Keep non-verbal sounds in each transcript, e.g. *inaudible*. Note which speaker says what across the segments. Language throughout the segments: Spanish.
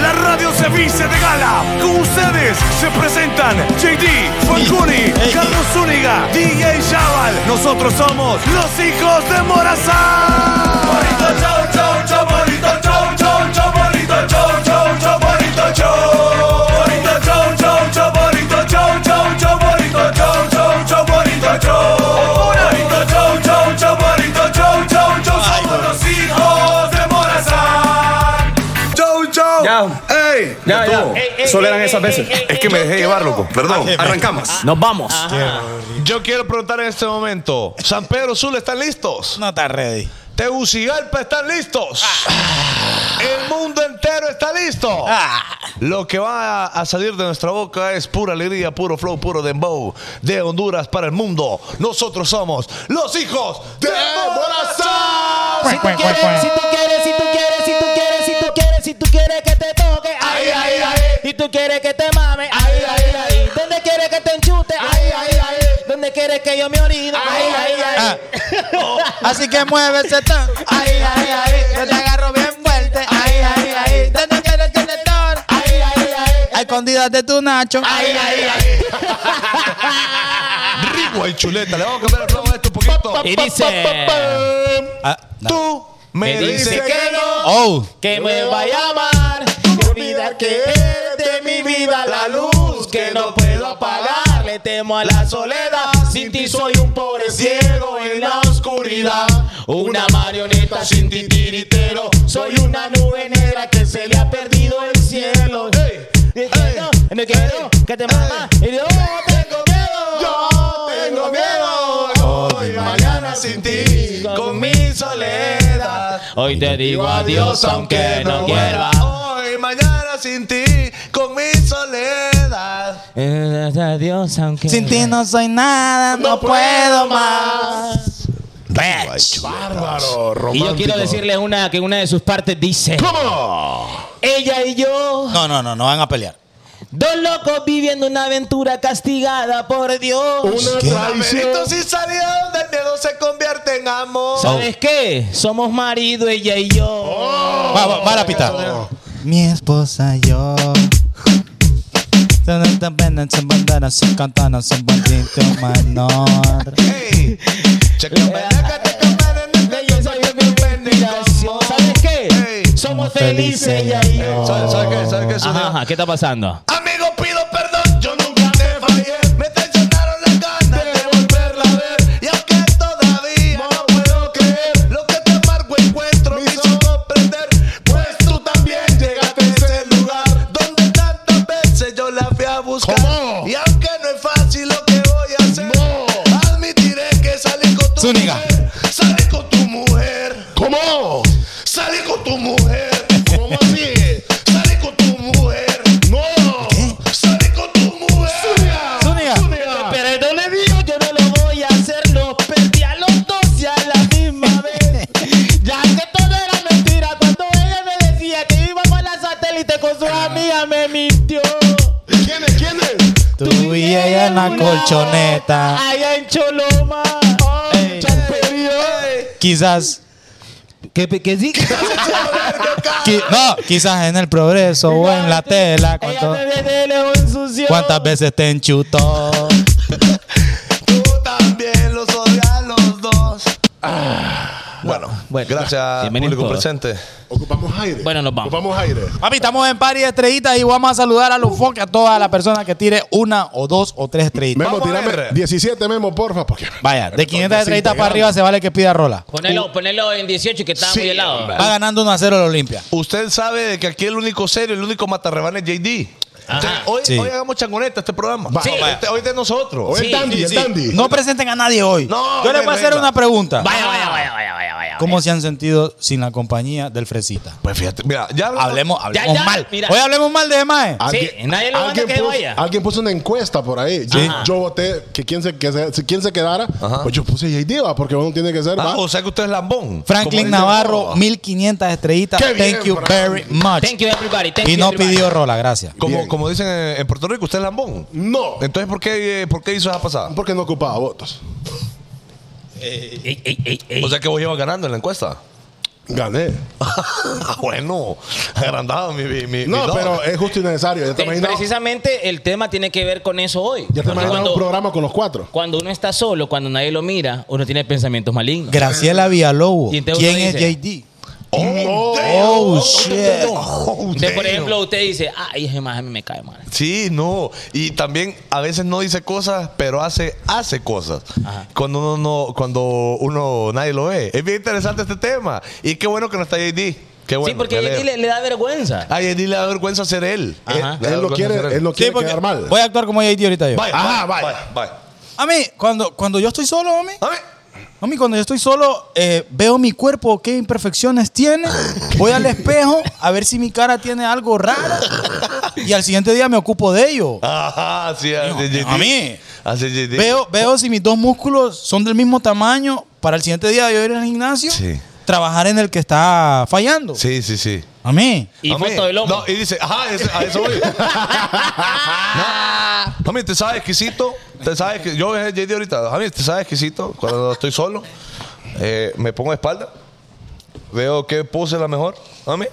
Speaker 1: La radio se viste de gala. Con ustedes se presentan JD, Falcuni, Carlos Zúñiga, DJ Chaval. Nosotros somos los hijos de Morazán. Bonito chau, chau, chau, bonito chau, chau, chau, bonito chau, chau, chau, bonito chau. Bonito chau, chau, chau, bonito chau, chau, chau, bonito chau, chau, chau, bonito chau. Bonito chau, chau, chau, bonito chau, chau, chau, somos los hijos de Morazán. Chau, chau.
Speaker 2: Ya.
Speaker 1: Ey,
Speaker 2: Ya, ya.
Speaker 1: estuvo.
Speaker 2: Ey,
Speaker 1: Solo eran esas veces. es que me dejé llevar, loco.
Speaker 3: Ah,
Speaker 1: Perdón. Arrancamos.
Speaker 2: Nos vamos.
Speaker 3: Yo quiero preguntar en este momento: ¿San Pedro Sula están listos?
Speaker 4: No está ready.
Speaker 3: ¿Tegucigalpa están listos? ¿El mundo entero está listo? Lo que va a salir de nuestra boca es pura alegría, puro flow, puro dembow de Honduras para el mundo. Nosotros somos los hijos de Morazán.
Speaker 5: Si tú quieres, si tú quieres, si tú quieres, si tú quieres, si tú quieres, si tú quieres que te toque, ay, ay, ay. Y tú quieres que te mame, ay, ay, ay. ¿Dónde quieres que te enchute? Ay, ay, ay. ¿Dónde quieres que yo me orine? Ay, ay, ay.
Speaker 4: Así que mueve ese ton. Ay, ay, ay. Yo te agarro bien fuerte. Ay, ay, ay. ¿Dónde quieres que te toque? Ay, ay, ay. A escondidas de tu Nacho. Ay, ay,
Speaker 3: *laughs*
Speaker 4: ay.
Speaker 3: Rico y chuleta. Le vamos a cambiar el flow a esto un poquito. Ah,
Speaker 5: Y dice
Speaker 3: Tú me
Speaker 5: Me
Speaker 3: dices
Speaker 5: dice
Speaker 3: que no.
Speaker 4: Oh.
Speaker 5: que me vaya a amar. Que olvida que eres de mi vida la luz que no puedo apagar. Le temo a la soledad. Sin ti soy un pobre ciego en la oscuridad. Una marioneta sin titiritero. Soy una nube negra que se le ha perdido el cielo. Me quedo, me quedo, que te mama. Y yo tengo miedo.
Speaker 3: Yo tengo miedo hoy, mañana sin ti, con mi soledad.
Speaker 5: Hoy te digo adiós aunque no
Speaker 3: vuelva.
Speaker 5: quiera.
Speaker 3: Hoy, mañana sin ti, con mi soledad.
Speaker 5: Eh, Adiós aunque
Speaker 4: Sin ti no soy nada, no puedo más.
Speaker 3: Bárbaro, romántico.
Speaker 5: Y yo quiero decirles una que una de sus partes dice
Speaker 3: ¿Cómo?
Speaker 5: Ella y yo,
Speaker 4: No, no, no, no van a pelear.
Speaker 5: dos locos viviendo una aventura castigada por Dios.
Speaker 3: Amiguitos y salidos del miedo se convierte en amor.
Speaker 5: ¿Sabes qué? Somos marido ella y yo.
Speaker 3: Oh,
Speaker 4: Va, va, va la pita. Mi esposa y yo. Todos también se mandaron sin cantanos un bandito menor.
Speaker 3: Ey, chécame, déjate comer en el
Speaker 5: De ellos hay una inspiración. ¿Sabes qué?
Speaker 3: Ey.
Speaker 5: Somos felices ella y yo.
Speaker 3: ¿Sabes sabes qué? ¿Sabes qué? Eso
Speaker 5: Oh. Ajá,
Speaker 3: de-
Speaker 5: ajá, ¿qué está pasando?
Speaker 3: Amigo, pido perdón, yo nunca te fallé. Me traicionaron las ganas de volverla a ver. Y aunque todavía no puedo creer lo que te amargo encuentro, me hizo comprender. Pues tú también llegaste a ese lugar donde tantas veces yo la fui a buscar. Y aunque no es fácil lo que voy a hacer, admitiré que salí con tu
Speaker 4: Zúñiga.
Speaker 3: mujer. Salí con tu mujer. ¿Cómo? Salí con tu mujer. ¿Cómo así? Salí con tu mujer. No. Salí con tu mujer.
Speaker 4: Zúñiga.
Speaker 5: Perdone Dios, yo no lo voy a hacer. Los perdí a los dos y a la misma *laughs* vez. Ya que todo era mentira, cuando ella me decía que iba para la satélite con su amiga, me mintió.
Speaker 3: ¿Quién es? ¿Quién es?
Speaker 4: Tú y ella en la
Speaker 5: Una
Speaker 4: colchoneta.
Speaker 5: Allá en Choloma. Oh,
Speaker 4: Ey.
Speaker 5: Chalperío.
Speaker 4: Quizás.
Speaker 5: ¿Qué, qué sí?
Speaker 4: qui- no, quizás en el progreso o en la tela.
Speaker 5: Ella
Speaker 4: cuánto-
Speaker 5: me ve de lejos ensució.
Speaker 4: ¿Cuántas veces te enchutó?
Speaker 3: Tú también los odias a los dos. Ah. bueno,
Speaker 5: bueno,
Speaker 3: gracias,
Speaker 5: bienvenidos
Speaker 3: público
Speaker 5: todos.
Speaker 3: presente.
Speaker 6: Ocupamos aire.
Speaker 5: Bueno, nos vamos.
Speaker 6: Ocupamos aire.
Speaker 4: Papi, estamos en pari de estrellitas y vamos a saludar a los foques, a todas las personas que tire una o dos o tres estrellitas.
Speaker 6: Memo,
Speaker 3: Vamos a
Speaker 6: tirame
Speaker 3: ver.
Speaker 6: 17 Memo, porfa. Porque
Speaker 4: Vaya, de 500 estrellitas para arriba se vale que pida rola.
Speaker 7: Ponelo, ponelo en 18 que está
Speaker 3: Sí,
Speaker 7: muy helado.
Speaker 3: hombre.
Speaker 4: Va ganando 1 a 0 la Olimpia.
Speaker 3: Usted sabe de que aquí el único serio, el único matarrebán es JD. Entonces, hoy,
Speaker 4: Sí.
Speaker 3: hoy hagamos changoneta este programa.
Speaker 6: Sí.
Speaker 3: Hoy, es de- hoy es de nosotros.
Speaker 6: O el
Speaker 7: Sí,
Speaker 6: Dandy, el Dandy.
Speaker 4: No presenten a nadie hoy.
Speaker 3: No,
Speaker 4: Yo les voy a
Speaker 3: venga,
Speaker 4: hacer
Speaker 3: venga.
Speaker 4: una pregunta.
Speaker 7: Vaya, vaya, vaya, vaya, vaya, vaya.
Speaker 4: ¿Cómo se han sentido sin la compañía del Fresita?
Speaker 3: Pues fíjate, mira, ya hablamos-
Speaker 4: Hablemos, hablemos
Speaker 7: ya,
Speaker 4: mal.
Speaker 7: mira. Ah,
Speaker 4: Hoy hablemos mal de Mae.
Speaker 7: Sí, nadie lo manda
Speaker 6: alguien
Speaker 7: que
Speaker 6: puso,
Speaker 7: vaya.
Speaker 6: Alguien puso una encuesta por ahí. Yo, yo voté que quién se, que se- si quién se quedara. Pues yo puse JD, va, porque uno tiene que ser.
Speaker 3: Ah,
Speaker 6: va.
Speaker 3: o sea que usted es lambón.
Speaker 4: Franklin
Speaker 3: Como dice-
Speaker 7: Oh.
Speaker 4: Navarro, 1500 estrellitas.
Speaker 6: Qué bien,
Speaker 4: Thank you
Speaker 6: Franklin.
Speaker 4: very much.
Speaker 7: Thank you everybody. Thank
Speaker 4: y
Speaker 7: you
Speaker 4: no
Speaker 7: everybody.
Speaker 4: pidió rola, gracias.
Speaker 3: Como,
Speaker 6: Bien.
Speaker 3: como dicen en en Puerto Rico, usted es lambón.
Speaker 6: No.
Speaker 3: Entonces, ¿por qué, eh, ¿por qué hizo esa pasada?
Speaker 6: Porque no ocupaba votos.
Speaker 3: O sea que vos ibas ganando en la encuesta.
Speaker 6: Gané.
Speaker 3: Ah, bueno, agrandado mi. mi, mi- mi
Speaker 6: No,
Speaker 3: dog.
Speaker 6: pero es justo y necesario. Ya te
Speaker 5: Te-
Speaker 6: imaginas,
Speaker 5: precisamente el tema tiene que ver con eso hoy.
Speaker 6: ya te
Speaker 5: Porque
Speaker 6: imaginas un
Speaker 5: cuando,
Speaker 6: programa con los cuatro.
Speaker 5: cuando uno está solo, cuando nadie lo mira, uno tiene pensamientos malignos.
Speaker 4: Graciela Villalobos.
Speaker 5: Y entonces
Speaker 4: ¿Quién
Speaker 5: uno
Speaker 4: es JD?
Speaker 3: Oh,
Speaker 4: Oh,
Speaker 3: damn.
Speaker 4: shit.
Speaker 3: Oh,
Speaker 5: Usted, por
Speaker 3: damn.
Speaker 5: ejemplo, usted dice, ay, ese más a mí me cae mal.
Speaker 3: Sí, no. Y también a veces no dice cosas, pero hace, hace cosas. Cuando uno no, cuando uno nadie lo ve. Es bien interesante este tema. Y qué bueno que no está JD. Qué bueno.
Speaker 5: sí, porque
Speaker 3: me
Speaker 5: a él
Speaker 3: alegro.
Speaker 5: le, le da vergüenza.
Speaker 3: A JD le da vergüenza ser él.
Speaker 5: Ajá.
Speaker 3: Eh, le da
Speaker 6: Él no
Speaker 3: vergüenza
Speaker 6: quiere,
Speaker 3: ser
Speaker 6: él no quiere
Speaker 4: porque
Speaker 6: quedar mal.
Speaker 4: Voy a actuar como JD ahorita yo.
Speaker 3: Vaya,
Speaker 6: Ajá,
Speaker 3: vaya,
Speaker 6: vaya.
Speaker 3: vaya,
Speaker 4: A mí, cuando, cuando yo estoy solo, a mí,
Speaker 3: vaya.
Speaker 4: a mí, cuando yo estoy solo, eh, veo mi cuerpo, qué imperfecciones tiene. Voy al espejo a ver si mi cara tiene algo raro. Y al siguiente día me ocupo de ello.
Speaker 3: Ajá, sí, hace
Speaker 4: Hijo,
Speaker 3: JD.
Speaker 4: a mí.
Speaker 3: Hace JD.
Speaker 4: Veo, veo si mis dos músculos son del mismo tamaño para el siguiente día yo ir al gimnasio,
Speaker 3: Sí.
Speaker 4: trabajar en el que está fallando.
Speaker 3: Sí, sí, sí.
Speaker 4: A mí.
Speaker 5: Y
Speaker 3: Homie,
Speaker 5: foto del hombro.
Speaker 3: No, y dice, ajá, ese- a eso
Speaker 5: *laughs*
Speaker 3: voy. no. Homie, te sabes exquisito. Te sabes que yo dejé JD ahorita. Homie, te sabes exquisito. Cuando estoy solo, eh, me pongo de espalda. Veo qué puse la mejor. Homie,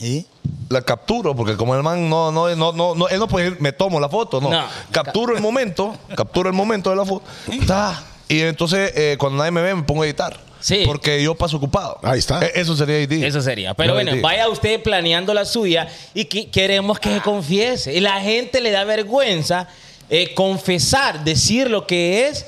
Speaker 4: ¿Y?
Speaker 3: la capturo, porque como el man no, no, no, no, no- él no puede ir, me tomo la foto, no.
Speaker 5: No.
Speaker 3: Capturo el momento, capturo el momento de la foto. Ta. Y entonces, eh, cuando nadie me ve, me pongo a editar.
Speaker 5: Sí.
Speaker 3: Porque yo paso ocupado.
Speaker 6: Ahí está.
Speaker 3: E- Eso sería JD.
Speaker 5: Eso sería. Pero
Speaker 3: Yo
Speaker 5: bueno,
Speaker 3: JD.
Speaker 5: vaya usted planeando la suya y que- queremos que se confiese. Y la gente le da vergüenza eh, confesar, decir lo que es.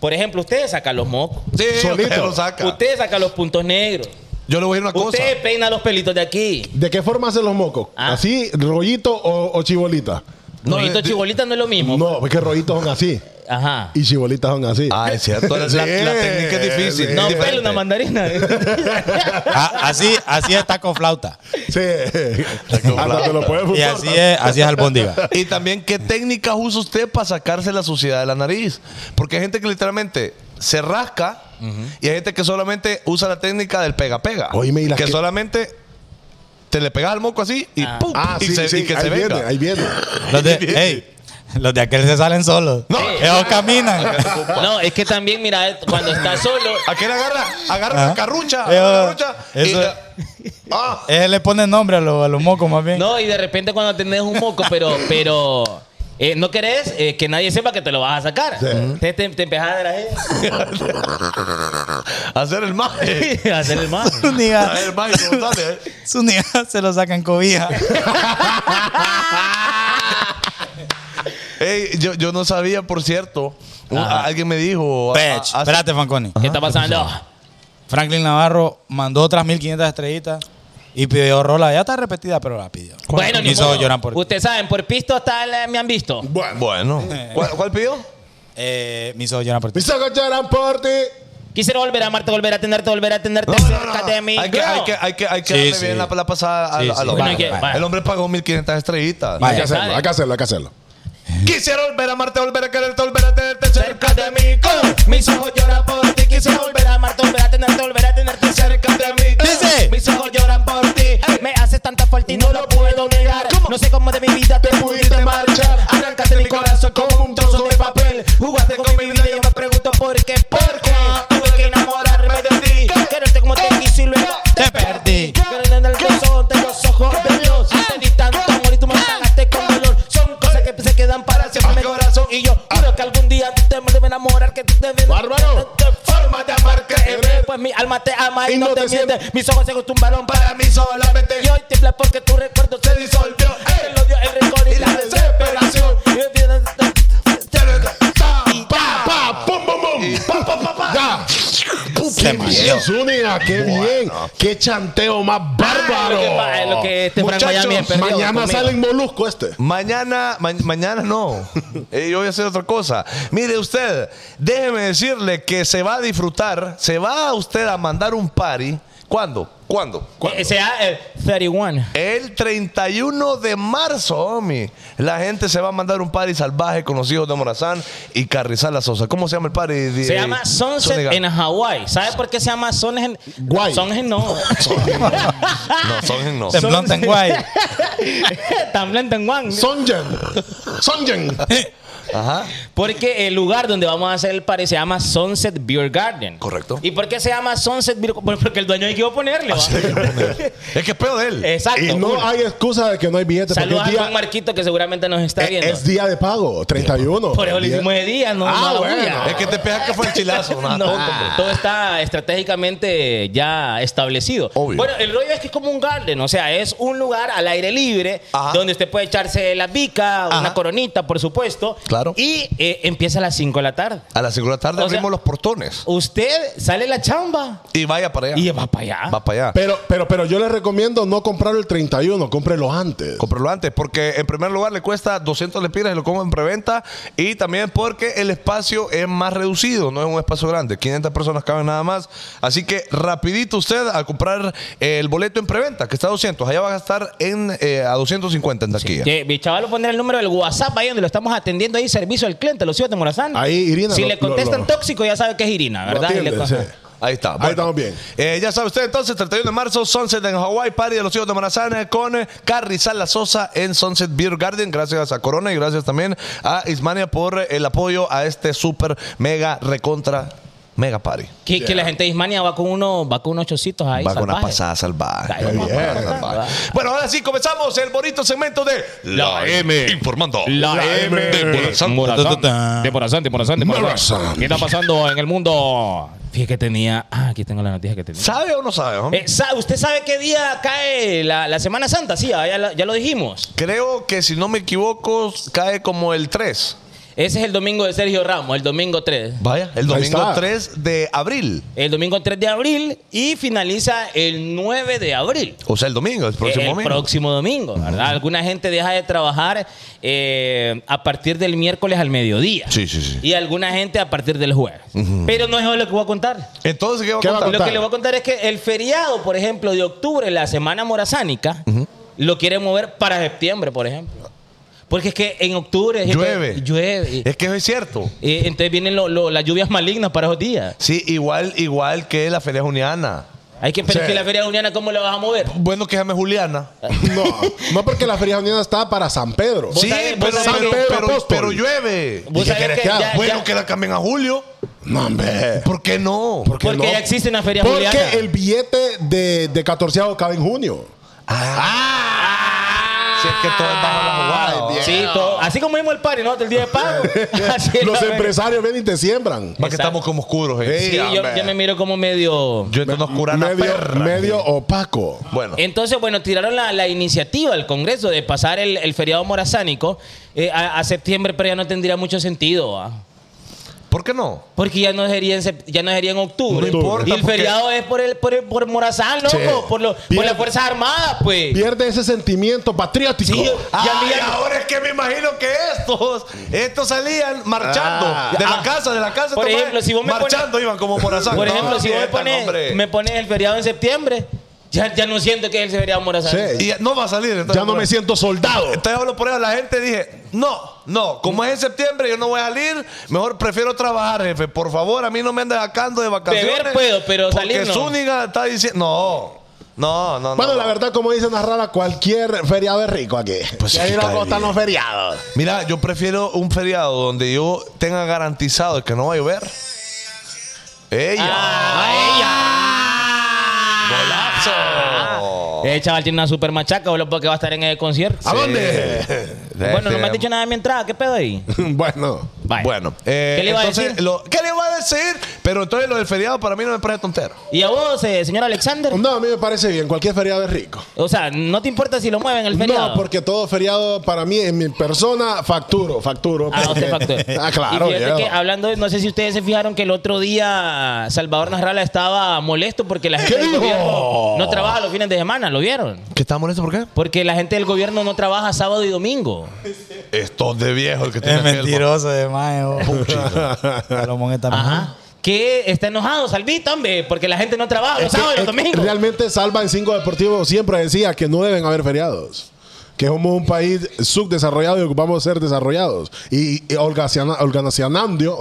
Speaker 5: Por ejemplo, usted saca los mocos.
Speaker 3: Sí,
Speaker 6: Solito.
Speaker 3: usted lo saca.
Speaker 5: Usted saca los puntos negros.
Speaker 3: Yo le voy a decir una
Speaker 5: Usted
Speaker 3: cosa.
Speaker 5: peina los pelitos de aquí.
Speaker 6: ¿De qué forma hacen los mocos?
Speaker 5: Ah.
Speaker 6: ¿Así, rollito o, o chibolita?
Speaker 3: No,
Speaker 5: Rollito
Speaker 3: de-
Speaker 5: chibolita no es lo mismo.
Speaker 6: No, porque rollitos son así
Speaker 5: Ajá.
Speaker 6: y chibolitas son así.
Speaker 3: Ah, es cierto. La,
Speaker 6: *laughs* Sí,
Speaker 3: la- la técnica es difícil.
Speaker 6: sí.
Speaker 3: es
Speaker 5: No,
Speaker 3: diferente.
Speaker 5: pelo
Speaker 3: *laughs*
Speaker 5: una mandarina.
Speaker 4: A- Ah, así, así es taco flauta.
Speaker 6: Sí.
Speaker 3: *laughs*
Speaker 6: Hasta te lo puedes
Speaker 4: Y
Speaker 6: buscar.
Speaker 4: así es, así es albóndiga.
Speaker 3: Y también, ¿qué técnicas usa usted para sacarse la suciedad de la nariz? Porque hay gente que literalmente se rasca y hay gente que solamente usa la técnica del pega-pega.
Speaker 6: Oíme, y las
Speaker 3: que,
Speaker 6: que-
Speaker 3: solamente te le pegas al moco así y ¡pum!
Speaker 6: Ah,
Speaker 3: y,
Speaker 6: sí,
Speaker 3: se-
Speaker 6: sí,
Speaker 3: y que
Speaker 6: ahí
Speaker 3: se
Speaker 6: viene,
Speaker 3: venga.
Speaker 6: ahí viene.
Speaker 4: Los de, ey, los de aquel se salen solos.
Speaker 3: No.
Speaker 4: Ellos caminan.
Speaker 3: *laughs*
Speaker 5: No, es que también, mira, cuando está solo.
Speaker 3: Aquel agarra, agarra
Speaker 6: Ah.
Speaker 4: Ajá.
Speaker 3: la carrucha,
Speaker 4: Eh,
Speaker 3: agarra la carrucha y
Speaker 4: eso-
Speaker 3: la- *laughs* ah,
Speaker 4: Él le pone nombre a, los- a los mocos más bien.
Speaker 5: No, y de repente cuando tenés un moco, pero, pero eh, no querés eh, que nadie sepa que te lo vas a sacar. Entonces te, te empezás a dar ahí,
Speaker 3: hacer el
Speaker 5: *laughs*
Speaker 3: maje.
Speaker 5: a hacer el mal.
Speaker 4: Su niga,
Speaker 3: Hacer el maje como sale, eh.
Speaker 4: su niga *laughs* se lo sacan cobija.
Speaker 3: Ey, yo, yo no sabía, por cierto. Un-
Speaker 5: Ajá.
Speaker 3: alguien me dijo. a- a-
Speaker 4: Pech,
Speaker 3: hace-
Speaker 4: espérate, Fanconi.
Speaker 5: ¿Qué está pasando?
Speaker 4: Franklin Navarro mandó otras 1500 estrellitas y pidió rola. Ya está repetida, pero la pidió.
Speaker 5: Bueno, ni
Speaker 4: mis ojos
Speaker 5: modo.
Speaker 4: lloran por ti.
Speaker 5: Ustedes saben, por pisto hasta la- me han visto.
Speaker 3: Bueno. ¿Cuál, cuál pidió?
Speaker 4: Eh, mis ojos lloran por ti.
Speaker 6: Mis ojos lloran por ti.
Speaker 5: Quisiera volver a amarte, volver a tenerte, volver a tenerte cerca de mí.
Speaker 3: Hay que,
Speaker 5: girl.
Speaker 3: hay que, hay que, hay que
Speaker 4: Sí,
Speaker 3: darle
Speaker 4: sí.
Speaker 3: bien la, la pasada al,
Speaker 4: Sí, sí.
Speaker 3: al
Speaker 5: Bueno,
Speaker 3: hombre.
Speaker 5: hay que- vaya.
Speaker 3: El hombre pagó 1500 estrellitas.
Speaker 6: Hay que
Speaker 5: Ya
Speaker 6: hacerlo,
Speaker 5: saben.
Speaker 6: hay que hacerlo, hay que hacerlo.
Speaker 3: Quisiera volver a amarte, volver a quererte, volver a tenerte cerca de mí.
Speaker 8: Con Mis ojos lloran por ti, quisiera volver a amarte, volver a tenerte, volver a tenerte cerca de mí.
Speaker 4: Dice.
Speaker 8: Mis ojos lloran por ti, me haces tanta falta y no lo puedo negar. No sé cómo de mi vida te pudiste marchar. Arrancaste mi corazón como un trozo de papel. Jugaste con mi vida y yo me pregunto por qué, por qué tuve que enamorarme de ti. Quererte como te quise y luego
Speaker 4: Te perdí.
Speaker 8: Pero en el corazón de los ojos de Dios. Te di tanto amor y tú me pagaste con dolor. Son cosas que se quedan para siempre en mi corazón. Y yo juro que algún día tú te debes enamorar, que tú te debes
Speaker 6: Bárbaro.
Speaker 8: Forma de amar que eres. Pues mi alma te ama y, no, te, miente. Mis ojos se acostumbraron para mí solamente. Y hoy tiembla porque tu recuerdo se disolvió. El odio, el rencor y, la desesperación.
Speaker 6: Pa, pa, pum, pum, pum. Pa, pa, pa, pa. Ya.
Speaker 4: Se mareó.
Speaker 6: Zúñiga, qué bien. Qué chanteo más bárbaro.
Speaker 5: Ah, Lo que pa- lo que este Frank
Speaker 3: Muchachos,
Speaker 5: Miami es perdido
Speaker 6: Mañana
Speaker 5: conmigo.
Speaker 6: salen molusco este.
Speaker 3: Mañana, ma- mañana *laughs* no. Eh, yo voy a hacer otra cosa. Mire usted, déjeme decirle que se va a disfrutar, se va usted a mandar un party. ¿Cuándo? ¿Cuándo? ¿Cuándo?
Speaker 5: Eh, sea eh, 31.
Speaker 3: El 31 de marzo, homie, la gente se va a mandar un party salvaje con los hijos de Morazán y Carrizal La Sosa. ¿Cómo se llama el party?
Speaker 5: Se llama Sunset en
Speaker 3: en...
Speaker 5: Hawái. ¿Sabe por qué se llama Sunset en
Speaker 6: Guay.
Speaker 5: Sunset no.
Speaker 8: *laughs*
Speaker 5: *laughs*
Speaker 3: No, Sunset no.
Speaker 4: Temblón *laughs* tan guay.
Speaker 5: También en Guam.
Speaker 6: Sonjen. Sonjen.
Speaker 3: Ajá.
Speaker 5: Porque el lugar donde vamos a hacer el party se llama Sunset Beer Garden.
Speaker 3: Correcto.
Speaker 5: ¿Y por qué se llama Sunset Beer Garden? Porque el dueño hay que
Speaker 8: Ah,
Speaker 5: ponerle. ¿va?
Speaker 3: Es que es pedo de él.
Speaker 5: Exacto.
Speaker 6: Y no hay excusa de que no hay billete. Porque
Speaker 5: Saludos
Speaker 6: es
Speaker 5: a Juan
Speaker 6: día,
Speaker 5: Marquito que seguramente nos está
Speaker 6: es,
Speaker 5: viendo.
Speaker 6: Eh, es día de pago, 31.
Speaker 5: Por eso lo
Speaker 6: Día-
Speaker 5: hicimos de día, no.
Speaker 6: Ah,
Speaker 5: no a la
Speaker 6: bueno.
Speaker 5: bulla. *laughs*
Speaker 3: Es que te pegas que fue el chilazo. nada,
Speaker 5: No,
Speaker 3: tonto, hombre.
Speaker 5: todo está estratégicamente ya establecido.
Speaker 3: Obvio.
Speaker 5: Bueno, el rollo es que es como un garden, o sea, es un lugar al aire libre
Speaker 3: Ajá.
Speaker 5: donde usted puede echarse la bica, una coronita, por supuesto.
Speaker 3: Claro.
Speaker 5: Y eh, empieza a las 5 de la tarde.
Speaker 3: A las 5 de la tarde
Speaker 5: O sea-
Speaker 3: abrimos los portones.
Speaker 5: Usted sale la chamba
Speaker 3: Y vaya para allá.
Speaker 5: y va para allá.
Speaker 3: Va para allá.
Speaker 6: Pero, pero, pero yo les recomiendo no comprarlo el 31, cómprelo antes.
Speaker 3: Comprarlo antes, porque en primer lugar le cuesta 200 lempiras y lo como en preventa. Y también porque el espacio es más reducido, no es un espacio grande. 500 personas caben nada más. Así que rapidito usted a comprar eh, el boleto en preventa, que está a 200. Allá va a gastar en, eh, a 250 en taquilla.
Speaker 5: Que mi chaval va a poner el número del WhatsApp ahí donde lo estamos atendiendo ahí, servicio al cliente, los hijos de Morazán.
Speaker 6: Ahí, Irina,
Speaker 5: Si
Speaker 6: lo-
Speaker 5: le contestan
Speaker 6: lo- lo-
Speaker 5: tóxico, ya sabe que es Irina,
Speaker 6: Lo
Speaker 5: ¿verdad? Y le
Speaker 6: atienden,
Speaker 5: co-
Speaker 6: sí.
Speaker 3: Ahí está.
Speaker 6: Ahí estamos bien.
Speaker 3: Eh, ya sabe usted entonces, 31 de marzo, Sunset en Hawaii, Party de los hijos de Marazán eh, con eh, Carrie Sala Sosa en Sunset Beer Garden. Gracias a Corona y gracias también a Ismania por eh, el apoyo a este super mega recontra mega party.
Speaker 5: Que, que la gente de Ismania va con, uno, va con unos chocitos ahí.
Speaker 3: Va con una
Speaker 5: salvajes.
Speaker 3: pasada salvaje.
Speaker 5: Ay,
Speaker 3: Una
Speaker 6: bien.
Speaker 3: pasada salvaje. Bueno, ahora sí comenzamos el bonito segmento de La, M informando.
Speaker 5: La M
Speaker 3: de Morazán.
Speaker 5: Morazán. De Morazán, de Morazán, de Morazán.
Speaker 6: Morazán.
Speaker 5: ¿Qué está pasando en el mundo? Fíjate que tenía. Ah, aquí tengo la noticia que tenía.
Speaker 3: ¿Sabe o no sabe? hombre?
Speaker 5: Eh, sa- ¿Usted sabe qué día cae la, la Semana Santa? Sí, ah, ya, la- ya lo dijimos.
Speaker 3: Creo que si no me equivoco, cae como el 3.
Speaker 5: Ese es el domingo de Sergio Ramos, el domingo 3.
Speaker 3: Vaya, el domingo
Speaker 6: está.
Speaker 3: 3 de abril.
Speaker 5: El domingo 3 de abril y finaliza el 9 de abril. Eh,
Speaker 3: O sea, el domingo, el próximo
Speaker 5: el
Speaker 3: domingo.
Speaker 5: próximo domingo, ¿verdad? Alguna gente deja de trabajar eh, a partir del miércoles al mediodía.
Speaker 3: Sí, sí, sí.
Speaker 5: Y alguna gente a partir del jueves. Pero no es lo que voy a contar.
Speaker 3: Entonces, ¿qué va
Speaker 6: ¿Qué
Speaker 3: a
Speaker 6: va a
Speaker 3: contar?
Speaker 5: Lo
Speaker 6: contar?
Speaker 5: que le voy a contar es que el feriado, por ejemplo, de octubre, la semana morazánica, lo quiere mover para septiembre, por ejemplo. Porque es que en octubre
Speaker 3: Llueve.
Speaker 5: llueve. Y-
Speaker 3: Es que eso es cierto.
Speaker 5: y entonces vienen lo- lo- las lluvias malignas para esos días.
Speaker 3: Sí, igual, igual que la feria juniana.
Speaker 5: Hay que pensar
Speaker 6: Sí.
Speaker 5: que la feria juniana, ¿cómo la vas a mover?
Speaker 3: Bueno, que llame Juliana.
Speaker 6: No, no porque la feria unión está para San Pedro.
Speaker 5: Vos
Speaker 3: Sí,
Speaker 5: sabés- vos
Speaker 3: pero,
Speaker 5: sabés
Speaker 3: pero,
Speaker 6: que-
Speaker 3: pero-
Speaker 6: Apóstol.
Speaker 3: pero llueve.
Speaker 5: Vos
Speaker 6: ¿Y qué
Speaker 5: sabés
Speaker 6: querés
Speaker 5: que
Speaker 6: que haga?
Speaker 5: ya-
Speaker 3: Bueno,
Speaker 5: ya-
Speaker 3: que la cambien a Julio.
Speaker 6: No, hombre.
Speaker 3: ¿Por qué no?
Speaker 6: ¿Por qué
Speaker 5: porque
Speaker 6: no?
Speaker 5: ya existe una feria
Speaker 6: Porque
Speaker 5: juliana.
Speaker 6: el billete de, de 14 cabe en junio. Ah.
Speaker 3: Si es que todo es bajo la jugada. ¿va?
Speaker 5: Sí, todo- así como vimos el party, ¿no? El día de pago. Así es la
Speaker 6: *laughs* Los
Speaker 5: feria.
Speaker 6: empresarios vienen y te siembran.
Speaker 3: Va que estamos como oscuros. eh.
Speaker 6: Sí,
Speaker 5: Sí, yo,
Speaker 6: hombre.
Speaker 5: yo me miro como medio...
Speaker 3: Yo entonces oscura la
Speaker 6: medio,
Speaker 3: perra.
Speaker 6: medio opaco.
Speaker 3: Bueno.
Speaker 5: Entonces, bueno, tiraron la, la iniciativa al Congreso de pasar el, el feriado morazánico eh, a, a septiembre, pero ya no tendría mucho sentido, ¿va?
Speaker 3: ¿Por qué no?
Speaker 5: Porque ya no sería en, sep- ya no sería en octubre.
Speaker 3: No importa,
Speaker 5: y el
Speaker 3: porque-
Speaker 5: feriado es por el por, el- por Morazán, loco,
Speaker 6: Sí.
Speaker 5: por, lo- por
Speaker 6: Bien.
Speaker 5: las Fuerzas Armadas, pues.
Speaker 6: Pierde ese sentimiento patriótico.
Speaker 5: Sí, yo-
Speaker 3: Ay,
Speaker 5: ya mira-
Speaker 3: ahora es que me imagino que estos, estos salían marchando
Speaker 6: Ah.
Speaker 3: de la
Speaker 5: Ah.
Speaker 3: casa, de la casa.
Speaker 5: Por
Speaker 3: estos
Speaker 5: ejemplo,
Speaker 3: maes
Speaker 5: si vos me
Speaker 3: marchando
Speaker 5: pones-
Speaker 3: iban como
Speaker 5: *laughs*
Speaker 3: morazán.
Speaker 5: Por
Speaker 3: No,
Speaker 5: ejemplo, si vos me
Speaker 3: fiesta,
Speaker 5: pones,
Speaker 3: hombre.
Speaker 5: me pones el feriado en septiembre, ya, ya no siento que es el feriado morazánico.
Speaker 6: Sí.
Speaker 3: Y ya- no va a salir. entonces,
Speaker 6: Ya no me
Speaker 3: pues.
Speaker 6: siento soldado.
Speaker 3: Entonces hablo por eso, la gente dije, no, no, como es en septiembre yo no voy a salir, mejor prefiero trabajar, jefe. Por favor, a mí no me anden sacando de vacaciones.
Speaker 5: Beber puedo, pero
Speaker 3: porque
Speaker 5: salir no.
Speaker 3: Zúñiga está diciendo, no, no, no.
Speaker 6: Bueno,
Speaker 3: no.
Speaker 6: la verdad, como dicen las raras, cualquier feriado es rico aquí.
Speaker 3: Pues
Speaker 6: Pues
Speaker 3: sí,
Speaker 6: ahí
Speaker 3: está
Speaker 6: no están
Speaker 3: bien.
Speaker 6: los feriados.
Speaker 3: Mira, yo prefiero un feriado donde yo tenga garantizado que no va a llover. Ella.
Speaker 5: Ah.
Speaker 3: ¡Golazo! Ah.
Speaker 5: El Ah, chaval tiene una super machaca, boludo, porque va a estar en el concierto.
Speaker 6: ¿A
Speaker 3: dónde?
Speaker 6: dónde?
Speaker 5: Bueno, no me han dicho nada de mi entrada, ¿qué pedo ahí?
Speaker 6: *laughs* bueno.
Speaker 5: Vaya.
Speaker 3: *laughs* Bueno, eh,
Speaker 5: ¿Qué le iba a
Speaker 3: entonces,
Speaker 5: decir?
Speaker 3: lo- ¿qué le iba a decir? Pero entonces lo del feriado para mí no me parece tontero.
Speaker 5: ¿Y a vos, eh, señor Alexander?
Speaker 6: No, a mí me parece bien. Cualquier feriado es rico.
Speaker 5: O sea, ¿no te importa si lo mueven el feriado?
Speaker 6: No, porque todo feriado para mí, en mi persona, facturo, facturo.
Speaker 5: Ah,
Speaker 6: *laughs*
Speaker 5: usted
Speaker 6: porque-
Speaker 5: factor.
Speaker 6: ah, claro.
Speaker 5: Y fíjate que
Speaker 6: ya.
Speaker 5: hablando de, no sé si ustedes se fijaron que el otro día Salvador Nasralla estaba molesto porque la gente
Speaker 6: ¿Qué
Speaker 5: del
Speaker 6: dijo?
Speaker 5: gobierno no trabaja los fines de semana, ¿lo vieron?
Speaker 3: ¿Qué está molesto por qué?
Speaker 5: Porque la gente del gobierno no trabaja sábado y domingo.
Speaker 3: Estos de viejo el que tiene
Speaker 9: Es
Speaker 3: aquel,
Speaker 9: mentiroso de mayo. Salomón está
Speaker 5: Ajá. Que está enojado, Salvito, hombre, porque la gente no trabaja los
Speaker 6: Es que-
Speaker 5: sábados y
Speaker 6: es
Speaker 5: los
Speaker 6: que
Speaker 5: domingos.
Speaker 6: Realmente Salva en Cinco Deportivo siempre decía que no deben haber feriados. Que somos un país subdesarrollado y ocupamos ser
Speaker 5: Ah.
Speaker 6: desarrollados. Y, y holgaciana- holgacianando- *laughs*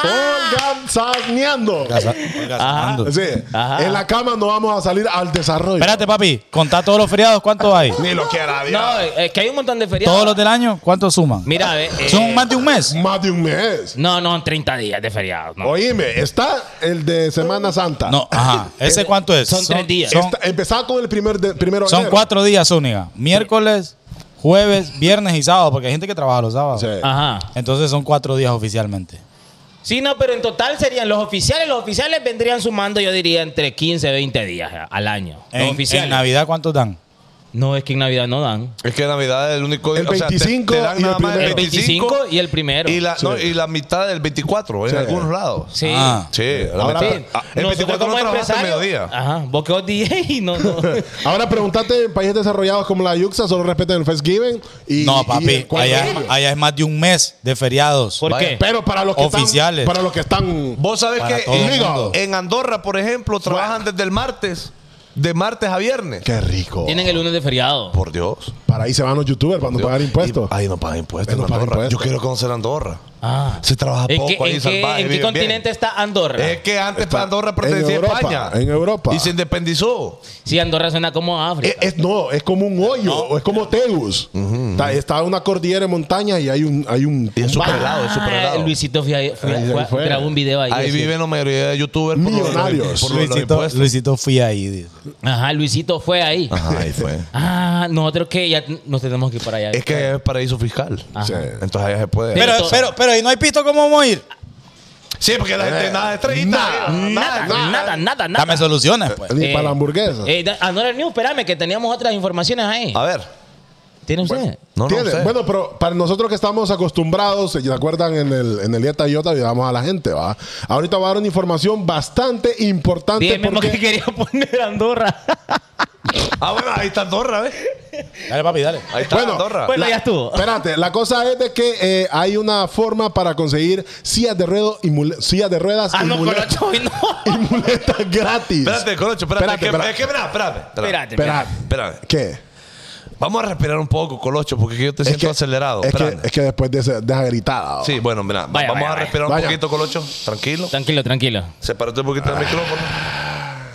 Speaker 6: holgazaneando.
Speaker 4: Holgazaneando.
Speaker 6: Sí, en la cama no vamos a salir al desarrollo.
Speaker 4: Espérate, papi, contá todos los feriados, ¿cuántos hay?
Speaker 3: Ni lo quiera, Dios.
Speaker 5: No, es que hay un montón de feriados.
Speaker 4: Todos los del año, ¿cuántos suman?
Speaker 5: Mira, eh, eh,
Speaker 4: ¿Son más de un mes?
Speaker 6: Más de un mes.
Speaker 5: No, no, 30 días de feriados. no.
Speaker 6: Oíme, está el de Semana Santa.
Speaker 4: No, ajá. ¿Ese cuánto es?
Speaker 5: eh, Son tres días.
Speaker 4: Son,
Speaker 6: Está- empezá con el primer de, primero de
Speaker 4: son
Speaker 6: enero.
Speaker 4: cuatro días, única. Miércoles, jueves, viernes y sábado, porque hay gente que trabaja los sábados.
Speaker 6: Sí.
Speaker 5: Ajá.
Speaker 4: Entonces son cuatro días oficialmente.
Speaker 5: Sí, no, pero en total serían los oficiales. Los oficiales vendrían sumando, yo diría, entre 15 20 días al año. Los
Speaker 4: En,
Speaker 5: oficiales.
Speaker 4: en Navidad, ¿cuántos dan?
Speaker 5: no, es que en Navidad no dan.
Speaker 3: Es que Navidad es el único
Speaker 6: El
Speaker 3: o sea, te- te
Speaker 6: 25
Speaker 3: dan
Speaker 6: y el
Speaker 3: nada más
Speaker 6: primero.
Speaker 5: El 25 y el primero.
Speaker 3: y la, no, y la mitad del 24 en
Speaker 6: Sí.
Speaker 3: algunos lados.
Speaker 5: Sí.
Speaker 4: Ah.
Speaker 3: Sí, la
Speaker 6: Ahora,
Speaker 3: mitad.
Speaker 5: Sí.
Speaker 3: Ah, el
Speaker 5: Nosotros
Speaker 3: 24 no
Speaker 5: como ah.
Speaker 3: trabajaste al
Speaker 5: empresarios-
Speaker 3: mediodía.
Speaker 5: Ajá, vos que vos DJ *laughs* y
Speaker 3: *laughs*
Speaker 5: no, no.
Speaker 6: Ahora preguntate en países desarrollados como la Yuxa, solo respetan el Thanksgiving. Y,
Speaker 4: No,
Speaker 6: y
Speaker 4: papi,
Speaker 6: el cuatro de
Speaker 4: allá,
Speaker 6: enero.
Speaker 4: allá es más de un mes de feriados.
Speaker 5: ¿Por
Speaker 3: Vaya.
Speaker 5: qué?
Speaker 6: Pero para los que
Speaker 4: Oficiales.
Speaker 6: están. Para los que están.
Speaker 3: Vos sabés
Speaker 4: Para
Speaker 3: que
Speaker 4: todo
Speaker 3: en,
Speaker 4: el mundo.
Speaker 3: en Andorra, por ejemplo, trabajan desde el martes, de martes a viernes.
Speaker 6: Qué rico.
Speaker 5: Tienen el lunes de feriado.
Speaker 3: Por Dios.
Speaker 6: Para ahí se van los youtubers para no pagar impuestos.
Speaker 3: Ahí no pagan impuestos.
Speaker 6: Ahí no
Speaker 3: en
Speaker 6: pagan
Speaker 3: Andorra.
Speaker 6: impuestos.
Speaker 3: Yo quiero conocer Andorra.
Speaker 5: Ah.
Speaker 3: Se trabaja
Speaker 5: ¿En
Speaker 3: poco
Speaker 5: qué,
Speaker 3: ahí,
Speaker 5: en qué-
Speaker 3: salvaje.
Speaker 5: en qué
Speaker 3: viven bien. Eh,
Speaker 5: continente está Andorra?
Speaker 3: Es que antes
Speaker 6: Está
Speaker 3: Andorra
Speaker 6: en
Speaker 3: pertenecía
Speaker 6: Europa,
Speaker 3: a España.
Speaker 6: en Europa.
Speaker 3: Y se independizó.
Speaker 5: Sí, Andorra suena como a
Speaker 6: Es-
Speaker 5: África.
Speaker 6: Eh,
Speaker 3: eh,
Speaker 6: es- no, es como un hoyo, o es como Teus. está, está una cordillera de montaña y hay un. Hay un
Speaker 3: Y es
Speaker 6: un
Speaker 3: súper
Speaker 6: valle.
Speaker 3: helado, es súper
Speaker 5: Ah,
Speaker 3: helado.
Speaker 5: Luisito fue, ahí- fue-
Speaker 6: Ahí se
Speaker 5: fue-
Speaker 6: fue.
Speaker 5: grabó un video ahí.
Speaker 3: Ahí
Speaker 5: así.
Speaker 3: viven la mayoría de youtubers. por lo de los-
Speaker 6: Millonarios.
Speaker 3: Por lo de los
Speaker 4: Luisito,
Speaker 3: impuestos.
Speaker 4: Luisito fui ahí. dice.
Speaker 5: Ajá, Luisito fue ahí.
Speaker 3: Ajá, ahí
Speaker 5: *laughs*
Speaker 3: fue.
Speaker 5: Ah, nosotros que ya nos tenemos que ir para allá.
Speaker 3: Es que allá es paraíso fiscal.
Speaker 5: Ajá.
Speaker 6: Sí.
Speaker 3: Entonces allá se puede.
Speaker 4: Pero,
Speaker 5: Entonces-
Speaker 4: pero, pero, ¿y no hay pisto cómo vamos a ir?
Speaker 3: sí, porque la gente nada de estrellita.
Speaker 6: Nada,
Speaker 3: Ah,
Speaker 5: nada, nada, nada, nada.
Speaker 4: Dame soluciones, pues.
Speaker 6: *laughs* Ni
Speaker 5: Eh,
Speaker 6: para la hamburguesa.
Speaker 5: Eh, da- Andorra News, espérame, que teníamos otras informaciones ahí.
Speaker 3: A ver.
Speaker 5: ¿Tiene usted?
Speaker 3: No, no
Speaker 6: Tiene-
Speaker 3: sé.
Speaker 6: Bueno, pero para nosotros que estamos acostumbrados, ¿se acuerdan? En el, en el Ieta Iota ayudamos a la gente, ¿va? Ahorita va a dar una información bastante importante.
Speaker 5: Dije mismo
Speaker 6: porque-
Speaker 5: que quería poner Andorra.
Speaker 3: Ah, bueno, ahí está Andorra, ¿ves?
Speaker 4: Dale, papi, dale.
Speaker 3: Ahí está
Speaker 6: Bueno,
Speaker 3: Andorra.
Speaker 5: bueno, ya estuvo.
Speaker 6: Espérate, la cosa es de que eh, hay una forma para conseguir sillas de, ruedo y mule- sillas de ruedas
Speaker 5: Ah,
Speaker 6: y,
Speaker 5: no,
Speaker 6: mule-
Speaker 5: Colocho, hoy no.
Speaker 6: *laughs* y muletas gratis.
Speaker 3: Espérate, Colocho, espérate.
Speaker 6: Espérate,
Speaker 3: que-
Speaker 6: espérate.
Speaker 3: Es que, mira, espérate.
Speaker 5: Espérate,
Speaker 6: Espera,
Speaker 3: Espérate.
Speaker 6: ¿qué?
Speaker 3: Vamos a respirar un poco, Colocho, porque yo te siento acelerado.
Speaker 6: Es que,
Speaker 3: Espérate.
Speaker 6: es que después de esa, deja gritada. ¿va?
Speaker 3: Sí, bueno, mira,
Speaker 5: Vaya,
Speaker 3: vamos
Speaker 5: vaya,
Speaker 3: a
Speaker 5: vaya.
Speaker 3: respirar un
Speaker 6: Vaya. Ah.
Speaker 3: poquito, Colocho. Tranquilo.
Speaker 5: Tranquilo, tranquilo.
Speaker 3: Sepárate un poquito del micrófono.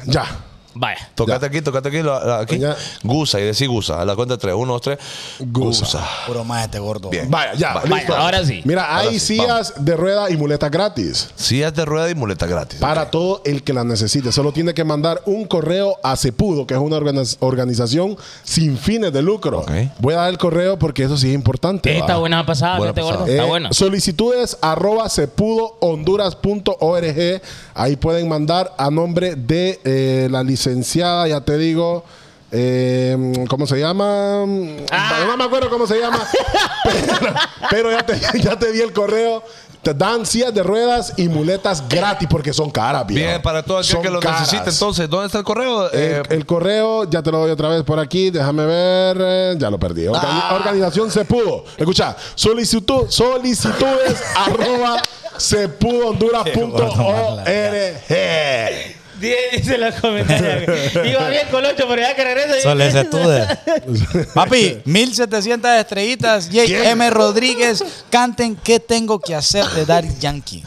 Speaker 6: Ya.
Speaker 5: Vaya.
Speaker 3: Tocate aquí, tocate aquí. la- la- aquí.
Speaker 6: Ya.
Speaker 3: Gusa y decí gusa. A la cuenta de tres. Uno, dos, tres.
Speaker 6: Gusa.
Speaker 4: Puro más este gordo.
Speaker 3: Bien.
Speaker 6: Vaya, ya.
Speaker 3: Vaya,
Speaker 6: listo.
Speaker 5: ahora sí.
Speaker 6: Mira,
Speaker 3: Ahora
Speaker 6: hay
Speaker 3: sí,
Speaker 6: sillas de ruedas y muletas gratis.
Speaker 3: Sillas de rueda y muleta gratis.
Speaker 6: Para
Speaker 3: Ok.
Speaker 6: todo el que la necesite. Solo tiene que mandar un correo a Cepudo, que es una organiz- organización sin fines de lucro.
Speaker 3: Ok.
Speaker 6: Voy a dar el correo porque eso sí es importante.
Speaker 5: Está
Speaker 6: ¿va?
Speaker 5: buena pasada,
Speaker 3: Buena
Speaker 5: fíjate, gordo.
Speaker 3: pasada.
Speaker 5: Está
Speaker 6: Eh,
Speaker 5: buena.
Speaker 6: Solicitudes arroba cepudohonduras.org. Ahí pueden mandar a nombre de eh, la licenciada, ya te digo. eh, ¿Cómo se llama? No me acuerdo cómo se llama. pero pero ya, te, ya te di el correo. Te dan sillas de ruedas y muletas gratis porque son caras. viejo.
Speaker 3: Bien, para todo aquel
Speaker 6: Son
Speaker 3: que lo
Speaker 6: caras.
Speaker 3: necesite. Entonces, ¿dónde está el correo? Eh,
Speaker 6: El, el correo, ya te lo doy otra vez por aquí, déjame ver, eh, ya lo perdí. Orga-
Speaker 3: Ah.
Speaker 6: Organización se pudo. Escucha, solicitud,
Speaker 3: *laughs*
Speaker 6: solicitudes arroba sepudohonduras.org.
Speaker 5: Dice
Speaker 3: *laughs*
Speaker 5: los comentarios. Iba bien Colocho, pero ya que regresa.
Speaker 4: Solicitudes.
Speaker 3: *laughs*
Speaker 5: *laughs*
Speaker 4: Papi, 1700 estrellitas. J.M. M. Rodríguez, canten ¿Qué tengo que hacer de Daddy Yankee?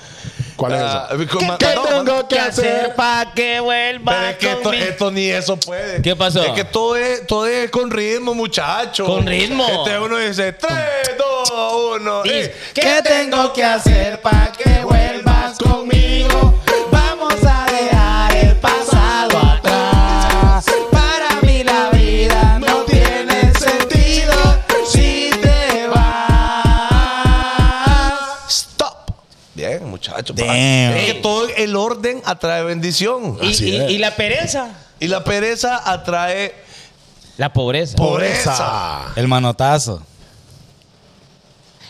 Speaker 6: ¿Cuál es
Speaker 3: ah,
Speaker 6: esa?
Speaker 3: con- ma-
Speaker 6: ¿Qué
Speaker 3: no, ma-
Speaker 6: tengo que hacer?
Speaker 5: para que vuelva
Speaker 3: Pero es que esto,
Speaker 5: conmigo?
Speaker 3: esto ni eso puede.
Speaker 5: ¿Qué pasó?
Speaker 3: Es que todo es, todo es con ritmo, muchacho.
Speaker 5: Con ritmo.
Speaker 3: Este uno dice 3, 2, 1.
Speaker 5: Dice,
Speaker 9: ¿Qué tengo que hacer para que vuelvas conmigo? Vamos a dejar el pasado atrás. Para mí la vida no tiene sentido si te vas.
Speaker 3: Stop. Bien, muchacho.
Speaker 4: Damn.
Speaker 3: pa. Es que todo el orden atrae bendición.
Speaker 5: Y,
Speaker 6: Así
Speaker 5: y-
Speaker 6: es.
Speaker 5: y la pereza.
Speaker 3: Y la pereza atrae
Speaker 5: La pobreza.
Speaker 6: Ah,
Speaker 3: pobreza.
Speaker 4: El manotazo.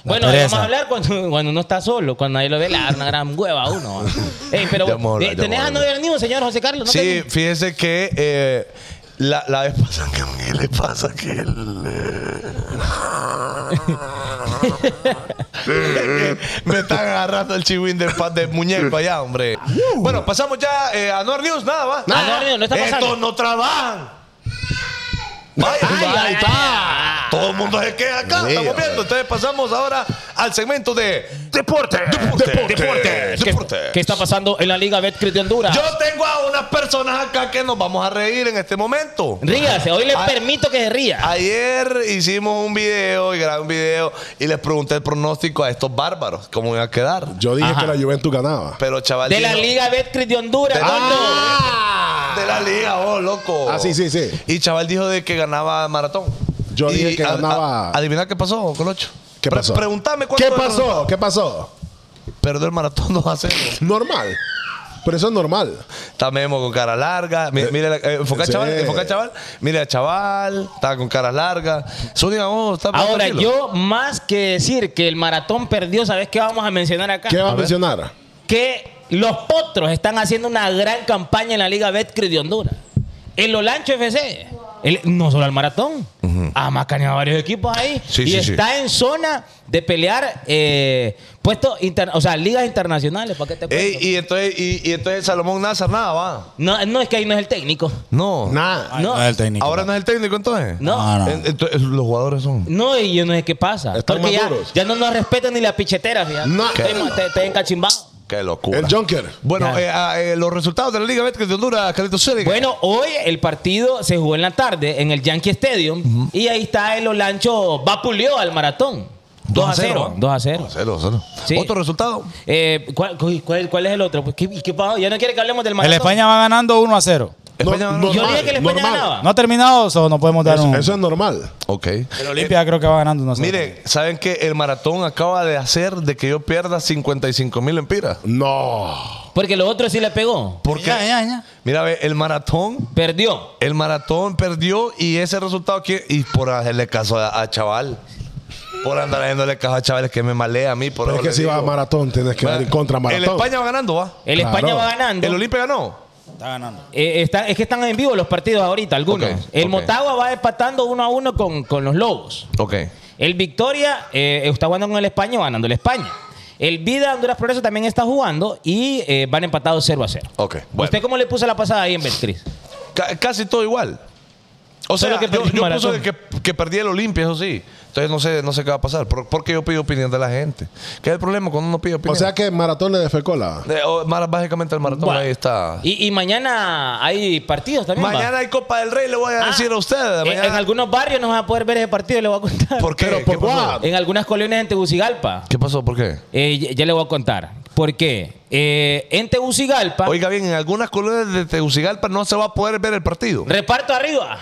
Speaker 5: bueno,
Speaker 4: pereza.
Speaker 5: vamos a hablar cuando, cuando uno está solo, cuando ahí lo ve, la una gran hueva a uno. Ey, pero
Speaker 3: Ya vamos a hablar,
Speaker 5: eh,
Speaker 3: ya
Speaker 5: tenés
Speaker 3: vamos a
Speaker 5: a
Speaker 3: hablar.
Speaker 5: novia del niño, señor José Carlos, ¿no?
Speaker 3: Sí,
Speaker 5: tenés?
Speaker 3: fíjese que eh, la, la vez pasa que ¿qué le pasa que él, eh? *laughs* me están agarrando el chihuín de, pa- de muñeco allá, hombre. Bueno, pasamos ya eh, a Nor News, nada más.
Speaker 5: Nada. Nor Uh. News, no está pasando.
Speaker 3: Estos no trabajan. Vaya,
Speaker 5: Ay,
Speaker 3: vaya,
Speaker 5: ay,
Speaker 3: está.
Speaker 5: ay.
Speaker 3: Todo el mundo se queda acá, estamos viendo. Entonces pasamos ahora a al segmento de deporte. Deporte. Deporte.
Speaker 5: ¿Qué, qué está pasando en la Liga Betcris de Honduras?
Speaker 3: Yo tengo a unas personas acá que nos vamos a reír en este momento.
Speaker 5: Ríase, hoy le
Speaker 3: Ah.
Speaker 5: permito que se ría.
Speaker 3: Ayer hicimos un video y grabé un video y les pregunté el pronóstico a estos bárbaros, cómo iba a quedar.
Speaker 6: Yo dije
Speaker 5: Ajá.
Speaker 6: que la Juventus ganaba.
Speaker 3: Pero chaval.
Speaker 5: De la Liga Betcris de Honduras,
Speaker 3: De- Ah,
Speaker 5: gordo.
Speaker 3: De la liga, oh, loco.
Speaker 6: Ah, sí, sí, sí.
Speaker 3: Y chaval dijo de que ganaba maratón.
Speaker 6: Yo
Speaker 3: Y
Speaker 6: dije que
Speaker 3: a-
Speaker 6: ganaba-
Speaker 3: a- ¿Adivina qué pasó, Colocho?
Speaker 6: ¿Qué
Speaker 3: Pre-
Speaker 6: pasó?
Speaker 3: Preguntame cuánto
Speaker 6: ¿Qué
Speaker 3: era el
Speaker 6: pasó?
Speaker 3: resultado.
Speaker 6: ¿Qué pasó?
Speaker 3: Perdió el maratón 2 a 0.
Speaker 6: Normal. Pero eso es normal.
Speaker 3: Está Memo con cara larga. Mi- Mire, la- eh, enfoca,
Speaker 6: Sí.
Speaker 3: chaval, enfoca, chaval. Mira, chaval, estaba con cara larga. Zúñiga, oh, está más
Speaker 5: Ahora,
Speaker 3: tranquilo.
Speaker 5: yo más que decir que el maratón perdió, ¿sabes qué vamos a mencionar acá?
Speaker 6: ¿Qué va a mencionar?
Speaker 5: que los potros están haciendo una gran campaña en la Liga Betcris de Honduras. El Olancho FC, el- no solo al maratón, ha macaneado a varios equipos ahí
Speaker 3: Sí,
Speaker 5: y
Speaker 3: sí, sí.
Speaker 5: está en zona de pelear eh, puestos, inter- o sea, ligas internacionales. ¿Para qué te
Speaker 3: Ey,
Speaker 5: cuento?
Speaker 3: y entonces, y, y entonces Salomón Nazar nada va.
Speaker 5: no, no, es que ahí no es el técnico.
Speaker 3: No.
Speaker 6: Nada.
Speaker 4: Ay,
Speaker 5: no,
Speaker 4: es el técnico.
Speaker 3: Ahora no es el Ah, técnico entonces.
Speaker 5: No.
Speaker 4: No, no.
Speaker 3: En- entonces, los jugadores son.
Speaker 5: No, y yo no sé qué pasa.
Speaker 6: Están
Speaker 5: porque ya,
Speaker 6: maduros.
Speaker 5: ya no nos respetan ni la pichetera, fíjate.
Speaker 6: No.
Speaker 5: Estoy, ma- te- te he encachimbado.
Speaker 3: Qué locura.
Speaker 6: El Junker.
Speaker 3: Bueno,
Speaker 5: Ya.
Speaker 3: eh, ah, eh, los resultados de la Liga Betcris de Honduras, Carlitos Zúñiga.
Speaker 5: Bueno, hoy el partido se jugó en la tarde en el Yankee Stadium y ahí está el Olancho vapuleó al maratón. 2 a 0. 2 a 0.
Speaker 3: Cero, cero.
Speaker 5: Sí.
Speaker 3: Otro resultado.
Speaker 5: Eh, ¿cuál, cu- cuál, cuál es el otro? Pues, ¿Qué, qué pasó? Ya no quiere que hablemos del
Speaker 4: El
Speaker 5: maratón.
Speaker 4: España va ganando 1 a 0.
Speaker 3: España ganó.
Speaker 5: Yo dije que el España
Speaker 6: normal.
Speaker 5: ganaba.
Speaker 4: No ha terminado, o no podemos dar un.
Speaker 6: Eso, eso es normal.
Speaker 3: Ok. Eh,
Speaker 4: El Olimpia creo que va ganando 1 a 0.
Speaker 3: Mire, ¿saben que El maratón acaba de hacer de que yo pierda 55 mil empiras.
Speaker 6: No.
Speaker 5: Porque los otros sí le pegó.
Speaker 3: Porque,
Speaker 4: Ya, ya, ya.
Speaker 3: mira, ve, el maratón,
Speaker 5: Perdió.
Speaker 3: el maratón perdió y ese resultado que y por hacerle caso a, a Chaval. Por andar haciéndole caso a Chaval es que me malea a mí. Por
Speaker 6: Pero es
Speaker 3: eso
Speaker 6: que
Speaker 3: le
Speaker 6: si va a
Speaker 3: digo.
Speaker 6: maratón, tienes que dar en contra a
Speaker 3: El
Speaker 6: maratón.
Speaker 3: España va ganando, va.
Speaker 5: El
Speaker 6: Claro.
Speaker 5: España va ganando.
Speaker 3: El Olimpia ganó.
Speaker 4: Está ganando.
Speaker 5: Eh, está- es que están en vivo los partidos ahorita, algunos.
Speaker 3: Ok,
Speaker 5: el
Speaker 3: ok.
Speaker 5: Motagua va empatando uno a uno con, con los Lobos.
Speaker 3: Ok.
Speaker 5: El Victoria eh, está jugando con el España, va ganando el España. El Vida Honduras Progreso también está jugando y eh, van empatados 0 a 0.
Speaker 3: Ok. Bueno.
Speaker 5: ¿Usted cómo le puso la pasada ahí en Beltriz?
Speaker 3: Ca- casi todo igual. O sea,
Speaker 5: Solo que
Speaker 3: yo,
Speaker 5: perdí el
Speaker 3: yo puse
Speaker 5: maratón.
Speaker 3: que, que perdí el Olimpia, eso sí. Entonces no sé, no sé qué va a pasar. Por- Porque yo pido opinión de la gente. ¿Qué es el problema cuando uno pide opinión?
Speaker 6: O sea que maratón le defecó la.
Speaker 3: De- o, más- básicamente el maratón
Speaker 5: Bueno.
Speaker 3: ahí está.
Speaker 5: Y, y mañana hay partidos también. ¿va?
Speaker 3: Ah. mañana hay Copa del Rey, le voy a
Speaker 5: Ah,
Speaker 3: decir a
Speaker 5: en-
Speaker 3: ustedes.
Speaker 5: En,
Speaker 3: Mañana,
Speaker 5: algunos barrios no van a poder ver ese partido, le voy a contar.
Speaker 3: ¿Por qué?
Speaker 6: Pero por
Speaker 3: ¿Qué pasó?
Speaker 6: what?
Speaker 5: En algunas colonias en Tegucigalpa.
Speaker 3: ¿Qué pasó? ¿Por qué?
Speaker 5: Eh, ya, ya le voy a contar. ¿Por qué? Eh, en Tegucigalpa,
Speaker 3: Oiga bien, en algunas colonias de Tegucigalpa no se va a poder ver el partido. *laughs*
Speaker 5: reparto arriba,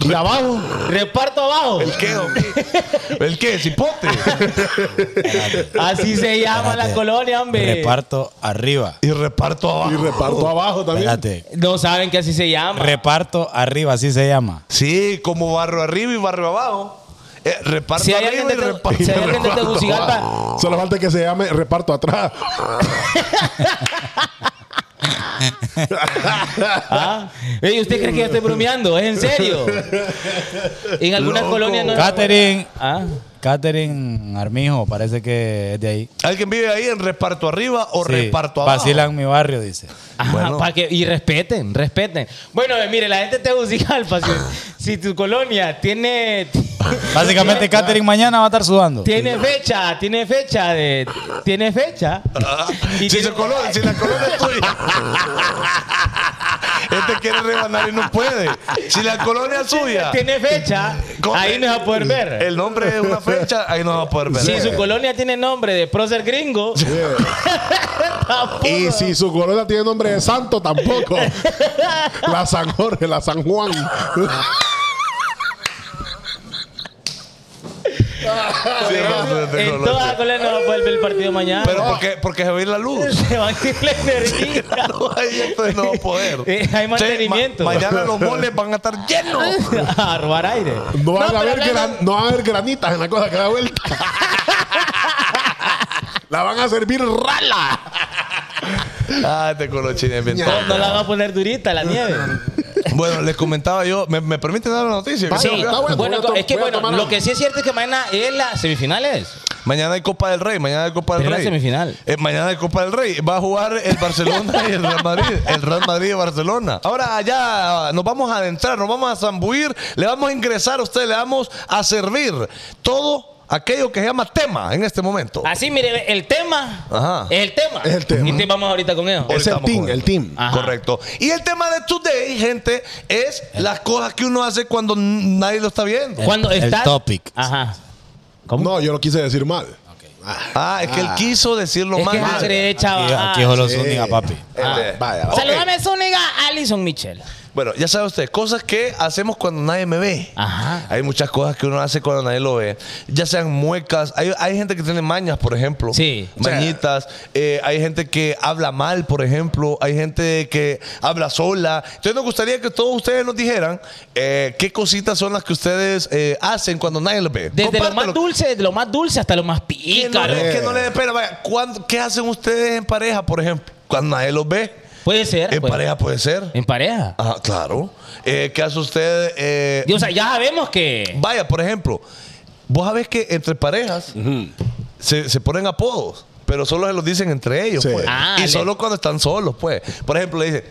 Speaker 6: Y abajo.
Speaker 5: reparto abajo.
Speaker 3: ¿El qué, don- *laughs* ¿El qué? ¿Cipote?
Speaker 5: Así se llama la
Speaker 4: Espérate.
Speaker 5: colonia, hombre.
Speaker 4: Reparto arriba.
Speaker 3: y reparto abajo.
Speaker 6: Y reparto abajo también.
Speaker 4: Espérate.
Speaker 5: No saben que así se llama.
Speaker 4: Reparto arriba, así se llama.
Speaker 3: Sí, como barrio arriba y barrio abajo. Eh, reparto
Speaker 5: Si hay
Speaker 3: arriba
Speaker 5: alguien
Speaker 3: y
Speaker 5: de, Tegu-
Speaker 3: reparto
Speaker 5: si hay alguien de
Speaker 3: abajo. *laughs*
Speaker 5: Tegucigalpa,
Speaker 6: Solo falta que se llame reparto atrás.
Speaker 5: ah, ey, ¿usted cree que yo estoy bromeando? ¿Es en serio? En algunas
Speaker 3: Loco.
Speaker 5: colonias no.
Speaker 4: Catherine,
Speaker 5: Ah,
Speaker 4: Catherine Armijo, parece que es de ahí.
Speaker 3: Alguien vive ahí en reparto arriba o
Speaker 4: Sí,
Speaker 3: reparto abajo.
Speaker 4: Vacilan mi barrio, dice.
Speaker 5: Ajá,
Speaker 3: Bueno.
Speaker 5: ah, pa' que, y respeten, respeten. Bueno, eh, mire, la gente de Tegucigalpa, si, si tu colonia tiene.
Speaker 4: *laughs* Básicamente, Catherine mañana va a estar sudando.
Speaker 5: Tiene fecha, tiene fecha de. Tiene fecha.
Speaker 3: Ah,
Speaker 5: Y
Speaker 3: si,
Speaker 5: tiene-
Speaker 3: se colonia, si la colonia es
Speaker 5: *laughs*
Speaker 3: tuya. este quiere rebanar y no puede. Si la colonia es suya.
Speaker 5: Tiene fecha.
Speaker 3: Con-
Speaker 5: Ahí nos va a poder ver.
Speaker 3: El nombre es una fecha, ahí no va a poder ver.
Speaker 5: si su colonia tiene nombre de prócer gringo, tampoco.
Speaker 6: Y si su corona tiene nombre de santo, tampoco. La San Jorge, la San Juan.
Speaker 3: Sí, no, no, no, no,
Speaker 5: en
Speaker 3: no.
Speaker 5: todas las colonias no va a poder ver el partido mañana.
Speaker 3: Pero porque, porque se va a ir la luz.
Speaker 5: *laughs* se va a ir
Speaker 3: *laughs*
Speaker 5: la energía.
Speaker 6: *laughs*
Speaker 3: Ahí entonces no va a poder.
Speaker 5: Eh, hay
Speaker 3: Che, ma-
Speaker 5: mantenimiento.
Speaker 3: mañana los moles van a estar llenos.
Speaker 5: *laughs* a robar aire.
Speaker 6: No van,
Speaker 5: pero
Speaker 6: a, haber
Speaker 5: hablando-
Speaker 6: gran- no van a haber granitas en la cosa que da vuelta. la van a servir rala.
Speaker 3: Ah, este colochín es bien
Speaker 5: No, no
Speaker 3: tonto.
Speaker 5: la va a poner durita la nieve.
Speaker 6: Ah,
Speaker 3: Bueno, les comentaba yo. ¿Me, me permiten dar una noticia?
Speaker 5: Sí.
Speaker 6: está bueno,
Speaker 5: Bueno,
Speaker 6: voy a to-
Speaker 5: es que
Speaker 6: voy a
Speaker 5: bueno,
Speaker 6: tomar
Speaker 5: lo
Speaker 6: algo.
Speaker 5: que sí es cierto es que mañana es las semifinales.
Speaker 3: Mañana hay Copa del Rey, mañana hay Copa del
Speaker 5: Pero es la
Speaker 3: Rey.
Speaker 5: semifinal.
Speaker 3: Eh, mañana hay Copa del Rey. Va a jugar el Barcelona y el Real Madrid. El Real Madrid y Barcelona. Ahora allá nos vamos a adentrar, nos vamos a zambuir, le vamos a ingresar a usted, le vamos a servir todo aquello que se llama tema en este momento.
Speaker 5: Así, mire, el tema
Speaker 3: Ajá.
Speaker 5: es el tema.
Speaker 6: Es el tema.
Speaker 5: Y te vamos ahorita con eso.
Speaker 6: Es el
Speaker 3: Ahorita
Speaker 6: team,
Speaker 3: vamos con
Speaker 6: el
Speaker 3: eso.
Speaker 6: team.
Speaker 5: Ajá.
Speaker 3: Correcto. Y el tema de today, gente, es
Speaker 5: Eh.
Speaker 3: las cosas que uno hace cuando n- nadie lo está viendo.
Speaker 5: Cuando
Speaker 4: el
Speaker 5: estás-
Speaker 4: topic.
Speaker 5: Ajá. ¿Cómo?
Speaker 6: No, yo lo quise decir mal.
Speaker 3: Ah, es que él quiso decirlo
Speaker 5: es
Speaker 3: mal.
Speaker 5: que es adrede, chaval.
Speaker 4: Aquí, aquí es solo
Speaker 6: eh,
Speaker 4: Zúñiga, papi.
Speaker 6: Ah, vaya,
Speaker 3: Ok.
Speaker 5: Saludame, Zúñiga, Alison Michelle.
Speaker 3: Bueno, ya sabe usted, cosas que hacemos cuando nadie me ve.
Speaker 5: Ajá.
Speaker 3: Hay muchas cosas que uno hace cuando nadie lo ve. Ya sean muecas. Hay, hay gente que tiene mañas, por ejemplo.
Speaker 5: Sí.
Speaker 3: Mañitas. Eh, hay gente que habla mal, por ejemplo. Hay gente que habla sola. Entonces nos gustaría que todos ustedes nos dijeran eh, qué cositas son las que ustedes eh, hacen cuando nadie los ve.
Speaker 5: Desde lo más
Speaker 3: Compártelo.
Speaker 5: dulce, desde lo más dulce hasta lo más
Speaker 3: Que no,
Speaker 5: pícaro.
Speaker 3: le, que no le dé pena. Vaya, ¿cuándo- ¿Qué hacen ustedes en pareja, por ejemplo? Cuando nadie los ve.
Speaker 5: Puede ser.
Speaker 3: En
Speaker 5: pues.
Speaker 3: pareja puede ser.
Speaker 5: En pareja.
Speaker 3: Ajá, claro. Eh, ¿Qué hace usted? Eh,
Speaker 5: Y, o sea, ya sabemos que.
Speaker 3: Vaya, por ejemplo, vos sabés que entre parejas se, se ponen apodos, pero solo se los dicen entre ellos,
Speaker 6: Sí.
Speaker 3: pues.
Speaker 5: Ah,
Speaker 3: y
Speaker 5: le-
Speaker 3: solo cuando están solos, pues. Por ejemplo, le dicen,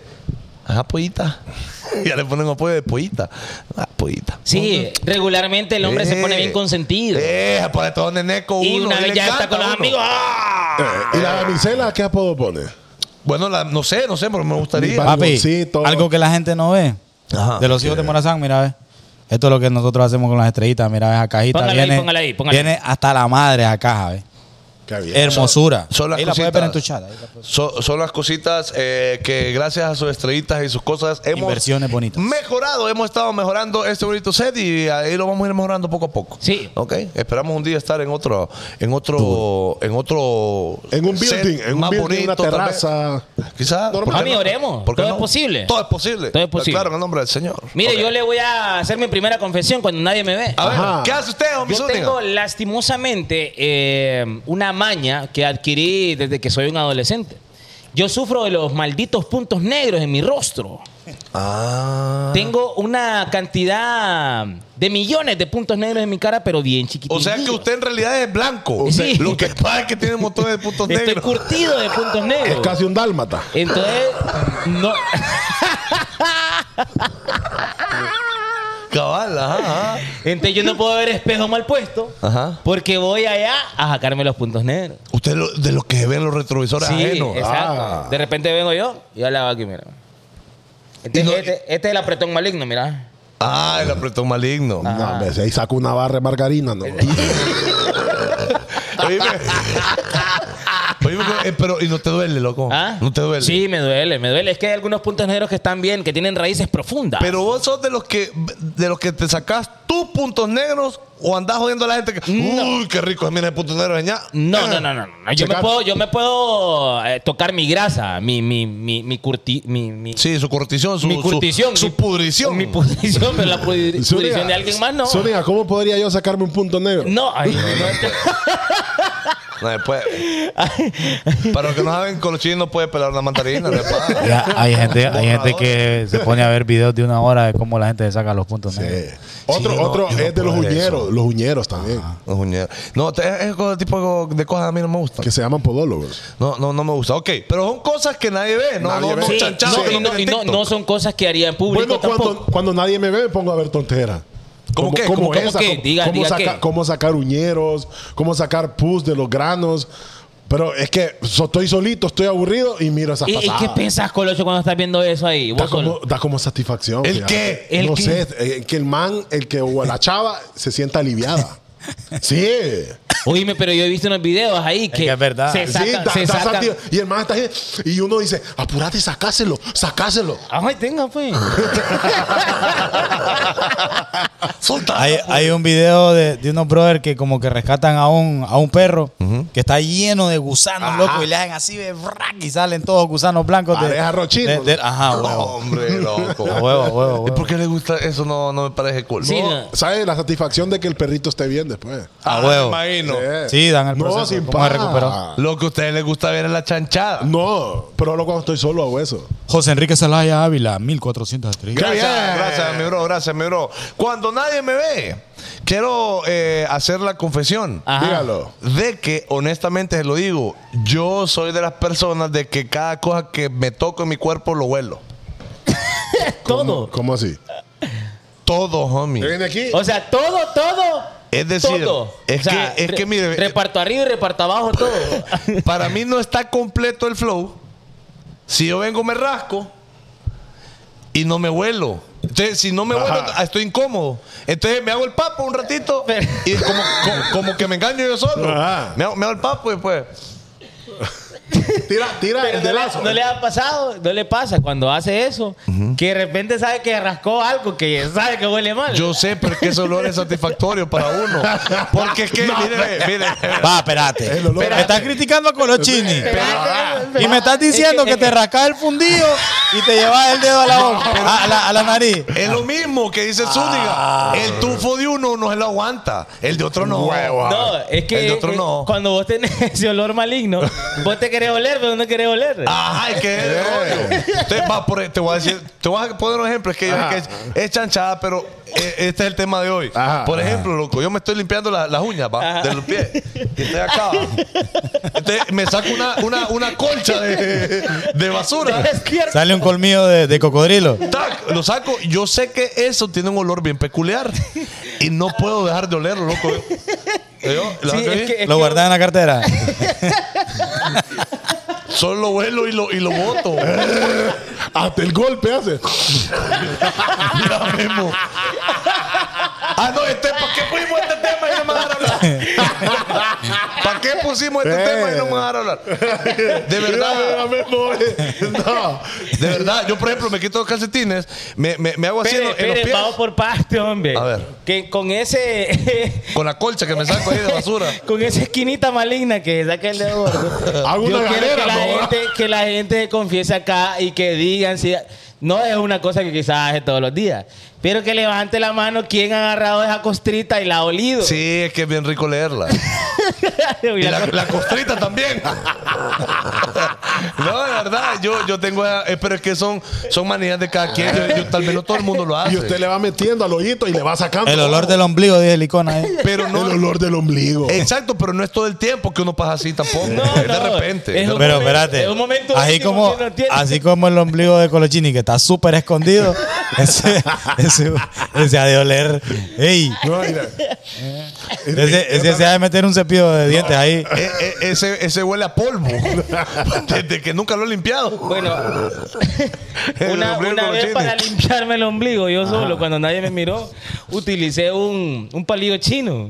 Speaker 3: ajá, pollita. *laughs* y ya le ponen un apodo de pollita. Ah, pollita.
Speaker 5: Sí, regularmente el hombre se pone
Speaker 3: Eh.
Speaker 5: bien consentido.
Speaker 3: Eh, por todo neneco uno.
Speaker 5: y una
Speaker 3: ahí
Speaker 5: vez
Speaker 3: le
Speaker 5: ya está
Speaker 3: encanta
Speaker 5: con los
Speaker 3: a uno. Eh,
Speaker 5: amigos. ¡ah!
Speaker 6: Eh, ¿Y la damisela qué apodo pone?
Speaker 3: Bueno, la- no sé, no sé, pero me gustaría.
Speaker 6: Mi
Speaker 4: Papi,
Speaker 6: Algoncito.
Speaker 4: algo que la gente no ve
Speaker 3: Ajá.
Speaker 4: de los hijos de Morazán, mira, ve. Esto es lo que nosotros hacemos con las estrellitas, mira, ve, esa cajita
Speaker 5: Póngala ahí,
Speaker 4: viene,
Speaker 5: póngala ahí, póngala ahí.
Speaker 4: viene hasta la madre esa caja, ve.
Speaker 6: Qué bien.
Speaker 4: Hermosura.
Speaker 3: Son las
Speaker 4: ahí la puedes
Speaker 3: cositas.
Speaker 4: ver en tu chat. ahí la puedes-
Speaker 3: So- son las cositas eh, que gracias a sus estrellitas y sus cosas hemos
Speaker 4: Inversiones bonitas.
Speaker 3: mejorado, hemos estado mejorando este bonito set y ahí lo vamos a ir mejorando poco a poco.
Speaker 5: Sí.
Speaker 3: Ok, esperamos un día estar en otro, en otro, en otro
Speaker 6: En un
Speaker 3: set
Speaker 6: building, en un
Speaker 3: más
Speaker 6: building, una
Speaker 3: bonito, tal vez.
Speaker 6: terraza.
Speaker 3: Quizás. ¿por
Speaker 6: Normal.
Speaker 3: qué
Speaker 6: Mami,
Speaker 5: oremos.
Speaker 3: ¿Por qué
Speaker 5: Todo es posible.
Speaker 3: Todo es posible.
Speaker 5: Todo es posible.
Speaker 3: Claro, en el nombre del Señor.
Speaker 5: Mire,
Speaker 3: Ok. Ah,
Speaker 5: yo le voy a hacer mi primera confesión cuando nadie me ve.
Speaker 3: A ver,
Speaker 6: Ajá.
Speaker 3: ¿qué hace usted, homie
Speaker 5: Yo
Speaker 3: Zúñiga?
Speaker 5: tengo lastimosamente eh, una maña que adquirí desde que soy un adolescente. Yo sufro de los malditos puntos negros en mi rostro.
Speaker 3: Ah.
Speaker 5: Tengo una cantidad de millones de puntos negros en mi cara, pero bien chiquititos.
Speaker 3: O sea que usted en realidad es blanco.
Speaker 5: Sí.
Speaker 3: Lo que pasa es que tiene un montón de puntos
Speaker 5: Estoy
Speaker 3: negros.
Speaker 5: curtido de puntos
Speaker 6: Es
Speaker 5: negros.
Speaker 6: casi un dálmata.
Speaker 5: Entonces, no.
Speaker 3: *laughs* Cabal, ajá, ajá.
Speaker 5: Entonces yo no puedo ver espejo mal puesto
Speaker 3: Ajá.
Speaker 5: porque voy allá a sacarme los puntos negros.
Speaker 3: Usted lo- de los que ven los retrovisores
Speaker 5: Sí,
Speaker 3: ajenos.
Speaker 5: exacto.
Speaker 6: Ah.
Speaker 5: De repente vengo yo y yo la hago aquí, mira. Este,
Speaker 3: Y no-
Speaker 5: este- este es el apretón maligno, mira.
Speaker 3: Ah, el apretón maligno.
Speaker 5: Ah.
Speaker 6: No, hombre, si ahí saco una barra de margarina,
Speaker 5: Eh,
Speaker 6: no.
Speaker 3: *laughs* Oíme. Oíme, eh, pero y no te duele, loco.
Speaker 5: ¿Ah?
Speaker 3: Oh, No te duele.
Speaker 5: Sí, me duele, me duele. Es que hay algunos puntos negros que están bien, que tienen raíces profundas.
Speaker 3: Pero vos sos de los que de los que te sacás tus puntos negros o andás jodiendo a la gente que uy, qué rico es mira el punto negro Ah. de ña".
Speaker 5: no, no, no, no, no. Yo me
Speaker 6: Checar.
Speaker 5: puedo, yo me puedo eh, tocar mi grasa, mi, mi, mi, mi curti, mi, mi,
Speaker 3: Sí, su cortición, su,
Speaker 5: mi curtición,
Speaker 3: su,
Speaker 5: mi-
Speaker 3: su pudrición.
Speaker 5: *laughs* Mi pudrición, pero la pudri- pudrición de alguien más no.
Speaker 6: Zúñiga, ¿cómo podría yo sacarme un punto negro?
Speaker 5: No, ay, no, no.
Speaker 3: No, después.
Speaker 5: *laughs*
Speaker 3: Para los que no saben, Colochín no puede pelar
Speaker 4: *laughs*
Speaker 3: una mandarina. le pasa.
Speaker 4: Ya, hay gente, hay gente que se pone a ver videos de una hora de cómo la gente se saca los puntos negros.
Speaker 6: Eh, Otro,
Speaker 3: Sí, no,
Speaker 6: otro
Speaker 3: yo no
Speaker 6: es de los
Speaker 3: puedo hacer
Speaker 6: uñeros,
Speaker 3: eso.
Speaker 6: los uñeros también,
Speaker 5: Ah,
Speaker 3: Los uñeros. No, te- es ese tipo de cosas a mí no me gustan.
Speaker 6: que se llaman podólogos.
Speaker 3: No, no, no me gusta. Ok, pero son cosas que nadie ve. No,
Speaker 6: Nadie
Speaker 3: no,
Speaker 6: ve.
Speaker 3: no,
Speaker 6: Sí,
Speaker 3: chanchados
Speaker 5: No,
Speaker 3: que
Speaker 5: y no,
Speaker 3: miran
Speaker 5: y no,
Speaker 3: TikTok.
Speaker 5: no son cosas que haría en público
Speaker 6: Bueno, cuando,
Speaker 5: tampoco.
Speaker 6: cuando nadie me ve, me pongo a ver tonteras.
Speaker 3: ¿Cómo
Speaker 6: Como-
Speaker 3: qué?
Speaker 6: como
Speaker 3: ¿Cómo qué?
Speaker 6: esa,
Speaker 5: ¿Cómo qué?
Speaker 6: como-
Speaker 5: Diga,
Speaker 6: cómo
Speaker 5: diga
Speaker 6: saca-
Speaker 5: qué.
Speaker 6: cómo sacar uñeros, cómo sacar pus de los granos. Pero es que so- estoy solito, estoy aburrido y miro esas
Speaker 5: ¿Y, y
Speaker 6: pasadas.
Speaker 5: qué Eh, pensás, Colocho, cuando estás viendo eso ahí?
Speaker 6: Da
Speaker 5: Vos
Speaker 6: como,
Speaker 5: solo.
Speaker 6: da como satisfacción.
Speaker 3: ¿El
Speaker 5: qué?
Speaker 6: fíjate.
Speaker 5: ¿El
Speaker 6: no
Speaker 5: qué?
Speaker 6: sé, eh, que el man, el que o la chava se sienta
Speaker 5: *laughs*
Speaker 6: aliviada. Sí.
Speaker 5: Oíme, pero yo he visto unos videos ahí que,
Speaker 4: que es verdad.
Speaker 5: se
Speaker 4: Sí,
Speaker 5: sacan,
Speaker 6: sí, da-
Speaker 5: se
Speaker 6: da
Speaker 5: sacan.
Speaker 6: sati- Y el man está ahí. Y uno dice, apurate, sacáselo, sacáselo.
Speaker 5: Ay, tenga,
Speaker 3: *laughs*
Speaker 5: pues.
Speaker 4: Hay, hay un video de, de unos brothers que como que rescatan a un, a un perro que está lleno de gusanos, loco, y le hacen así de brac, y salen todos gusanos blancos de,
Speaker 6: Pareja rochinos.
Speaker 4: de- de- Ajá,
Speaker 3: No,
Speaker 4: ah, huevo.
Speaker 3: hombre, loco.
Speaker 4: A huevo, a huevo, a
Speaker 3: ¿Y por
Speaker 4: huevo.
Speaker 3: qué le gusta eso? No, no me parece cool.
Speaker 5: Sí,
Speaker 3: No.
Speaker 5: no.
Speaker 6: ¿Sabes? La satisfacción de que el perrito esté bien después.
Speaker 4: A
Speaker 3: Ah,
Speaker 4: huevo.
Speaker 3: me imagino.
Speaker 4: Sí, dan el proceso,
Speaker 6: No, sin
Speaker 4: cómo se
Speaker 6: paja.
Speaker 4: recuperó.
Speaker 3: Lo que a ustedes les gusta ver es la chanchada.
Speaker 6: No, pero lo cuando estoy solo hago eso.
Speaker 4: José Enrique Salaya Ávila, 1403.
Speaker 6: Qué
Speaker 3: Gracias,
Speaker 6: bien.
Speaker 3: gracias, mi bro, gracias, mi bro. Cuando nadie me ve, quiero eh, hacer la confesión.
Speaker 5: Ajá.
Speaker 6: Dígalo.
Speaker 3: De que, honestamente, se lo digo, yo soy de las personas de que cada cosa que me toco en mi cuerpo lo huelo.
Speaker 5: Todo.
Speaker 6: ¿Cómo así?
Speaker 3: Todo, homie.
Speaker 6: Viene aquí.
Speaker 5: O sea, todo, todo.
Speaker 3: Es decir,
Speaker 5: todo.
Speaker 3: es
Speaker 5: O sea,
Speaker 3: que, es
Speaker 5: re-
Speaker 3: que mire,
Speaker 5: Reparto arriba y reparto
Speaker 3: *laughs*
Speaker 5: abajo todo.
Speaker 3: para mí no está completo el flow. Si yo vengo, me rasco y no me vuelo. Entonces, si no me vuelo, ah, estoy incómodo. Entonces me hago el papo un ratito
Speaker 5: Pero-
Speaker 3: y como, como- como que me engaño yo solo.
Speaker 6: Ajá.
Speaker 3: Me hago, me hago el papo y pues, después.
Speaker 6: Tira, tira el
Speaker 5: no,
Speaker 6: de
Speaker 5: le-
Speaker 6: lazo.
Speaker 5: no le ha pasado, no le pasa cuando hace eso, que de repente sabe que rascó algo que sabe que huele mal.
Speaker 3: Yo sé, pero es que ese olor es satisfactorio para uno. Porque es que, mire, mire.
Speaker 4: Va, espérate. Me estás criticando a Colochini.
Speaker 3: Ah.
Speaker 5: Espérate,
Speaker 4: Y me estás diciendo que te rascas el fundillo y te llevas el dedo a la boca, a la, a la nariz.
Speaker 3: Es lo mismo que dice
Speaker 6: Ah.
Speaker 3: Zúñiga. El tufo de uno no se lo aguanta. El de otro no.
Speaker 6: ah.
Speaker 5: No, es que
Speaker 3: El de otro
Speaker 5: eh,
Speaker 3: no.
Speaker 5: cuando vos tenés *laughs* ese
Speaker 3: *laughs*
Speaker 5: olor maligno, vos te querés oler, pero no querés oler.
Speaker 3: Ajá, es que es
Speaker 6: Eh.
Speaker 3: el rollo. Entonces, va, por, te voy a decir, te voy a poner un ejemplo, es que, yo- que es, es chanchada, pero eh, este es el tema de hoy.
Speaker 6: Ajá.
Speaker 3: por ejemplo, loco, yo me estoy limpiando la- las uñas, va, de los pies. Y estoy acá. va. Entonces, me saco una, una, una colcha de, de basura.
Speaker 4: Sale un colmillo de, de cocodrilo.
Speaker 3: Tac, lo saco. Yo sé que eso tiene un olor bien peculiar. Y no puedo dejar de olerlo, loco. Yo, la
Speaker 5: Sí,
Speaker 3: saco
Speaker 5: es
Speaker 3: ahí,
Speaker 5: que-
Speaker 4: Lo guardas en la cartera.
Speaker 3: Solo lo vuelo y lo, y lo boto.
Speaker 6: Hasta el golpe hace.
Speaker 3: Ya mismo. Ah, no, este, ¿para qué pusimos este tema y no me dejaron hablar? ¿Para qué pusimos este
Speaker 6: Eh.
Speaker 3: tema y no me dejaron hablar? De verdad,
Speaker 5: *laughs*
Speaker 6: No.
Speaker 3: de verdad. Yo, por ejemplo, me quito los calcetines, me, me, me hago así en
Speaker 5: Espere,
Speaker 3: los- en los
Speaker 5: espere,
Speaker 3: pies,
Speaker 5: vamos por parte, hombre.
Speaker 3: A ver.
Speaker 5: Que con ese *laughs*
Speaker 3: con la colcha que me saco ahí de basura.
Speaker 5: con esa esquinita maligna que saca el
Speaker 3: *laughs*
Speaker 5: dedo gordo.
Speaker 6: Hago
Speaker 5: Yo
Speaker 6: una
Speaker 5: quiero
Speaker 6: galera,
Speaker 5: que la,
Speaker 6: ¿no?
Speaker 5: gente, que la gente confiese acá y que digan si no es una cosa que quizás hace todos los días, pero que levante la mano quien ha agarrado esa costrita y la ha olido. *laughs*
Speaker 3: Sí, es que es bien rico leerla.
Speaker 5: Y
Speaker 3: Y
Speaker 5: la-
Speaker 3: la, la costrita también. *laughs* no, de verdad, yo, yo tengo. esa- eh, pero es que son, son manías de cada quien. Yo- yo- tal vez no todo el mundo lo
Speaker 5: Ah,
Speaker 3: hace.
Speaker 6: *laughs* Y usted le va metiendo al ojito y le va sacando.
Speaker 4: El olor del Eh. ombligo, dice eh. el icona. ahí.
Speaker 3: pero no,
Speaker 6: *laughs* El olor del ombligo.
Speaker 3: Exacto, pero no es todo el tiempo que uno pasa así tampoco.
Speaker 5: No,
Speaker 3: es de
Speaker 5: no,
Speaker 3: repente.
Speaker 5: es un-
Speaker 4: Pero
Speaker 5: momento-
Speaker 4: espérate,
Speaker 5: es un momento
Speaker 4: así
Speaker 5: íntimo
Speaker 4: como,
Speaker 5: que no tiene.
Speaker 4: así como el ombligo de Colochini, que está súper
Speaker 5: *laughs*
Speaker 4: escondido, ese, ese, ese ha de oler. Ey,
Speaker 6: No, mira.
Speaker 4: ese, ese se ha de meter un cepillo de dientes ahí.
Speaker 3: E- e- ese, ese huele a polvo. *laughs* Desde que nunca lo he limpiado.
Speaker 5: Bueno,
Speaker 3: *laughs* El
Speaker 5: *laughs* una,
Speaker 3: ombligo
Speaker 5: una
Speaker 3: con
Speaker 5: vez
Speaker 3: chini.
Speaker 5: para limpiarme el ombligo, yo solo, cuando nadie me miró, utilicé un, un palillo chino.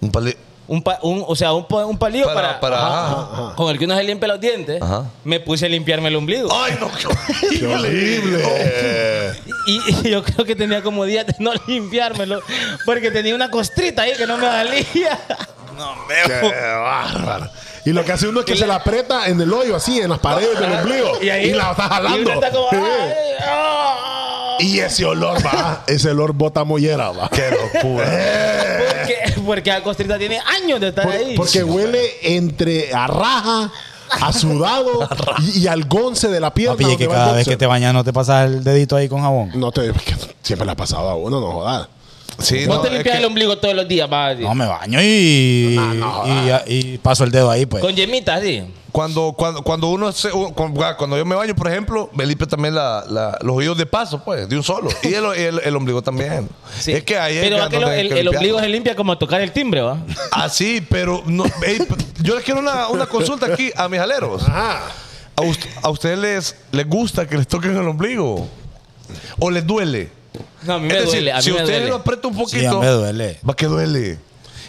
Speaker 3: Un pali-
Speaker 5: Un pa- un- o sea, un, pa- un palillo
Speaker 3: Para- para-
Speaker 5: para, ajá,
Speaker 3: ajá,
Speaker 5: con el que uno se limpia los dientes.
Speaker 3: Ajá.
Speaker 5: Me puse a limpiarme el ombligo.
Speaker 3: Ay, no, qué horrible.
Speaker 6: Qué horrible.
Speaker 5: Y, y *laughs* yo creo que tenía como días de no limpiármelo. Porque tenía una costrita ahí que no me valía.
Speaker 6: Qué bárbaro. Y lo que hace uno es que se la aprieta en el hoyo, así, en las paredes del ombligo. Y, la está
Speaker 5: y uno
Speaker 6: jalando.
Speaker 5: está como,
Speaker 6: Sí.
Speaker 5: "Ay, ah".
Speaker 6: Y ese olor, va. Ese olor bota mollera, va.
Speaker 3: Qué locura.
Speaker 5: porque, porque la costrita tiene años de estar
Speaker 6: Por-
Speaker 5: ahí.
Speaker 6: porque huele entre a raja,
Speaker 4: *laughs*
Speaker 6: a sudado y, y al gonce de la pierna.
Speaker 4: Papi, y es que
Speaker 6: donde va el
Speaker 4: cada vez que
Speaker 6: boxer.
Speaker 4: te bañas no te pasas el dedito ahí con jabón.
Speaker 6: No te. que Siempre le ha pasado a uno, no jodas.
Speaker 3: Sí,
Speaker 5: Vos
Speaker 3: no,
Speaker 5: te
Speaker 3: es
Speaker 5: limpias
Speaker 3: que-
Speaker 5: el ombligo todos los días, va, así.
Speaker 4: No, me baño y, y, y paso el dedo ahí, pues.
Speaker 5: Con yemitas, sí.
Speaker 3: Cuando, cuando, cuando uno se- u- cuando, cuando yo me baño, por ejemplo, me limpio también la- la- los oídos de paso, pues, de un solo. Y el, el- el ombligo también.
Speaker 5: Sí.
Speaker 3: Es que ahí es
Speaker 5: Pero
Speaker 3: que
Speaker 5: va que
Speaker 3: no
Speaker 5: lo-
Speaker 3: tenés
Speaker 5: el,
Speaker 3: que
Speaker 5: el
Speaker 3: limpiar.
Speaker 5: ombligo se limpia como tocar el timbre, ¿va?
Speaker 3: Así, pero no, ey, p- yo les quiero una, una consulta aquí a mis aleros.
Speaker 6: Ah,
Speaker 3: ¿A, us- a ustedes les, les gusta que les toquen el ombligo? ¿O les duele?
Speaker 5: No, a mí
Speaker 3: Es
Speaker 5: me
Speaker 3: decir,
Speaker 5: duele. A mí
Speaker 3: si
Speaker 5: me
Speaker 3: usted
Speaker 5: duele.
Speaker 3: lo aprieta un
Speaker 4: Sí, a mí
Speaker 3: poquito,
Speaker 4: me duele. Eh,
Speaker 3: va que duele.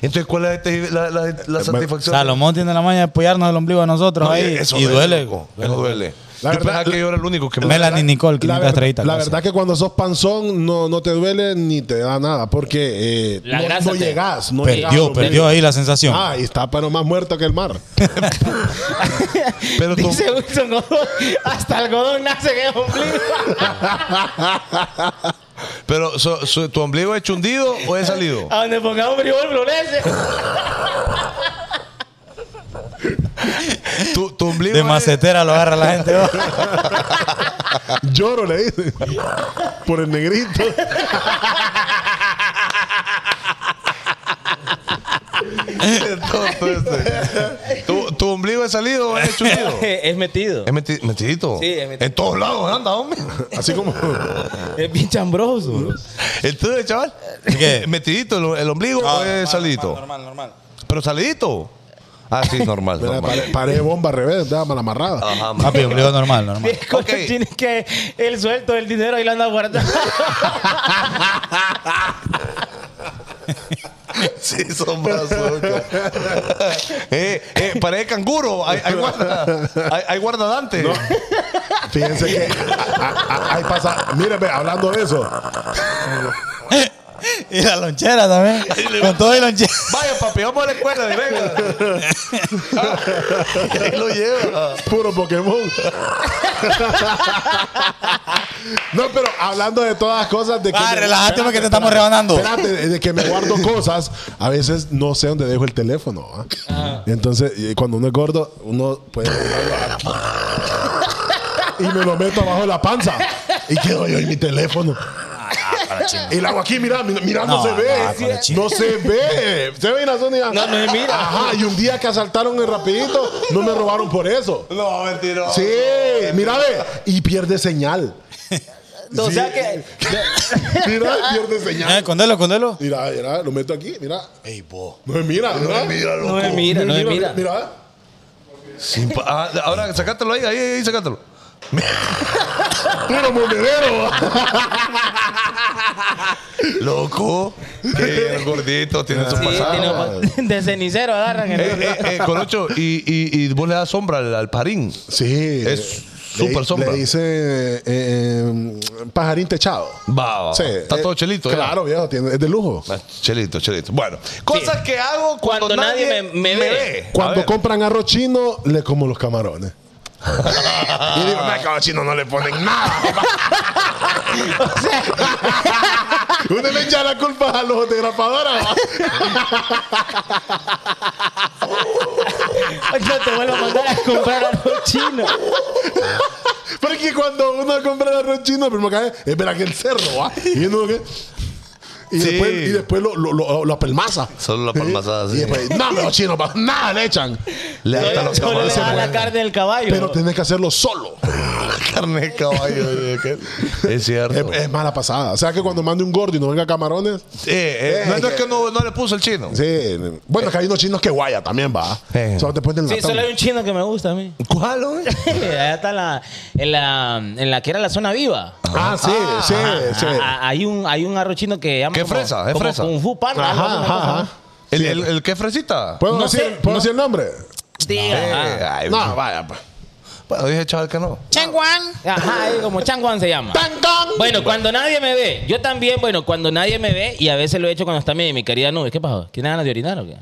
Speaker 3: Entonces, ¿cuál es este- la, la- la satisfacción?
Speaker 4: Salomón tiene la maña de apoyarnos el ombligo a nosotros
Speaker 3: No,
Speaker 4: ahí.
Speaker 3: eso
Speaker 4: y duele.
Speaker 3: loco. Eso duele.
Speaker 6: La
Speaker 3: yo
Speaker 6: verdad-
Speaker 3: pensaba que yo era el único que me
Speaker 4: Melanie Nicole,
Speaker 6: la,
Speaker 4: 500
Speaker 6: ver-
Speaker 4: estrellitas.
Speaker 6: la
Speaker 4: gracias.
Speaker 6: verdad que cuando sos panzón no, no te duele ni te da nada porque eh,
Speaker 5: La
Speaker 6: no,
Speaker 5: grasa
Speaker 6: no
Speaker 5: te-
Speaker 6: llegás. No
Speaker 4: Perdió,
Speaker 6: llegás,
Speaker 4: perdió ahí la sensación.
Speaker 6: Ah, y está pero más muerto que el mar.
Speaker 3: Pero tú-
Speaker 5: Dice Wilson, "No, hasta algodón nace en el ombligo.
Speaker 3: *laughs* Pero so- so- tu ombligo es chundido o es salido?
Speaker 5: A donde pongamos un frijol florece.
Speaker 3: Tu, tu ombligo
Speaker 4: De
Speaker 3: es- *laughs*
Speaker 4: macetera lo agarra la gente. ¿no?
Speaker 6: Lloro, le dice. Por el negrito.
Speaker 3: Todo este. tu, tu ombligo he salido o he chulido?
Speaker 5: *laughs* es metido.
Speaker 3: Es meti- metidito.
Speaker 5: Sí, es metidito.
Speaker 3: En todos lados anda, hombre.
Speaker 6: Así como.
Speaker 5: *laughs* Es bien chambroso. bro.
Speaker 3: Entonces, chaval,
Speaker 4: ¿Qué?
Speaker 3: *laughs*
Speaker 4: Ah.
Speaker 3: ¿metidito el, el ombligo o es salidito?
Speaker 4: Normal,
Speaker 5: *laughs*
Speaker 4: normal.
Speaker 3: Pero salidito. Ah, sí, normal.
Speaker 6: Mira,
Speaker 3: normal. Ah,
Speaker 6: pare- Paré bomba al revés, daba mal amarrada.
Speaker 4: *laughs*
Speaker 3: Ajá, man.
Speaker 4: Papi, ombligo normal, normal.
Speaker 5: Viejo,
Speaker 3: Ok.
Speaker 5: tiene que el suelto del dinero ahí lo anda guardando. *laughs*
Speaker 3: Sí, son brazos. *laughs* eh, eh, parece canguro. Hay, hay guarda. Hay, hay guarda Dante.
Speaker 6: Fíjense que a- a- ahí pasa. Míreme, hablando de eso.
Speaker 4: Y la lonchera también. Con todo y lonchera.
Speaker 3: Vaya, papi, vamos a la escuela. y Venga. Ah, y ahí *laughs* lo lleva.
Speaker 6: Puro Pokémon. no, pero hablando de todas las cosas de que.
Speaker 4: Ah,
Speaker 6: me-
Speaker 4: relájate porque te estamos rebanando.
Speaker 6: Espérate, eh, de que me
Speaker 4: *laughs*
Speaker 6: guardo cosas, a veces no sé dónde dejo el teléfono. ¿va?
Speaker 5: Ah.
Speaker 6: Entonces, eh, cuando uno es gordo, uno puede dejarlo aquí. y me lo meto abajo de la panza. Y quedo yo en mi teléfono.
Speaker 5: Ah,
Speaker 6: El agua aquí, mira, mi- mira,
Speaker 4: No,
Speaker 6: no, se ve.
Speaker 4: no, para la
Speaker 6: No,
Speaker 4: chinga.
Speaker 6: se ve. Se ve Inazonia.
Speaker 5: No, no se mira.
Speaker 6: Ajá, y un día que asaltaron el rapidito, no me robaron por eso.
Speaker 3: No, mentira.
Speaker 6: Sí, mira, ve. Y pierde señal.
Speaker 5: o sea que
Speaker 6: Mira, pierde
Speaker 4: Eh,
Speaker 6: señal.
Speaker 4: Escondelo, condelo.
Speaker 6: Mira, mira, lo meto aquí, mira. Ey, bo. No me mira, no me mira,
Speaker 5: no me mira, no me mira.
Speaker 6: Mira,
Speaker 3: Sin pa- ah, ahora, sacátelo ahí, ahí, ahí, sacátelo.
Speaker 6: puro monedero.
Speaker 3: Loco. Eh, el gordito tiene su
Speaker 5: sí,
Speaker 3: pasado.
Speaker 5: tiene un- de cenicero agarran. el-
Speaker 3: Eh, eh, eh, Colocho, y, y, y vos le das sombra al, al parín.
Speaker 6: Sí.
Speaker 3: Es súper
Speaker 6: le-
Speaker 3: sombra.
Speaker 6: Le dice eh, eh, pajarín techado.
Speaker 3: Va, va, va.
Speaker 6: Sí,
Speaker 3: Ah, Está
Speaker 6: eh,
Speaker 3: todo chelito. ya.
Speaker 6: Claro, viejo, tiene- es de lujo.
Speaker 3: Ah, Chelito, chelito. Bueno, cosas que hago cuando,
Speaker 5: Cuando nadie
Speaker 3: nadie,
Speaker 5: me- me ve.
Speaker 6: Cuando
Speaker 3: A ver.
Speaker 6: compran arroz chino, le como los camarones. y digo, no, cabrón chino no le ponen nada. *laughs* Uno le echa la culpa a los de grapadora.
Speaker 5: Ay, No te vuelvo a mandar a comprar algo chino.
Speaker 6: Porque cuando uno compra arroz chino, primero que hace es ver aquel cerro, ¿va? Y uno que. Y,
Speaker 3: Sí.
Speaker 6: después, y después lo, lo, lo, lo apelmaza.
Speaker 3: Solo la palmazada,
Speaker 6: Y
Speaker 3: sí.
Speaker 6: después, no, los chinos, pa- nada le echan.
Speaker 3: Le hasta los
Speaker 5: Solo le
Speaker 3: caballos.
Speaker 5: da la
Speaker 3: la
Speaker 5: carne del caballo.
Speaker 6: Pero tenés que hacerlo solo.
Speaker 3: carne de *laughs* caballo. de aquel. es
Speaker 6: Es,
Speaker 3: cierto.
Speaker 6: es mala pasada. O sea que cuando mande un gordo y no venga camarones.
Speaker 3: Eh, eh, no, no es que no, no le puso el chino.
Speaker 6: Sí. Bueno, que hay unos chinos que guaya también, va.
Speaker 3: Eh.
Speaker 6: Solo te ponen el
Speaker 5: sí,
Speaker 6: latón.
Speaker 5: solo hay un chino que me gusta a mí.
Speaker 3: ¿Cuál, güey?
Speaker 5: *laughs* Allá está la, en la en la que era la zona viva.
Speaker 6: Ah, sí, sí, sí.
Speaker 5: Ah, ah, hay un hay un arroz chino que llama
Speaker 3: ¿Qué
Speaker 5: como-
Speaker 3: fresa? ¿Es
Speaker 5: como
Speaker 3: fresa?
Speaker 5: Kung Fu Panda. algo así,
Speaker 6: Ajá,
Speaker 5: una cosa,
Speaker 6: ajá,
Speaker 5: ¿no?
Speaker 6: ajá.
Speaker 3: ¿El, el, el que fresita?
Speaker 6: ¿Puedo,
Speaker 5: No
Speaker 6: decir,
Speaker 5: sé.
Speaker 6: ¿Puedo decir el nombre?
Speaker 5: Diga,
Speaker 3: Eh,
Speaker 5: ajá.
Speaker 3: ay,
Speaker 6: No, vaya. pues. pa.
Speaker 3: Bueno, dije chaval que no.
Speaker 5: Ajá, ahí como Changuan se llama.
Speaker 6: ¡Tan, tan!
Speaker 5: Bueno, cuando nadie me ve. Yo también, bueno, cuando nadie me ve, y a veces lo he hecho cuando está mi, mi querida nube. ¿Qué pasó? ¿Tiene ganas de orinar o qué?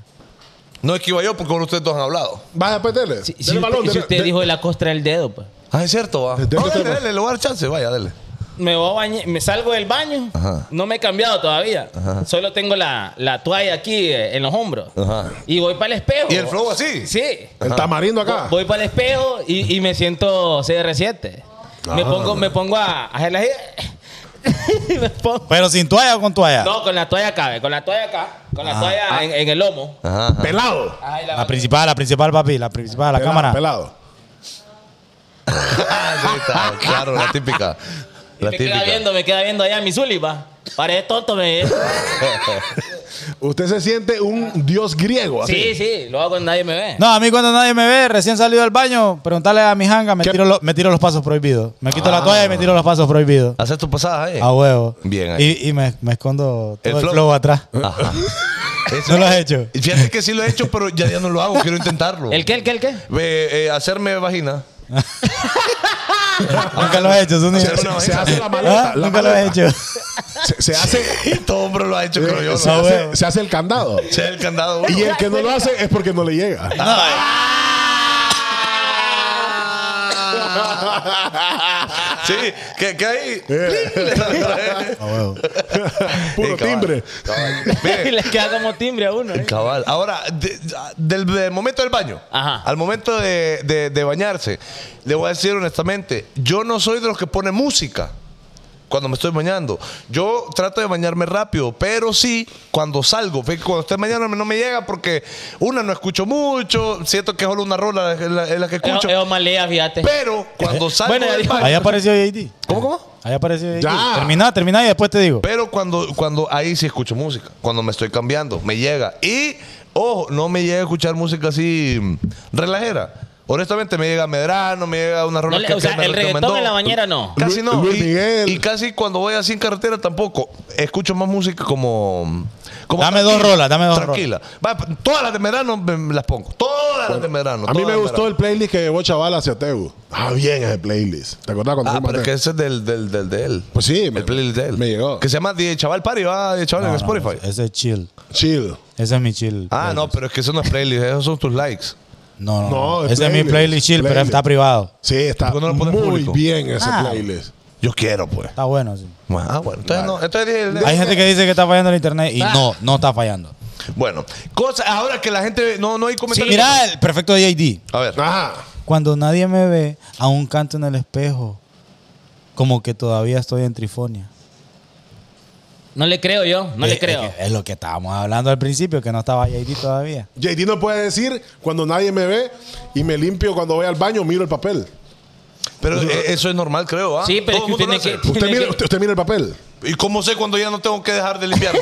Speaker 3: No es que iba yo porque con ustedes dos han hablado.
Speaker 6: Vaya, pues, dele.
Speaker 5: Si, si
Speaker 6: Dele
Speaker 5: usted,
Speaker 6: balón,
Speaker 5: si
Speaker 6: dele-
Speaker 5: usted
Speaker 6: de-
Speaker 5: dijo de la costra del dedo, pues.
Speaker 3: Ah, es cierto, va.
Speaker 6: Desde
Speaker 3: No,
Speaker 6: otro
Speaker 3: dele,
Speaker 6: tema.
Speaker 3: dele, le voy a dar chance. Vaya, dele.
Speaker 5: Me voy a bañar, me salgo del baño.
Speaker 3: Ajá.
Speaker 5: No me he cambiado todavía. Solo tengo la, la toalla aquí eh, en los hombros.
Speaker 3: Ajá.
Speaker 5: Y voy para el espejo.
Speaker 3: ¿Y el flow así?
Speaker 5: Sí.
Speaker 6: El tamarindo acá.
Speaker 5: Voy para el espejo y, y me siento CR7. Me pongo, me pongo a, a hacer así. y *laughs* me pongo.
Speaker 4: Pero sin toalla o con toalla.
Speaker 5: No, con la toalla acá, ve, con la toalla acá, con la
Speaker 4: Ajá.
Speaker 5: toalla en, en el lomo.
Speaker 3: Ajá. ajá.
Speaker 6: Pelado.
Speaker 5: Ajá, y la-
Speaker 4: La principal, la principal, papi. La principal, la
Speaker 6: Pelado,
Speaker 4: cámara.
Speaker 6: Pelado.
Speaker 3: *laughs* Ah, sí, está, claro, la típica.
Speaker 5: y
Speaker 3: La
Speaker 5: me queda
Speaker 3: típica.
Speaker 5: viendo, me queda viendo allá mi Zuli, va. Parece tonto, me.
Speaker 6: Usted se siente un dios griego. Así.
Speaker 5: Sí, sí, lo hago cuando nadie me ve.
Speaker 4: No, a mí cuando nadie me ve, recién salido del baño, preguntarle a mi janga, me
Speaker 6: ¿Qué?
Speaker 4: tiro, lo- me tiro los pasos prohibidos. Me quito
Speaker 3: Ah.
Speaker 4: la toalla y me tiro los pasos prohibidos.
Speaker 3: Haces tu pasada ahí.
Speaker 6: Ah,
Speaker 4: A huevo.
Speaker 3: Eh, Bien ahí.
Speaker 4: Y, y me, me escondo todo el,
Speaker 3: flow.
Speaker 4: flow atrás.
Speaker 3: Ajá.
Speaker 6: ah.
Speaker 3: Eso-
Speaker 4: ¿No lo has hecho?
Speaker 3: Y Fíjate que sí lo he hecho, pero ya, ya no lo hago. Quiero intentarlo.
Speaker 5: ¿El qué, el qué, el qué?
Speaker 3: Ve, eh, hacerme
Speaker 5: *laughs*
Speaker 3: vagina.
Speaker 4: Nunca lo has hecho, Zuni.
Speaker 3: Sí, sí,
Speaker 4: ¿Ah?
Speaker 3: sí.
Speaker 6: Se hace la maleta. la
Speaker 4: Nunca lo has
Speaker 6: maleta.
Speaker 4: hecho.
Speaker 6: Se, se hace. eh,
Speaker 3: Todo hombre lo ha hecho, pero yo no.
Speaker 6: se,
Speaker 4: Ah,
Speaker 6: hace
Speaker 4: bueno.
Speaker 6: se hace el candado.
Speaker 3: Ese es el candado. uno.
Speaker 6: Y el que no lo hace es porque no le llega.
Speaker 3: Ah, Sí, que, que
Speaker 6: *laughs*
Speaker 3: ahí. Pling.
Speaker 4: A
Speaker 3: *laughs*
Speaker 4: huevo.
Speaker 6: Ah, Puro
Speaker 3: Eh, cabal,
Speaker 6: timbre.
Speaker 3: cabal.
Speaker 5: Y
Speaker 3: Ve,
Speaker 5: *laughs* le queda como timbre a uno. ¿eh?
Speaker 3: cabal. Ahora, de- del, del momento del baño
Speaker 5: Ajá.
Speaker 3: al momento de, de- de bañarse, le voy a decir honestamente: yo no soy de los que pone música. cuando me estoy bañando. Yo trato de bañarme rápido, pero sí cuando salgo. Ve, Cuando estoy bañándome no me llega porque, una, no escucho mucho, siento que solo una rola es la, es la
Speaker 5: Eh,
Speaker 3: que escucho.
Speaker 5: Es malea, fíjate.
Speaker 3: Pero cuando salgo
Speaker 5: *laughs* Bueno,
Speaker 3: del
Speaker 5: adiós.
Speaker 3: baño-
Speaker 4: Ahí apareció JD.
Speaker 3: ¿Cómo, cómo?
Speaker 4: Ahí apareció JD.
Speaker 6: Ya.
Speaker 4: Termina, termina y después te digo.
Speaker 3: Pero cuando, cuando ahí sí escucho música, cuando me estoy cambiando, me llega. Y, ojo, no me llega a escuchar música así mm, relajera. Honestamente, me llega Medrano, me llega una rola
Speaker 5: No le-
Speaker 3: que,
Speaker 5: o
Speaker 3: que
Speaker 5: sea,
Speaker 3: me
Speaker 5: el reggaetón
Speaker 3: recomendó.
Speaker 5: en la bañera no.
Speaker 3: Casi
Speaker 6: Lu-
Speaker 3: no.
Speaker 6: Luis
Speaker 3: y,
Speaker 6: Miguel.
Speaker 3: y casi cuando voy así en carretera tampoco. Escucho más música como. como
Speaker 4: Dame dos
Speaker 3: tranquila,
Speaker 4: rolas, dame dos
Speaker 3: Tranquila. Va, todas las de Medrano me- me las pongo. Todas las de Medrano.
Speaker 6: A mí
Speaker 3: todas
Speaker 6: me
Speaker 3: las de
Speaker 6: gustó
Speaker 3: Medrano.
Speaker 6: el playlist que llevó Chaval hacia Teu. Ah, bien ese playlist. ¿Te acordás cuando
Speaker 3: Ah,
Speaker 6: fuimos a
Speaker 3: pero es
Speaker 6: Teu?
Speaker 3: que ese es del, del, del de él.
Speaker 6: Pues sí, me-
Speaker 3: El playlist de él.
Speaker 6: me llegó.
Speaker 3: Que se llama Die Chaval Party, va Die Chaval
Speaker 4: No,
Speaker 3: en
Speaker 4: no,
Speaker 3: Spotify.
Speaker 4: ese es chill.
Speaker 6: Chill.
Speaker 4: Ese es mi chill.
Speaker 3: Ah,
Speaker 4: playlist.
Speaker 3: no, pero es que eso no es playlist, esos son tus likes.
Speaker 4: No, no.
Speaker 6: No,
Speaker 4: no.
Speaker 6: es
Speaker 4: Ese es mi
Speaker 6: playlist,
Speaker 4: playlist chill, pero
Speaker 6: playlist.
Speaker 4: está privado.
Speaker 6: Sí, está
Speaker 3: ¿Por qué no lo pones
Speaker 6: muy
Speaker 3: público?
Speaker 6: bien ese
Speaker 4: Ah.
Speaker 6: playlist.
Speaker 3: Yo quiero, pues.
Speaker 4: Está bueno, sí.
Speaker 3: Ah, bueno. Entonces, no, entonces dije,
Speaker 4: Hay gente que dice que está fallando el internet y no, no está fallando.
Speaker 3: Bueno, cosa, ahora que la gente. No, no hay comentarios.
Speaker 4: Mira el perfecto de JD.
Speaker 3: A ver.
Speaker 6: Ajá.
Speaker 4: Cuando nadie me ve, aún canto en el espejo. Como que todavía estoy en trifonia.
Speaker 5: No le creo yo, no
Speaker 4: Es-
Speaker 5: le creo.
Speaker 4: Es, que- es lo que estábamos hablando al principio, que no estaba JD todavía. *laughs*
Speaker 6: JD no puede decir cuando nadie me ve y me limpio cuando voy al baño, miro
Speaker 3: *laughs*
Speaker 6: el papel.
Speaker 3: Pero eh, eso es normal, creo. ¿ah?
Speaker 5: Sí, pero
Speaker 3: Todo
Speaker 5: es que
Speaker 3: el mundo
Speaker 5: tiene
Speaker 3: lo
Speaker 5: que-
Speaker 6: Usted mira, usted, usted mira el papel.
Speaker 3: hace. ¿Y cómo sé cuando ya no tengo que dejar de limpiarme?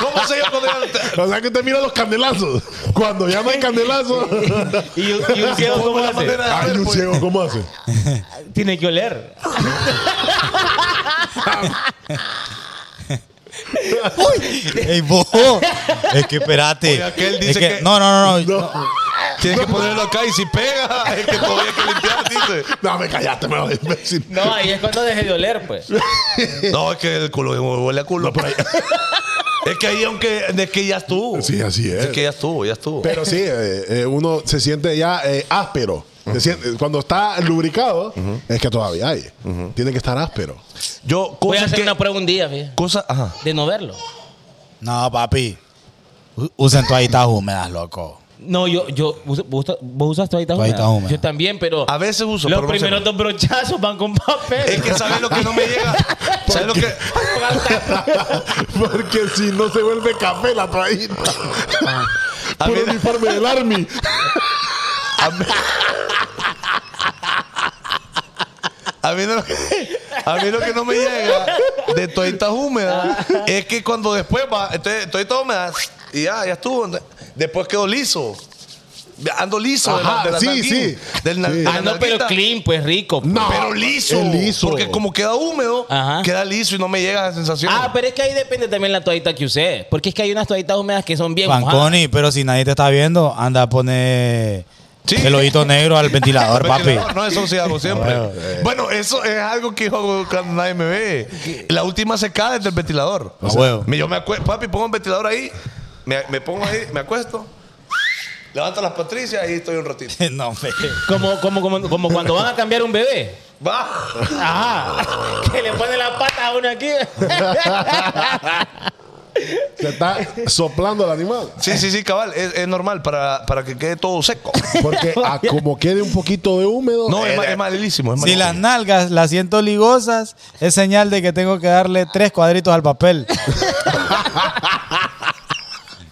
Speaker 3: ¿Cómo sé yo cuando ya no te-
Speaker 6: O sea que usted mira los candelazos. Cuando ya no hay *laughs* candelazos.
Speaker 5: ¿Y, un- y un ciego cómo lo
Speaker 3: la
Speaker 5: hace?
Speaker 3: manera de
Speaker 6: Ay,
Speaker 3: hacer,
Speaker 6: un
Speaker 3: pues?
Speaker 6: ciego, ¿cómo hace?
Speaker 5: Tiene que oler.
Speaker 4: ¡Ey, vos! Es que espérate.
Speaker 3: Oye, aquel dice
Speaker 4: Es que-
Speaker 3: que-
Speaker 4: No, no, no. no, no.
Speaker 3: Tienes que ponerlo acá y si pega, es que todavía hay que limpiar, dice.
Speaker 6: No, me callaste, me voy imbécil.
Speaker 5: No, ahí es cuando deje de oler, pues.
Speaker 3: No, es que el culo huele a culo. *laughs* es que ahí, aunque. Es que ya estuvo.
Speaker 6: Sí, así es.
Speaker 3: Es que ya estuvo, ya estuvo.
Speaker 6: Pero sí, eh, eh, uno se siente ya eh, áspero. Se siente- cuando está lubricado, es que todavía hay. Tiene que estar *laughs* áspero.
Speaker 3: Yo,
Speaker 5: Voy a
Speaker 3: cosas
Speaker 5: hacer
Speaker 3: que.
Speaker 5: una prueba un día, fíjate.
Speaker 3: Cosa, ajá.
Speaker 5: De no verlo.
Speaker 4: No, papi. U- Usen toallitas húmedas, loco.
Speaker 5: No, yo, yo, uso- vos usas- vos usas toallitas
Speaker 4: Toallitas
Speaker 5: húmedas.
Speaker 4: húmedas.
Speaker 5: Yo también, pero.
Speaker 3: A veces uso,
Speaker 5: Los
Speaker 3: pero no
Speaker 5: primeros
Speaker 3: siempre.
Speaker 5: dos brochazos van con papel.
Speaker 3: Es que sabes lo que no me
Speaker 5: *laughs*
Speaker 3: llega. ¿Sabes lo que?
Speaker 6: Porque si no se vuelve café la toallita.
Speaker 3: A
Speaker 6: Por
Speaker 3: mí-
Speaker 6: uniforme del
Speaker 3: *laughs*
Speaker 6: Army.
Speaker 3: A mí, *laughs* a mí no- a mí lo que no me llega de toallitas húmedas es que cuando después va, entonces toallitas húmedas y ya, ya estuvo. Después quedó liso. Ando liso de la-
Speaker 6: Ajá,
Speaker 3: de la,
Speaker 6: sí,
Speaker 3: nalguín,
Speaker 6: sí.
Speaker 3: del na-
Speaker 6: Sí.
Speaker 3: de la
Speaker 5: Ah, no, pero
Speaker 3: nalguita.
Speaker 5: clean, pues rico. pues.
Speaker 6: No,
Speaker 3: Pero liso,
Speaker 6: es liso.
Speaker 3: Porque como queda húmedo,
Speaker 5: Ajá.
Speaker 3: queda liso y no me llega esa sensación.
Speaker 5: Ah, pero es que ahí depende también la toallita que usé. Porque es que hay unas toallitas húmedas que son bien mojadas.
Speaker 4: Fanconi, pero si nadie te está viendo, anda a poner
Speaker 3: Sí.
Speaker 4: el ojito negro al *laughs* ventilador, papi.
Speaker 3: Pues No, no, eso sí hago siempre.
Speaker 6: Ah, eh.
Speaker 3: bueno, eso es algo que yo hago cuando nadie me ve. La última secada es del ventilador.
Speaker 6: Ah,
Speaker 4: A huevo.
Speaker 3: me- yo me acuesto, papi, pongo el ventilador ahí, me, me pongo ahí, me acuesto, levanto las patricias y estoy un ratito.
Speaker 4: *laughs* No, hombre.
Speaker 5: Como, como, como, como cuando van a cambiar un bebé.
Speaker 3: Va. Oh.
Speaker 5: Ajá. Que le ponen la pata a uno
Speaker 3: *laughs*
Speaker 5: aquí.
Speaker 6: Se está soplando el animal.
Speaker 3: Sí, sí, sí, cabal, es, es normal para, para que quede todo seco.
Speaker 6: Porque *laughs* a como quede un poquito de húmedo.
Speaker 3: No, es,
Speaker 6: eh,
Speaker 3: ma- es malísimo. Es
Speaker 4: Si
Speaker 3: malísimo.
Speaker 4: las nalgas las siento ligosas, es señal de que tengo que darle tres cuadritos al *laughs* papel.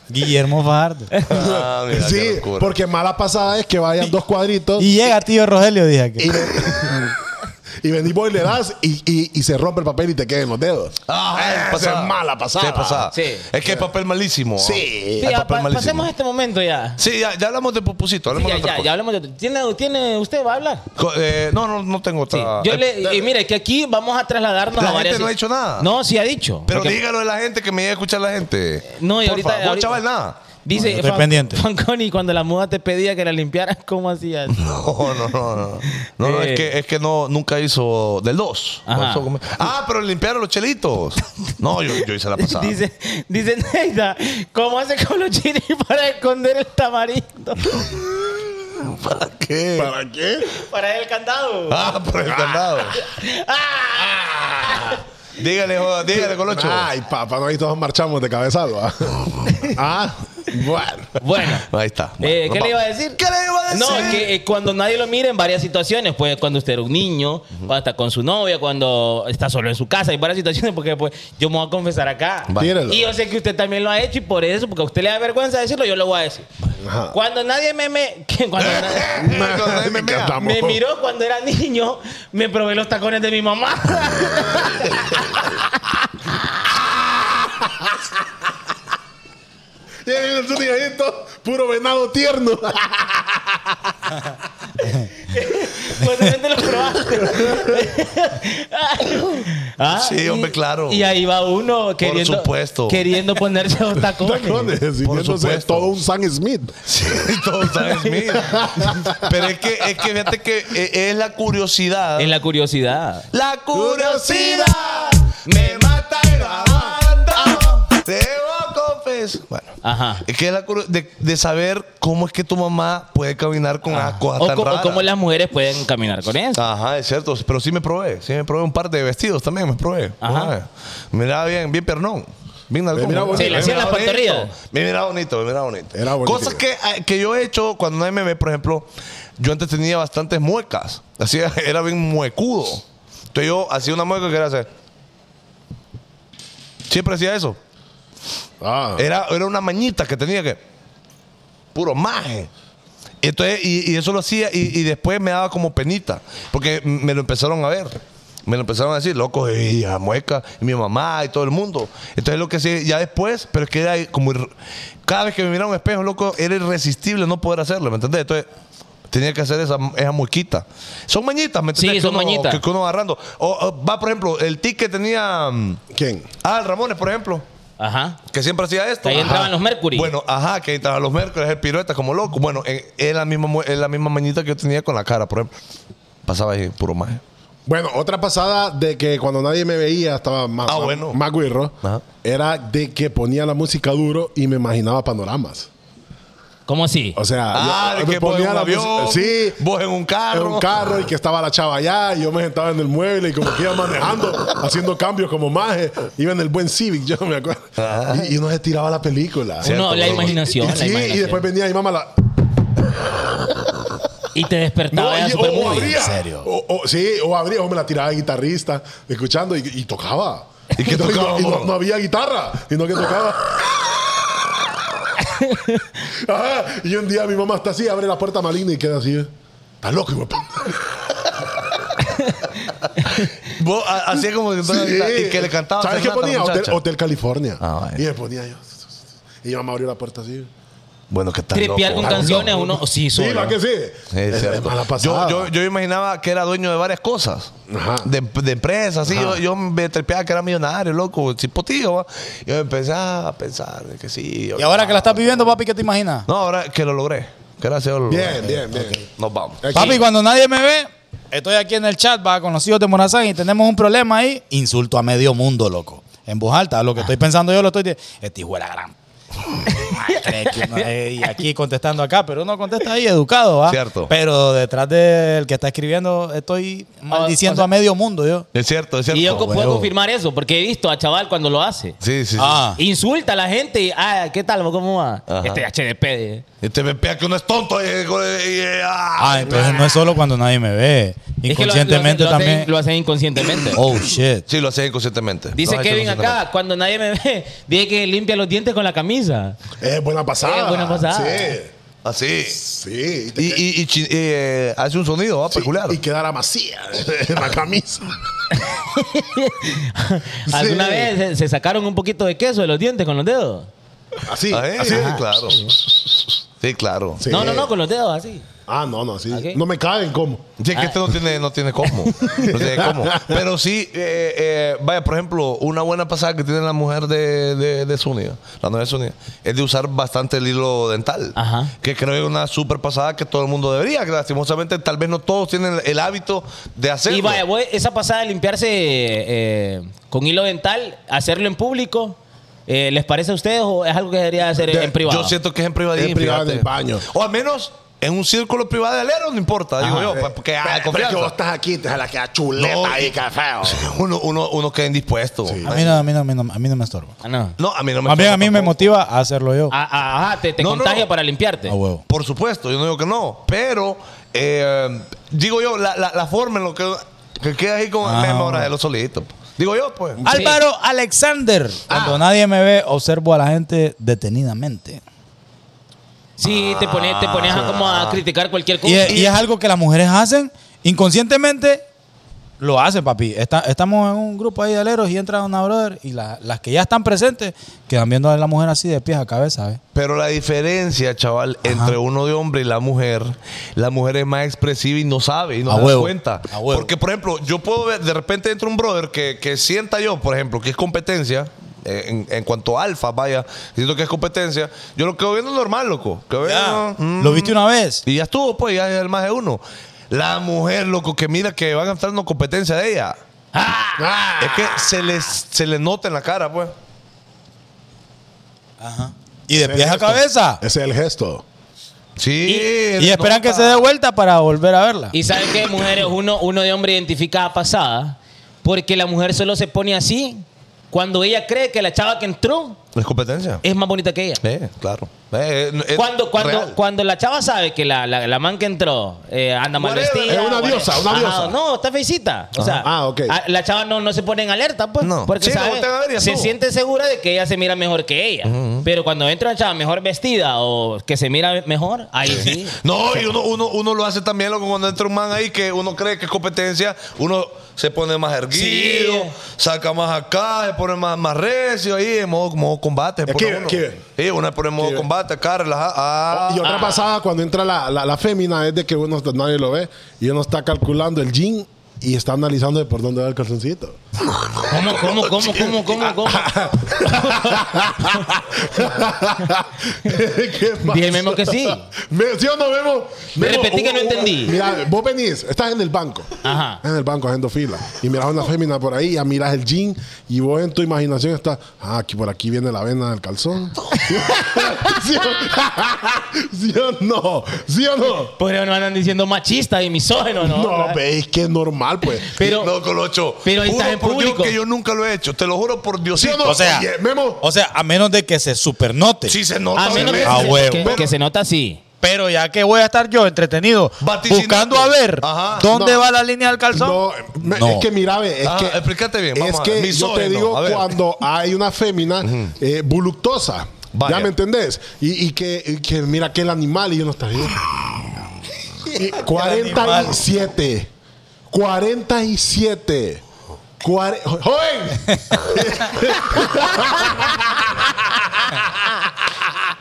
Speaker 4: Guillermo Fajardo.
Speaker 3: Ah, mira, qué
Speaker 6: sí,
Speaker 3: locura.
Speaker 6: porque mala pasada es que vayan dos cuadritos y,
Speaker 4: Y llega tío Rogelio, dije aquí.
Speaker 6: venís vos *laughs* y le das y, y- y se rompe el papel y te queden los dedos.
Speaker 3: Ah,
Speaker 6: Esa
Speaker 3: es pasada.
Speaker 6: es mala pasada.
Speaker 3: Sí, es pasada.
Speaker 5: Sí.
Speaker 3: Es que es papel malísimo.
Speaker 6: Sí.
Speaker 3: Es
Speaker 5: Tía,
Speaker 3: papel
Speaker 5: pa-
Speaker 3: malísimo.
Speaker 5: pasemos este momento ya.
Speaker 3: Sí, ya, ya hablamos de pupusito.
Speaker 5: Sí,
Speaker 3: Hablemos
Speaker 5: ya,
Speaker 3: de otra
Speaker 5: ya,
Speaker 3: cosa.
Speaker 5: ya hablamos de ¿Tiene, tiene, ¿Usted va a hablar?
Speaker 3: Co- eh, no, no, no tengo
Speaker 5: Sí.
Speaker 3: otra.
Speaker 5: Yo
Speaker 3: Eh,
Speaker 5: le, y mire, que aquí vamos a trasladarnos
Speaker 3: La
Speaker 5: a varias.
Speaker 3: gente no ha dicho nada.
Speaker 5: No, sí ha dicho.
Speaker 3: pero
Speaker 5: Porque
Speaker 3: dígalo de la gente que me llega a escuchar la gente.
Speaker 5: No, y
Speaker 3: Por
Speaker 5: ahorita-
Speaker 3: favor,
Speaker 5: ahorita-
Speaker 3: chaval, nada. *laughs*
Speaker 5: Dice,
Speaker 4: No, yo estoy
Speaker 5: Fan-
Speaker 4: pendiente.
Speaker 5: Fanconi, cuando la muda te pedía que la limpiaras, ¿cómo hacías?
Speaker 3: No, no, no, no. No, no,
Speaker 5: Eh.
Speaker 3: es que, es que no, nunca hizo del 2.
Speaker 5: Ajá.
Speaker 3: Ah, pero limpiaron los chelitos. No, yo, yo hice
Speaker 5: *laughs*
Speaker 3: la pasada.
Speaker 5: Dice, dice Neida, ¿cómo hace con los chiris para esconder el tamarindo? *laughs*
Speaker 3: ¿Para qué?
Speaker 6: ¿Para qué?
Speaker 5: Para el candado.
Speaker 3: Ah, por el candado.
Speaker 5: ¡Ah!
Speaker 3: Dígale, joda, dígale, Colocho.
Speaker 6: Ay, papá, no ahí todos marchamos de cabezal, ¿va? ah, bueno.
Speaker 5: Bueno.
Speaker 3: Ahí está.
Speaker 5: Eh,
Speaker 3: Bueno,
Speaker 5: ¿Qué le iba a
Speaker 3: vamos.
Speaker 5: decir?
Speaker 3: ¿Qué le iba a decir?
Speaker 5: No, que eh, cuando nadie lo mira en varias situaciones, pues cuando usted era un niño, cuando está con su novia, cuando está solo en su casa, hay varias situaciones, porque pues yo me voy a confesar acá.
Speaker 3: Va.
Speaker 6: Tírelo.
Speaker 5: Y yo sé que usted también lo ha hecho y por eso, porque a usted le da vergüenza decirlo, yo lo voy a decir.
Speaker 6: Ajá.
Speaker 5: Cuando nadie me, me- *laughs* que cuando na-
Speaker 3: *laughs* Cuando me
Speaker 6: ¿Qué
Speaker 3: mea.
Speaker 6: estamos?
Speaker 5: me miró cuando era *laughs* niño, me probé los tacones de mi mamá.
Speaker 6: Ya viene el Zuni ahí, todo puro venado tierno.
Speaker 5: Cuando no Pues te los probaste. *laughs* Ah,
Speaker 3: Sí, hombre, claro.
Speaker 5: Y ahí va uno queriendo,
Speaker 3: supuesto.
Speaker 5: queriendo ponerse
Speaker 3: *laughs*
Speaker 5: los
Speaker 6: *laughs*
Speaker 5: tacones.
Speaker 6: Tacones, sintiéndose
Speaker 3: supuesto.
Speaker 6: todo un Sam Smith.
Speaker 3: *laughs* Sí, todo Sam
Speaker 5: *laughs*
Speaker 3: Smith. Pero es que, es que fíjate que eh, es la curiosidad.
Speaker 5: En la curiosidad.
Speaker 3: La
Speaker 6: curiosidad
Speaker 3: me mata el Te voy a confesar. Bueno.
Speaker 5: Ajá.
Speaker 3: Es que es la curiosidad de, de saber cómo es que tu mamá puede caminar con las cosas
Speaker 5: Ah. O,
Speaker 3: Ah, tan
Speaker 5: co- o
Speaker 3: raras.
Speaker 5: cómo las mujeres pueden caminar con eso.
Speaker 3: Ajá, es cierto. Pero sí me probé. Sí me probé un par de vestidos también. Me probé.
Speaker 5: Ajá.
Speaker 3: Una vez. Me miraba bien, bien pernón. Bien nalgón.
Speaker 6: mira bonito. Sí, le
Speaker 3: Me
Speaker 5: hacían
Speaker 3: miraba
Speaker 5: las pantorrillas.
Speaker 3: bonito. Me miraba bonito, me miraba bonito.
Speaker 6: Era bonito.
Speaker 3: Cosas que, eh, que yo he hecho cuando nadie me ve, por ejemplo, yo antes tenía bastantes muecas. Así *laughs* era bien muecudo. Entonces yo hacía una mueca que era hacer. Siempre hacía eso.
Speaker 6: Ah,
Speaker 3: Era, era una mañita que tenía que. Puro maje. Entonces, y, y eso lo hacía y, y después me daba como penita. Porque me lo empezaron a ver. Me lo empezaron a decir, loco, y a mueca, y mi mamá y todo el mundo. Entonces lo que sí, ya después, pero es que era como. ir- Cada vez que me miraba un espejo, loco, era irresistible no poder hacerlo, ¿me entendés? Entonces. Tenía que hacer esa, esa muequita. Son mañitas, ¿me entendés?
Speaker 5: Sí,
Speaker 3: Que
Speaker 5: son
Speaker 3: uno-
Speaker 5: mañitas.
Speaker 3: Que, que uno va agarrando. O, o va, por ejemplo, el ticket tenía. mm,
Speaker 6: ¿quién?
Speaker 3: Ah, el Ramones, por ejemplo
Speaker 5: Ajá.
Speaker 3: que siempre hacía esto.
Speaker 5: Ahí
Speaker 3: Ajá.
Speaker 5: entraban los Mercury.
Speaker 3: Bueno, ajá, que ahí entraban los Mercury, el pirueta como loco. Bueno, eh, es la misma mu- es la misma mañita que yo tenía con la cara, por ejemplo. Pasaba ahí puro maje.
Speaker 6: Bueno, otra pasada de que cuando nadie me veía estaba más,
Speaker 3: Ah,
Speaker 6: más-
Speaker 3: bueno.
Speaker 6: más guirro
Speaker 3: Ajá.
Speaker 6: era de que ponía la música duro y me imaginaba panoramas.
Speaker 5: ¿Cómo así?
Speaker 6: O sea,
Speaker 3: Ah,
Speaker 6: yo-
Speaker 3: de que
Speaker 6: me
Speaker 3: vos en un
Speaker 6: la
Speaker 3: avión,
Speaker 6: música- sí,
Speaker 3: vos en un carro.
Speaker 6: en un carro y que estaba la chava allá y yo me sentaba en el mueble y como que iba
Speaker 3: *laughs*
Speaker 6: manejando, haciendo cambios como maje, iba en el buen Civic, yo me acuerdo. Y, y uno se tiraba la película.
Speaker 3: Sí,
Speaker 5: Uno,
Speaker 3: cierto,
Speaker 5: la
Speaker 3: bro.
Speaker 5: imaginación,
Speaker 6: Y,
Speaker 5: la
Speaker 6: sí, y
Speaker 5: imaginación.
Speaker 6: después venía mi mamá la...
Speaker 5: Y te despertaba ya
Speaker 6: y-
Speaker 5: super
Speaker 6: o,
Speaker 5: movie.
Speaker 6: abría,
Speaker 4: en serio.
Speaker 6: O, o- sí, o abría, o me la tiraba de guitarrista, escuchando y, y tocaba.
Speaker 3: ¿Y qué
Speaker 6: no-
Speaker 3: tocaba,
Speaker 6: no-
Speaker 3: vos?
Speaker 6: no había guitarra, sino
Speaker 3: *laughs*
Speaker 6: que tocaba. Ajá, y un día mi mamá está así, abre la puerta maligna y queda así. ¿eh? Está loco, hijo de puta".
Speaker 3: Vos ha- hacía como que
Speaker 6: Sí.
Speaker 3: y que le cantaba.
Speaker 6: ¿Sabes qué
Speaker 3: serenata a la
Speaker 6: ponía? Hotel,
Speaker 3: muchacha.
Speaker 6: Hotel California.
Speaker 3: Ah, vaya.
Speaker 6: Y me ponía yo. Y mi mamá abrió la puerta así.
Speaker 3: Bueno, que tal.
Speaker 5: Tripear
Speaker 3: loco.
Speaker 5: con canciones, uno. Sí,
Speaker 6: Sí,
Speaker 5: solo.
Speaker 6: ¿va que sí?
Speaker 3: Sí, es
Speaker 6: es
Speaker 3: cierto.
Speaker 6: Eh, mala
Speaker 3: yo,
Speaker 6: pasada.
Speaker 3: yo, yo imaginaba que era dueño de varias cosas.
Speaker 6: Ajá.
Speaker 3: De, de empresas, sí. Yo, yo me trepeaba que era millonario, loco, chipotillo. ¿va? Yo empezaba a pensar de que sí. yo-
Speaker 4: Y ahora que la estás viviendo, papi, ¿qué te imaginas?
Speaker 3: No, ahora que lo logré. Gracias, lo logré.
Speaker 6: Bien, bien, bien.
Speaker 3: Nos vamos.
Speaker 4: Papi, cuando nadie me ve, estoy aquí en el chat, va, con los hijos de Morazán y tenemos un problema ahí. Ah. Insulto a medio mundo, loco. En voz alta, lo que estoy pensando yo lo estoy diciendo. Este hijo de la gran. Ay, cree que uno- eh, y aquí contestando acá, pero uno contesta ahí educado, ¿va?
Speaker 3: Cierto.
Speaker 4: Pero detrás del que está escribiendo, estoy maldiciendo
Speaker 5: o sea-
Speaker 4: a medio mundo yo.
Speaker 3: Es cierto, es cierto.
Speaker 5: Y yo co- puedo
Speaker 4: huevo.
Speaker 5: confirmar eso, porque he visto a chaval cuando lo hace.
Speaker 3: Sí, sí, sí.
Speaker 4: Ah.
Speaker 5: Insulta a la gente y, ah, ¿qué tal? ¿Cómo va?
Speaker 3: Ajá.
Speaker 5: Este HDP. eh.
Speaker 3: Este me pega que uno es tonto. y- y- y- ah.
Speaker 4: Ah, entonces no es solo cuando nadie me ve.
Speaker 5: Es que lo-
Speaker 4: Inconscientemente
Speaker 5: lo, hacen-
Speaker 4: también.
Speaker 5: Lo hacen inconscientemente.
Speaker 4: Oh shit.
Speaker 3: Sí, lo hacía inconscientemente.
Speaker 5: Dice
Speaker 3: Lo hacía
Speaker 5: Kevin
Speaker 3: inconscientemente.
Speaker 5: acá, cuando nadie me ve, *laughs* dije que limpia los dientes con la camisa.
Speaker 6: Es buena pasada.
Speaker 5: Es buena pasada.
Speaker 6: Sí,
Speaker 3: Así.
Speaker 6: sí. Y, te-
Speaker 3: Y, Ah, y, y chi- y, eh, hace un sonido ¿va?
Speaker 6: sí,
Speaker 3: peculiar.
Speaker 6: y quedara vacía en la camisa.
Speaker 5: ¿Alguna
Speaker 6: Sí.
Speaker 5: vez se, se sacaron un poquito de queso de los dientes con los dedos?
Speaker 6: Así,
Speaker 3: Ah, eh,
Speaker 6: así.
Speaker 3: sí, claro. Sí, claro.
Speaker 6: Sí.
Speaker 5: No, no, no, con los dedos así.
Speaker 6: Ah, no, no, sí.
Speaker 5: Aquí.
Speaker 6: No me caben como.
Speaker 3: Sí, es
Speaker 5: Ah.
Speaker 3: que este no tiene, no tiene cómo. No tiene cómo. Pero sí, eh, eh, vaya, por ejemplo, una buena pasada que tiene la mujer de, de, de Zúñiga, la novia de Zúñiga, es de usar bastante el hilo dental.
Speaker 5: Ajá.
Speaker 3: Que creo que es una super pasada que todo el mundo debería. Que lastimosamente, tal vez no todos tienen el hábito de hacerlo.
Speaker 5: Y vaya, voy- esa pasada de limpiarse eh, con hilo dental, hacerlo en público, eh, ¿les parece a ustedes o es algo que debería hacer en privado?
Speaker 3: Yo siento que es en privadín.
Speaker 6: En privado,
Speaker 3: fíjate.
Speaker 6: en el baño.
Speaker 3: O al menos En un círculo privado de alero no importa, digo yo, pa- porque hay
Speaker 10: Pero es que vos
Speaker 3: Ah, confianza.
Speaker 10: estás aquí, te la queda chuleta
Speaker 3: No,
Speaker 10: ahí,
Speaker 3: y-
Speaker 10: cafeo.
Speaker 3: Uno, uno, uno queda indispuesto.
Speaker 4: A mí no, a mí no, a mí no, a mí no me estorba.
Speaker 5: Ah, no.
Speaker 3: No, a mí no me
Speaker 4: Más bien a mí me
Speaker 3: tampoco.
Speaker 4: motiva a hacerlo yo.
Speaker 5: Ah, ah, ajá, te, te
Speaker 3: No, no,
Speaker 5: contagia
Speaker 3: no.
Speaker 5: para limpiarte.
Speaker 4: A huevo.
Speaker 3: Por supuesto, yo no digo que no, pero eh, digo yo, la, la- la forma en lo que, que queda ahí con
Speaker 4: Ah,
Speaker 3: el
Speaker 4: bueno. Ah.
Speaker 3: de los solitos. Digo yo, pues.
Speaker 4: Álvaro Alexander.
Speaker 3: Ah.
Speaker 4: Cuando nadie me ve, observo a la gente detenidamente.
Speaker 5: Sí, te pones, te pones a como a criticar cualquier cosa.
Speaker 4: Y, es- y es algo que las mujeres hacen inconscientemente. Lo hacen, papi. Está- estamos en un grupo ahí de aleros y entra una brother y la- las que ya están presentes quedan viendo a la mujer así de pies a cabeza, ¿eh? ¿ves?
Speaker 3: Pero la diferencia, chaval, entre uno de hombre y la mujer, la mujer es más expresiva y no sabe y no
Speaker 4: A
Speaker 3: se
Speaker 4: huevo.
Speaker 3: da cuenta.
Speaker 4: A huevo.
Speaker 3: Porque, por ejemplo, yo puedo ver, de repente entra un brother que, que sienta yo, por ejemplo, que es competencia. eh, En, en cuanto a alfa, vaya, siento que es competencia. Yo lo quedo viendo normal, loco. Que veo, mm,
Speaker 4: ¿Lo viste una vez?
Speaker 3: Y ya estuvo, pues, ya es el más de uno. La mujer, loco, que mira que van a estar en competencia de ella.
Speaker 6: Ah.
Speaker 3: Es
Speaker 5: Ah.
Speaker 3: que se les, se les nota en la cara, pues.
Speaker 4: Y de pies a cabeza.
Speaker 6: Ese es el gesto.
Speaker 3: Sí.
Speaker 4: Y esperan que se dé vuelta para volver a verla.
Speaker 5: Y saben que mujeres, uno, uno de hombre identifica a pasada, porque la mujer solo se pone así cuando ella cree que la chava que entró
Speaker 3: Es competencia.
Speaker 5: es más bonita que ella.
Speaker 3: Eh, claro. Eh, eh, no, es
Speaker 5: Cuando, cuando,
Speaker 3: real.
Speaker 5: cuando la chava sabe que la, la, la man que entró eh, anda mal
Speaker 3: Whatever.
Speaker 5: vestida.
Speaker 6: Es una
Speaker 5: whatever.
Speaker 6: diosa, una
Speaker 5: Ajá,
Speaker 6: diosa.
Speaker 5: No, está feicita. O sea,
Speaker 6: Ah, ok.
Speaker 5: a- la chava no, no se pone en alerta, pues.
Speaker 3: No.
Speaker 5: Porque
Speaker 3: Sí, la
Speaker 5: sabe-
Speaker 3: voltean a ver y ya
Speaker 5: se
Speaker 3: estuvo.
Speaker 5: siente segura de que ella se mira mejor que ella. Pero cuando entra una chava mejor vestida o que se mira mejor, ahí
Speaker 3: *laughs*
Speaker 5: sí.
Speaker 3: No, y uno, uno, uno lo hace también loco, cuando entra un man ahí que uno cree que es competencia, uno se pone más erguido,
Speaker 5: Sí.
Speaker 3: saca más acá, se pone más, más recio ahí, en modo, modo combate. se
Speaker 6: Aquí
Speaker 3: pone
Speaker 6: ven,
Speaker 3: uno.
Speaker 6: aquí ven.
Speaker 3: Sí, uno se pone en modo combate, acá, relajado. Ah,
Speaker 5: Oh,
Speaker 6: Y otra pasada cuando entra la, la, la fémina es de que uno nadie lo ve y uno está calculando el jean y está analizando de por dónde va el calzoncito.
Speaker 5: ¿Cómo, cómo, cómo, cómo,
Speaker 3: *laughs*
Speaker 5: cómo, cómo?
Speaker 6: ¿Qué pasa?
Speaker 5: *laughs* Dije, Memo, que sí.
Speaker 6: *laughs* Me- ¿Sí o no, Memo?
Speaker 5: Me
Speaker 6: Memo,
Speaker 5: repetí que no entendí.
Speaker 6: Mira, vos venís, estás en el banco.
Speaker 5: Ajá.
Speaker 6: Estás En el banco haciendo fila. Y miras una fémina por ahí, ya miras el jean y vos en tu imaginación estás, ah, aquí por aquí viene la vena
Speaker 5: *laughs*
Speaker 6: del calzón. ¿Sí, o, ¿Sí o no? *laughs* ¿Sí o no?
Speaker 5: Pues no andan diciendo machista y misógeno, ¿no?
Speaker 6: No, veis que es normal, pues.
Speaker 5: pero,
Speaker 3: no, Colocho.
Speaker 5: pero ahí
Speaker 3: juro
Speaker 5: estás en
Speaker 3: por Dios
Speaker 5: público.
Speaker 3: que yo nunca lo he hecho, te lo juro por Diosito.
Speaker 4: O sea,
Speaker 6: Oye, Memo.
Speaker 4: o sea, a menos de que se supernote.
Speaker 3: sí se nota.
Speaker 5: a
Speaker 3: se
Speaker 5: menos
Speaker 3: ve.
Speaker 5: que,
Speaker 4: Ah,
Speaker 5: se,
Speaker 4: huevo.
Speaker 5: que- que se nota así.
Speaker 4: Pero ya que voy a estar yo entretenido
Speaker 3: Vaticinando.
Speaker 4: buscando a ver
Speaker 3: Ajá.
Speaker 4: dónde
Speaker 6: No.
Speaker 4: va la línea del calzón.
Speaker 6: No, me-
Speaker 4: No.
Speaker 6: es que mira, ve, es
Speaker 3: Ajá,
Speaker 6: que
Speaker 3: Ah, explícate bien,
Speaker 6: es
Speaker 3: vamos a ver,
Speaker 6: que yo te
Speaker 3: misógino,
Speaker 6: digo
Speaker 3: a ver.
Speaker 6: cuando hay una fémina eh, voluptuosa,
Speaker 3: Vaya.
Speaker 6: ¿ya me entendés? Y, y que, y que mira que el animal y yo no está bien.
Speaker 3: *laughs*
Speaker 6: Y 47. 47. Cuare- jo- ¡Joven! *laughs*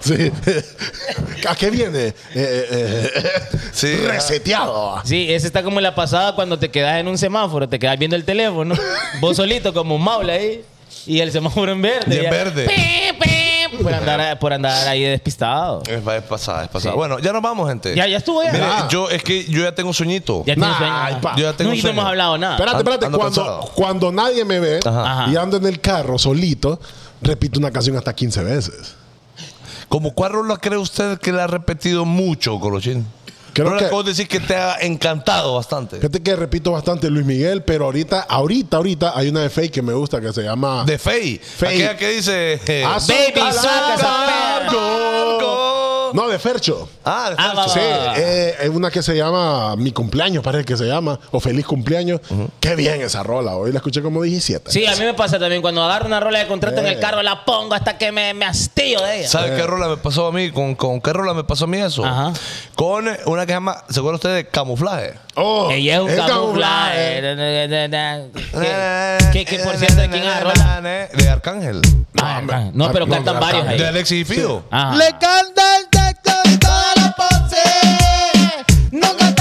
Speaker 6: Sí. *laughs* ¿A qué viene? Eh, eh, eh,
Speaker 3: Sí.
Speaker 6: Reseteado.
Speaker 5: Sí, esa está como la pasada cuando te quedas en un semáforo, te quedas viendo el teléfono, vos solito como un maule ahí, y el semáforo en verde.
Speaker 3: Y en
Speaker 5: ya.
Speaker 3: verde.
Speaker 5: Pim, pim, por, andar, por andar ahí despistado.
Speaker 3: Es, es pasada, es pasada.
Speaker 5: Sí.
Speaker 3: Bueno, ya nos vamos, gente.
Speaker 5: Ya, ya estuvo ya.
Speaker 3: Mire,
Speaker 5: Ah.
Speaker 3: yo, es que yo ya tengo sueñito.
Speaker 5: Ya tienes
Speaker 6: Nah,
Speaker 5: sueño.
Speaker 6: ay, pa.
Speaker 3: Yo ya tengo
Speaker 5: no, y no
Speaker 3: sueño.
Speaker 5: hemos hablado nada.
Speaker 6: Espérate,
Speaker 3: Ando-
Speaker 6: espérate.
Speaker 3: ando
Speaker 6: cuando,
Speaker 3: cansado.
Speaker 6: cuando nadie me ve
Speaker 3: Ajá.
Speaker 5: Ajá.
Speaker 6: y ando en el carro solito, repito una canción hasta 15 veces.
Speaker 3: ¿Como cuál rola cree usted que la ha repetido mucho, Colochín?
Speaker 6: Creo
Speaker 3: Rola
Speaker 6: que-
Speaker 3: que vos decís que te ha encantado bastante.
Speaker 6: Fíjate que repito bastante Luis Miguel, pero ahorita, ahorita, ahorita hay una de Fake que me gusta que se
Speaker 3: Ah.
Speaker 6: llama Ah,
Speaker 3: De Fey.
Speaker 6: Fey.
Speaker 3: Aquella que dice... eh,
Speaker 5: Baby,
Speaker 6: Azúcar
Speaker 5: saca esa perra.
Speaker 6: Largo. No, de Fercho.
Speaker 3: Ah, de
Speaker 5: Ah,
Speaker 3: Fercho.
Speaker 5: va,
Speaker 6: Sí,
Speaker 5: va, va, va.
Speaker 6: eh, es una que se llama Mi cumpleaños, parece que se llama, o Feliz cumpleaños. Qué bien esa rola, hoy la escuché como 17.
Speaker 5: Sí, a mí me pasa también. Cuando agarro una rola de contrato en el
Speaker 6: Eh.
Speaker 5: carro, la pongo hasta que me, me hastío de ella.
Speaker 3: ¿Sabe qué rola me pasó a mí? ¿Con, con qué rola me pasó a mí eso?
Speaker 5: Ajá.
Speaker 3: Con una que se llama, ¿se acuerda usted de camuflaje?
Speaker 6: Oh,
Speaker 5: Ella es un
Speaker 6: el
Speaker 3: eh.
Speaker 5: camuflaje.
Speaker 6: camuflaje.
Speaker 5: Que- Que que, por cierto, ¿de quién
Speaker 3: eh,
Speaker 5: es la rola?
Speaker 3: De Arcángel.
Speaker 5: Ah, ah, No, pero cantan varios ahí. Ah.
Speaker 3: De Alexis y Fido.
Speaker 5: Ajá.
Speaker 4: canta el texto y toda la pose. Nunca te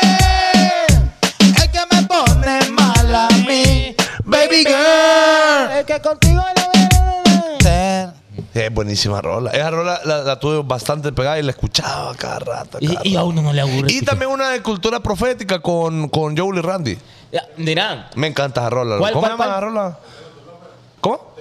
Speaker 4: conforme. Es que me pone mal a mí, baby girl.
Speaker 5: Es que contigo la
Speaker 3: Es buenísima rola. Esa rola la, la tuve bastante pegada y la escuchaba cada rato. cada
Speaker 5: Y, y a
Speaker 3: rato.
Speaker 5: uno no le aburre.
Speaker 3: Y también una de cultura profética con, con Joel y Randy.
Speaker 5: Ya, Dirán,
Speaker 3: Me encanta esa rola.
Speaker 5: ¿Cuál,
Speaker 3: ¿Cómo se
Speaker 5: cuál,
Speaker 3: llama
Speaker 5: cuál?
Speaker 3: esa rola? ¿Cómo?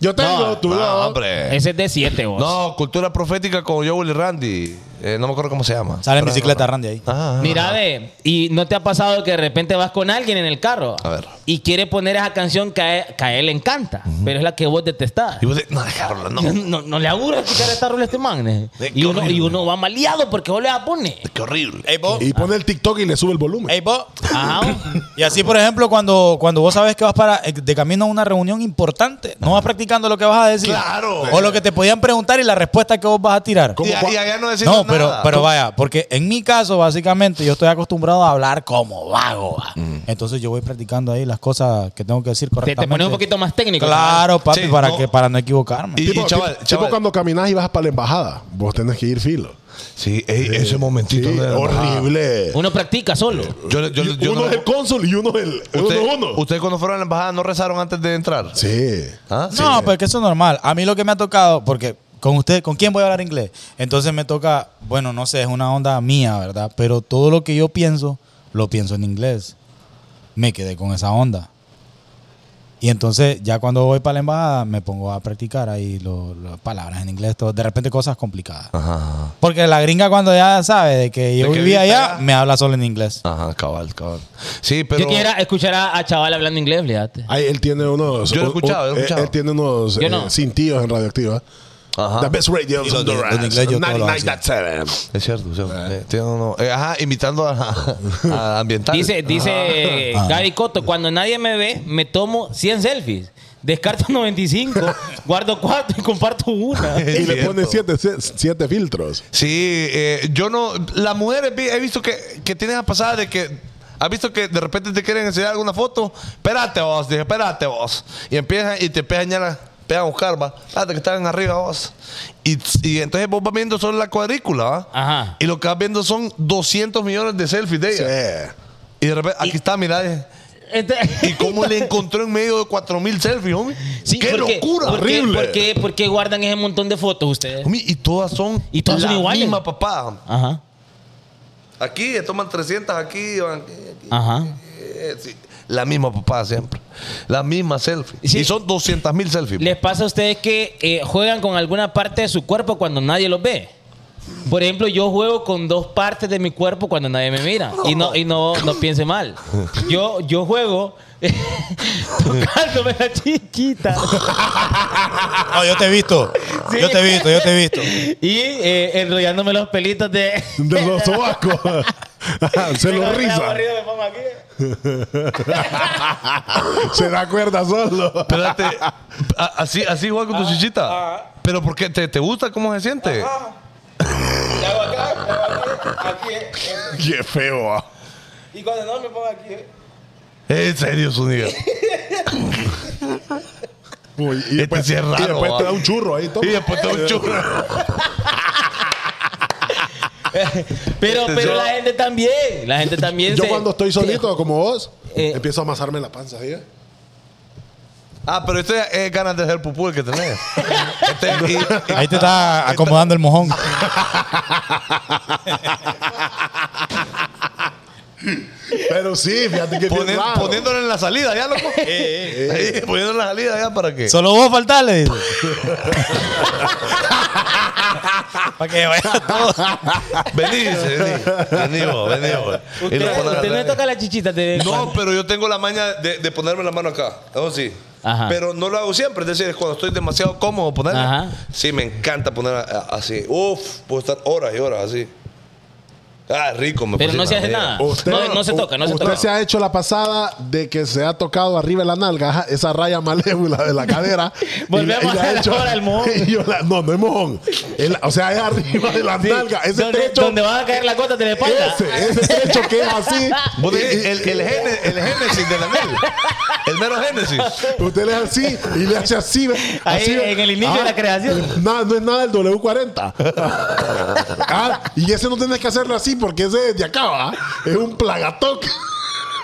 Speaker 6: Yo tengo,
Speaker 3: No,
Speaker 6: tú
Speaker 3: no,
Speaker 6: no.
Speaker 3: Ah, hombre.
Speaker 5: Ese es de 7, vos.
Speaker 3: Eh. No, cultura profética con Joel y Randy. Eh, no me acuerdo cómo se llama.
Speaker 4: Sale en
Speaker 3: Pero-
Speaker 4: bicicleta Randy ahí.
Speaker 3: Ah, ah,
Speaker 5: Mira,
Speaker 3: ah.
Speaker 5: ve, ¿y no te ha pasado que de repente vas con alguien en el carro?
Speaker 3: A ver.
Speaker 5: Y quiere poner esa canción que a él, que a él le encanta, pero es la que vos detestás.
Speaker 3: Y vos de- no, dejarlo, no.
Speaker 5: *laughs* No, no le aburre escuchar esta rola a este man. eh.
Speaker 3: Eh, qué
Speaker 5: Y uno,
Speaker 3: horrible.
Speaker 5: y uno va maleado porque vos le la
Speaker 3: *laughs*
Speaker 5: pones.
Speaker 3: Qué horrible.
Speaker 5: Eh,
Speaker 4: Ey, vos.
Speaker 6: Y pone el TikTok y le sube el volumen.
Speaker 4: Ey, vos.
Speaker 5: Ajá.
Speaker 4: Y así, por ejemplo, cuando, cuando vos sabes que vas para eh, de camino a una reunión importante, no vas practicando lo que vas a decir.
Speaker 3: Claro.
Speaker 4: O lo que te podían preguntar y la respuesta que vos vas a tirar.
Speaker 3: Y,
Speaker 6: ¿Cómo
Speaker 3: a-
Speaker 6: cua-
Speaker 3: y allá no decimos
Speaker 4: No, pero,
Speaker 3: nada.
Speaker 4: pero vaya, porque en mi caso, básicamente, yo estoy acostumbrado a hablar como vago. va.
Speaker 3: Mm.
Speaker 4: Entonces yo voy practicando ahí las cosas que tengo que decir
Speaker 5: Te,
Speaker 4: correctamente.
Speaker 5: te pones un poquito más técnico.
Speaker 4: Claro, papi,
Speaker 3: Sí,
Speaker 4: para,
Speaker 3: no.
Speaker 4: que, para no equivocarme.
Speaker 3: Y-
Speaker 6: Tipo,
Speaker 3: y chaval,
Speaker 6: tipo- tipo
Speaker 3: chaval.
Speaker 6: cuando caminas y vas para la embajada, vos tenés que ir filo.
Speaker 3: Sí, ey, ese momentito.
Speaker 6: Sí,
Speaker 3: de la embajada.
Speaker 6: horrible.
Speaker 5: ¿no? Uno practica solo.
Speaker 3: Yo, yo- yo
Speaker 6: uno
Speaker 3: no-
Speaker 6: es el cónsul y uno es el uno
Speaker 3: Usted-
Speaker 6: es uno.
Speaker 3: Ustedes cuando fueron a la embajada no rezaron antes de entrar.
Speaker 6: Sí.
Speaker 3: ¿Ah?
Speaker 4: No, pues que eso es normal. A mí lo que me ha tocado, porque con usted, ¿con quién voy a hablar inglés? Entonces me toca, bueno, no sé, es una onda mía, ¿verdad? Pero todo lo que yo pienso, lo pienso en inglés. Me quedé con esa onda. Y entonces ya cuando voy para la embajada me pongo a practicar ahí lo- las palabras en inglés, todo, de repente cosas complicadas.
Speaker 3: Ajá,
Speaker 4: Porque la gringa cuando ya sabe de que yo
Speaker 3: que
Speaker 4: vivía
Speaker 3: viste
Speaker 4: allá,
Speaker 3: allá.
Speaker 4: me habla solo en inglés.
Speaker 3: ajá, cabal, cabal. Sí, pero. Ah,
Speaker 5: Yo quisiera escuchar a, a Chaval hablando inglés, fíjate.
Speaker 6: Ahí él tiene unos.
Speaker 3: Yo lo he escuchado, yo lo he
Speaker 6: eh,
Speaker 3: escuchado.
Speaker 6: Él tiene unos
Speaker 5: Yo
Speaker 6: eh,
Speaker 5: no.
Speaker 6: cintillos en radioactiva.
Speaker 3: Ajá.
Speaker 6: The best radios
Speaker 4: lo
Speaker 6: on
Speaker 4: de-
Speaker 6: the
Speaker 4: lo de
Speaker 6: rise.
Speaker 4: inglés yo todo lo
Speaker 6: 99.7.
Speaker 3: Es cierto, es cierto. Eh, tiene uno- eh, ajá, imitando a, *laughs* a ambiental.
Speaker 5: Dice, dice
Speaker 3: Ah.
Speaker 5: Gaby Cotto, cuando nadie me ve, me tomo 100 selfies. Descarto *laughs* 95, guardo 4 y comparto una.
Speaker 3: Es
Speaker 6: Y le
Speaker 3: cierto.
Speaker 6: pone siete, siete filtros.
Speaker 3: Sí, eh, yo no. Las mujeres vi- he visto que, que tienen la pasada de que. ¿Has visto que de repente te quieren enseñar alguna foto? Espérate vos, dije, espérate vos. Y empiezan y te empiezan ya a, empiezan a buscar, va. Espérate que están arriba vos. Y, y entonces vos vas viendo solo la cuadrícula, ¿va?
Speaker 5: Ajá.
Speaker 3: Y lo que vas viendo son 200 millones de selfies de ella.
Speaker 6: Sí.
Speaker 3: Y de repente, aquí está, mirá. eh.
Speaker 5: Este-
Speaker 3: ¿Y cómo le encontró en medio de 4000 selfies, homie?
Speaker 5: *laughs* Sí,
Speaker 3: ¡Qué
Speaker 5: ¿por qué?
Speaker 3: locura!
Speaker 5: ¿Por qué-
Speaker 3: horrible.
Speaker 5: por qué- por qué guardan ese montón de fotos ustedes?
Speaker 3: Homie, y todas son
Speaker 5: Y todas son
Speaker 3: la
Speaker 5: iguales.
Speaker 3: misma papá.
Speaker 5: Ajá,
Speaker 3: Aquí le toman 300, aquí, van- aquí,
Speaker 5: ajá.
Speaker 3: eh, sí. La misma papá siempre. La misma selfie.
Speaker 5: Sí.
Speaker 3: Y son 200 mil selfies.
Speaker 5: ¿Les pasa a ustedes que eh, juegan con alguna parte de su cuerpo cuando nadie los ve? Por ejemplo, yo juego con dos partes de mi cuerpo cuando nadie me mira. Y no, y no, no piense mal. Yo, yo juego *laughs* tocándome la chiquita.
Speaker 4: No, yo te he visto.
Speaker 5: Sí.
Speaker 4: Yo te he visto, yo te he visto.
Speaker 5: Y eh, enrollándome los pelitos de.
Speaker 6: De
Speaker 5: *laughs*
Speaker 6: los sobacos. *laughs* Ajá, se lo risa.
Speaker 5: Aburrido me pongo aquí.
Speaker 6: *laughs* Se da cuerda solo.
Speaker 3: Espérate, a- así, así juega
Speaker 6: Ah,
Speaker 3: con tu chichita. Pero porque te, te gusta cómo se siente.
Speaker 11: Le hago acá, le hago aquí, aquí. eh,
Speaker 6: Qué feo. ah.
Speaker 11: Y cuando no, me pongo aquí. eh.
Speaker 3: En serio, su niño.
Speaker 6: Uy, y, después,
Speaker 3: este sí es
Speaker 6: y
Speaker 3: raro,
Speaker 6: después
Speaker 3: ah.
Speaker 6: te da un churro ahí. toma. Eh,
Speaker 3: Y después te da un churro.
Speaker 5: Pero,
Speaker 3: Este,
Speaker 5: pero
Speaker 3: yo-
Speaker 5: la gente también. La gente también.
Speaker 6: Yo
Speaker 5: se-
Speaker 6: cuando
Speaker 5: *laughs*
Speaker 6: estoy solito, como vos,
Speaker 5: Eh.
Speaker 6: empiezo a amasarme la panza. ¿sí?
Speaker 3: Ah, pero este es ganas de hacer pupú el que tenés. Este,
Speaker 6: *laughs*
Speaker 3: y- y-
Speaker 4: Ahí te está acomodando el mojón.
Speaker 6: Pero sí, fíjate que es bien
Speaker 3: Ponen-
Speaker 6: raro. Eh,
Speaker 3: poniéndole en la salida, ya loco. Ahí, poniéndole en la salida, ya para qué.
Speaker 4: Solo vos faltarle, dice. Para que vaya todo.
Speaker 3: vení, dice, vení. Vení vos, vení vos. Y
Speaker 5: Usted,
Speaker 3: lo ponen
Speaker 5: usted no le
Speaker 3: atrás.
Speaker 5: toca la chichita de
Speaker 3: No, pero yo tengo la maña de, de ponerme la mano acá. Eso sí.
Speaker 5: Ajá.
Speaker 3: Pero no lo hago siempre. Es decir, es cuando estoy demasiado cómodo ponerla.
Speaker 5: Ajá.
Speaker 3: Sí, me encanta poner a- a- así. Uf, puedo estar horas y horas así. Ah, rico. Me
Speaker 5: Pero no
Speaker 3: fascina,
Speaker 5: se hace
Speaker 3: me llega.
Speaker 5: nada. No, no se toca, no se
Speaker 6: usted
Speaker 5: toca.
Speaker 6: se ha hecho la pasada de que se ha tocado arriba de la nalga, ajá, esa raya malévola de la cadera. y-
Speaker 5: *laughs* Volvemos
Speaker 6: y le
Speaker 5: a
Speaker 6: ha
Speaker 5: la hora del mojón.
Speaker 6: *laughs* y yo la- no, no es mojón. El- o sea, es arriba de la nalga. Ese
Speaker 5: ¿Dónde,
Speaker 6: trecho.
Speaker 5: dónde van a caer las gotas de la espalda?
Speaker 6: ese, ese trecho que es así.
Speaker 3: Vos tenés el, el, gene- el génesis de la nalga. Eh, *laughs* El mero génesis.
Speaker 6: Usted le hace así y le hace así. ve,
Speaker 5: *laughs* Ahí,
Speaker 6: así, ve.
Speaker 5: en el inicio de la creación.
Speaker 6: Nada, no es nada el
Speaker 5: *laughs*
Speaker 6: W40. *laughs* Ah, y ese no tenés que hacerlo así porque ese es de acá, ¿va? Es un plagatoc. *laughs*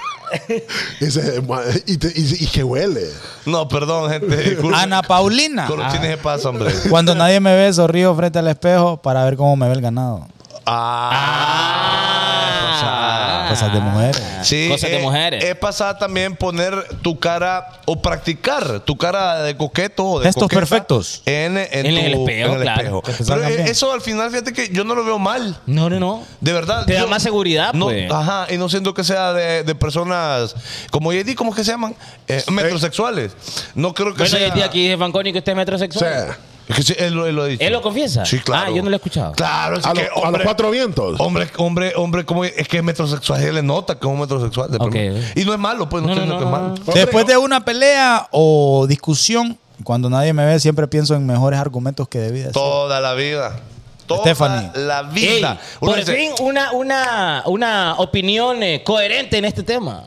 Speaker 6: Ese es ma- y, te- y- y que huele.
Speaker 3: No, perdón, gente.
Speaker 5: Ah,
Speaker 3: disculpen.
Speaker 4: Ana Paulina. Ah.
Speaker 3: Con los chines se pasa, hombre.
Speaker 4: Cuando nadie me ve, sonrío frente al espejo para ver cómo me ve el ganado.
Speaker 3: Ah.
Speaker 5: Ah.
Speaker 4: cosas de mujeres.
Speaker 3: Sí,
Speaker 5: Cosas de
Speaker 3: eh,
Speaker 5: mujeres.
Speaker 3: Es pasada también poner tu cara o practicar tu cara de coqueto o de
Speaker 4: Gestos
Speaker 3: coqueta
Speaker 4: perfectos.
Speaker 3: En, en
Speaker 5: En el
Speaker 3: tu-
Speaker 5: espejo,
Speaker 3: en el
Speaker 5: claro.
Speaker 3: espejo.
Speaker 4: Que te
Speaker 3: Pero
Speaker 4: salgan
Speaker 3: eh,
Speaker 4: bien.
Speaker 3: eso al final, fíjate que yo no lo veo mal.
Speaker 5: No, no, no.
Speaker 3: De verdad.
Speaker 5: Te da
Speaker 3: yo-
Speaker 5: más seguridad,
Speaker 3: no,
Speaker 5: pues.
Speaker 3: Ajá, y no siento que sea de, de personas como JD, ¿cómo es que se llaman? Eh, metrosexuales. No creo que
Speaker 5: Bueno,
Speaker 3: sea.
Speaker 5: y de aquí dice Fanconi que usted es
Speaker 3: O
Speaker 5: metrosexual.
Speaker 3: sea, es que sí, él, lo- él lo ha dicho.
Speaker 5: ¿Él lo confiesa?
Speaker 3: Sí, claro.
Speaker 5: Ah, yo no lo he escuchado.
Speaker 3: Claro, es
Speaker 6: A,
Speaker 3: que,
Speaker 6: los- a los
Speaker 3: hombre,
Speaker 6: cuatro vientos.
Speaker 4: oh,
Speaker 3: Hombre, hombre, hombre, como es que es metrosexual, se le nota que es un metrosexual. de
Speaker 5: Ok.
Speaker 3: primera. Y no es malo, pues no,
Speaker 5: No,
Speaker 3: estoy
Speaker 5: no,
Speaker 3: diciendo
Speaker 5: no,
Speaker 3: que
Speaker 5: no,
Speaker 3: es malo.
Speaker 4: Después de una pelea o discusión, cuando nadie me ve, siempre pienso en mejores argumentos que debí decir.
Speaker 3: Toda la vida. Toda
Speaker 4: Stephanie.
Speaker 3: la vida.
Speaker 5: Ey,
Speaker 3: Uno
Speaker 5: por
Speaker 3: dice,
Speaker 5: fin una, una, una opinión eh, coherente en este tema.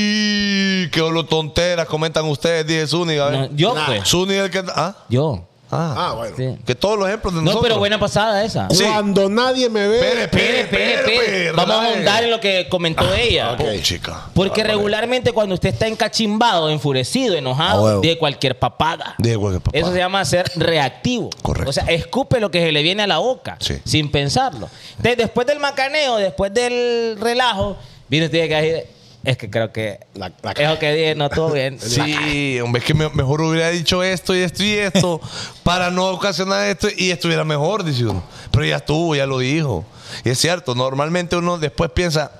Speaker 3: Y qué lo tonteras comentan ustedes, dice Zúñiga. a ver.
Speaker 5: No, yo, pues.
Speaker 3: Zúñiga el que. Ah,
Speaker 5: Yo.
Speaker 3: ah.
Speaker 6: Ah, bueno.
Speaker 5: Sí.
Speaker 3: Que todos los ejemplos de
Speaker 5: No,
Speaker 3: nosotros.
Speaker 5: pero buena pasada esa.
Speaker 3: Sí.
Speaker 6: Cuando nadie me ve.
Speaker 3: Espere, espere, pues, Ah,
Speaker 5: Espere, espere, espere. Vamos a ahondar en lo que comentó ella.
Speaker 3: Ok, chica.
Speaker 5: Porque regularmente cuando usted está encachimbado, enfurecido,
Speaker 4: A
Speaker 5: enojado,
Speaker 4: huevo.
Speaker 5: de cualquier papada.
Speaker 3: Diego, que papá.
Speaker 5: Eso se llama ser reactivo.
Speaker 3: Correcto.
Speaker 5: O sea, escupe lo que se le viene a la boca
Speaker 3: Sí.
Speaker 5: sin pensarlo. Entonces, después del macaneo, después del relajo, viene usted y dice, es que creo que
Speaker 6: La- la-
Speaker 5: eso que dije no estuvo bien.
Speaker 3: *laughs* Sí, hombre, es que me- mejor hubiera dicho esto y esto y
Speaker 5: *laughs*
Speaker 3: esto para no ocasionar esto y estuviera mejor, dice uno. Pero ya estuvo, ya lo dijo. Y es cierto, normalmente uno después piensa,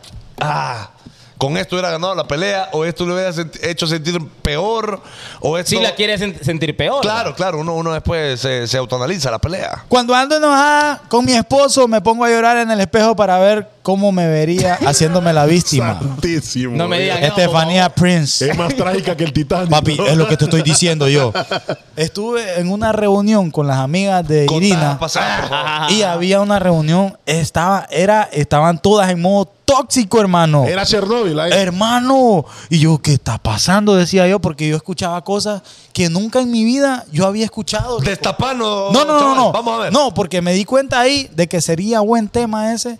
Speaker 3: ah, con esto hubiera ganado la pelea o esto le hubiera sent- hecho sentir peor o esto...
Speaker 5: Si la quiere sen- sentir peor.
Speaker 3: Claro, claro, uno, uno después se, se autoanaliza la pelea.
Speaker 4: Cuando ando enojada con mi esposo, me pongo a llorar en el espejo para ver cómo me vería haciéndome la víctima.
Speaker 6: Santísimo.
Speaker 5: No me digan
Speaker 4: Estefanía Prince.
Speaker 6: Es más trágica que el Titanic.
Speaker 4: Papi,
Speaker 6: ¿no?
Speaker 4: es lo que te estoy diciendo yo. Estuve en una reunión con las amigas de Irina.
Speaker 3: Contada, pasada, por favor.
Speaker 5: *laughs*
Speaker 4: Y había una reunión, estaba, era, estaban todas en modo tóxico, hermano.
Speaker 6: Era Chernobyl. ahí.
Speaker 4: Hermano, y yo, ¿qué está pasando? Decía yo, porque yo escuchaba cosas que nunca en mi vida yo había escuchado. loco.
Speaker 3: Destapando.
Speaker 4: No, no, no,
Speaker 3: chaval,
Speaker 4: no.
Speaker 3: Vamos a ver.
Speaker 4: No, porque me di cuenta ahí de que sería buen tema ese.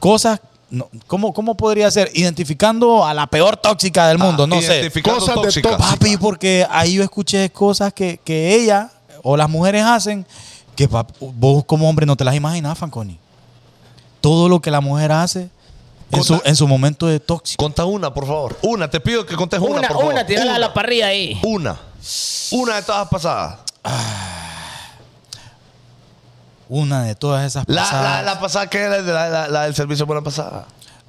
Speaker 4: Cosas, no, ¿cómo, ¿cómo podría ser? Identificando a la peor tóxica
Speaker 3: Ah,
Speaker 4: del mundo, no sé.
Speaker 3: Identificando
Speaker 6: Cosas de
Speaker 3: tóxicas.
Speaker 6: tóxica.
Speaker 4: Papi, porque ahí yo escuché cosas que, que ella o las mujeres hacen que pap- vos como hombre no te las imaginas, Fanconi. Todo lo que la mujer hace en su, en su momento de tóxico.
Speaker 3: Conta una, por favor. Una, te pido que contes una,
Speaker 5: Una,
Speaker 3: por
Speaker 5: una,
Speaker 3: favor.
Speaker 5: tirala a la parrilla ahí.
Speaker 3: Una. Una de todas pasadas.
Speaker 4: Una de todas esas
Speaker 3: La, la,
Speaker 4: pasadas.
Speaker 3: la pasada que era de la, la- la del servicio buena pasada.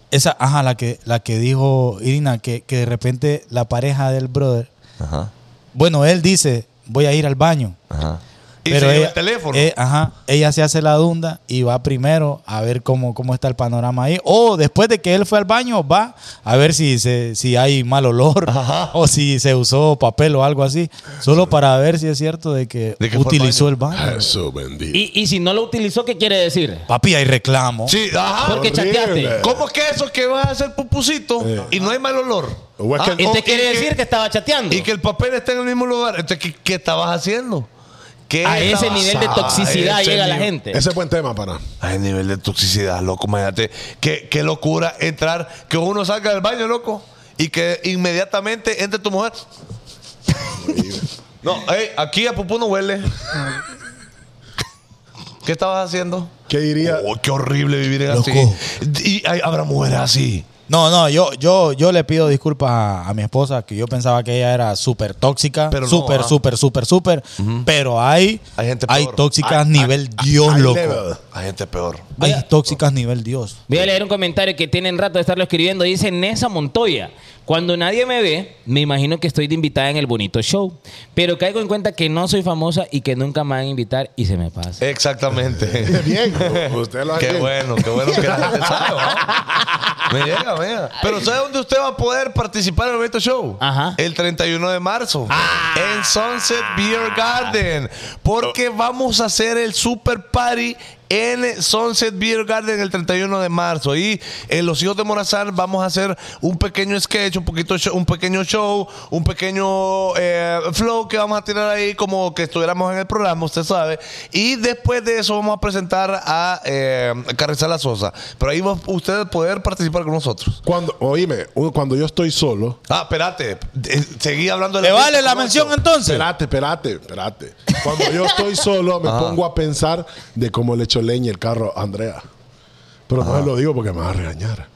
Speaker 4: Esa, ajá, la que, la que dijo Irina, que, que de repente la pareja del brother.
Speaker 3: Ajá.
Speaker 4: Bueno, él dice, voy a ir al baño.
Speaker 3: Ajá. Y
Speaker 4: pero
Speaker 3: se lleva
Speaker 4: ella,
Speaker 3: el teléfono.
Speaker 4: eh, ajá, ella se hace la dunda y va primero a ver cómo, cómo está el panorama ahí. O después de que él fue al baño, va a ver si, se, si hay mal olor
Speaker 3: Ajá.
Speaker 4: *laughs* o si se usó papel o algo así. Solo para ver si es cierto de que,
Speaker 3: De que fue al
Speaker 4: utilizó el baño.
Speaker 6: Jesús bendito.
Speaker 5: Y, y si no lo utilizó, ¿qué quiere decir?
Speaker 4: Papi, hay reclamo.
Speaker 3: sí, ajá.
Speaker 5: Porque
Speaker 6: horrible.
Speaker 5: chateaste.
Speaker 3: ¿Cómo que eso que vas a hacer pupusito y no hay mal olor?
Speaker 6: Eh. O es que-
Speaker 5: Ah, Y
Speaker 3: o-
Speaker 5: te Este quiere
Speaker 3: que-
Speaker 5: decir que estaba chateando.
Speaker 3: Y que el papel está en el mismo lugar. Entonces, ¿qué, qué estabas haciendo? ¿Qué
Speaker 5: a ese
Speaker 3: estabas-
Speaker 5: nivel de
Speaker 3: a
Speaker 5: toxicidad
Speaker 3: ese
Speaker 5: llega la
Speaker 3: nivel-
Speaker 5: gente.
Speaker 6: Ah, Ese es buen tema, para.
Speaker 3: A ese nivel de toxicidad, loco. Imagínate. Qué, qué locura entrar, que uno salga del baño, loco, y que inmediatamente entre tu mujer. no, hey, aquí a pupú no huele. ¿Qué estabas haciendo?
Speaker 6: ¿Qué diría?
Speaker 3: Oh, qué horrible vivir en
Speaker 4: Loco.
Speaker 3: así. Y hay- habrá mujeres así.
Speaker 4: No, no, yo, yo, yo le pido disculpas a, a mi esposa, que yo pensaba que ella era súper tóxica,
Speaker 3: Pero no,
Speaker 4: súper,
Speaker 3: ah.
Speaker 4: súper, súper, súper. Pero hay,
Speaker 3: Hay gente peor.
Speaker 4: tóxicas
Speaker 3: Hay-
Speaker 4: nivel Dios,
Speaker 6: hay
Speaker 4: loco.
Speaker 6: level. *laughs*
Speaker 3: Hay gente peor.
Speaker 4: Hay tóxicas nivel Dios.
Speaker 5: Voy a leer un comentario que tienen rato de estarlo escribiendo. Dice Nessa Montoya. Cuando nadie me ve, me imagino que estoy de invitada en el bonito show. Pero caigo en cuenta que no soy famosa y que nunca me van a invitar y se me pasa.
Speaker 3: Exactamente.
Speaker 6: Bien, usted lo hace
Speaker 3: Qué
Speaker 6: bien.
Speaker 3: bueno, qué bueno que la gente sabe. ¿no? *laughs* Me llega, me llega. Pero ¿sabe dónde usted va a poder participar en el evento show?
Speaker 5: Ajá.
Speaker 3: El 31 de marzo.
Speaker 4: Ah.
Speaker 3: En Sunset Beer Garden. Porque vamos a hacer el super party. En Sunset Beer Garden el 31 de marzo. Y en Los Hijos de Morazán vamos a hacer un pequeño sketch, un poquito show- un pequeño show, un pequeño eh, flow que vamos a tirar ahí como que estuviéramos en el programa, usted sabe. Y después de eso vamos a presentar a eh, Carrizal Sosa. Pero ahí va usted poder participar con nosotros.
Speaker 6: Cuando, oíme, uno- cuando yo estoy solo.
Speaker 3: Ah, espérate. Eh, Seguí hablando de
Speaker 4: ¿Le
Speaker 3: fiesta
Speaker 4: vale la
Speaker 3: con
Speaker 4: mención
Speaker 3: esto.
Speaker 4: entonces?
Speaker 6: Espérate, espérate, espérate. Cuando yo estoy solo, me pongo a pensar de cómo le echo leña el carro a Andrea. Pero no se lo digo porque me va a regañar.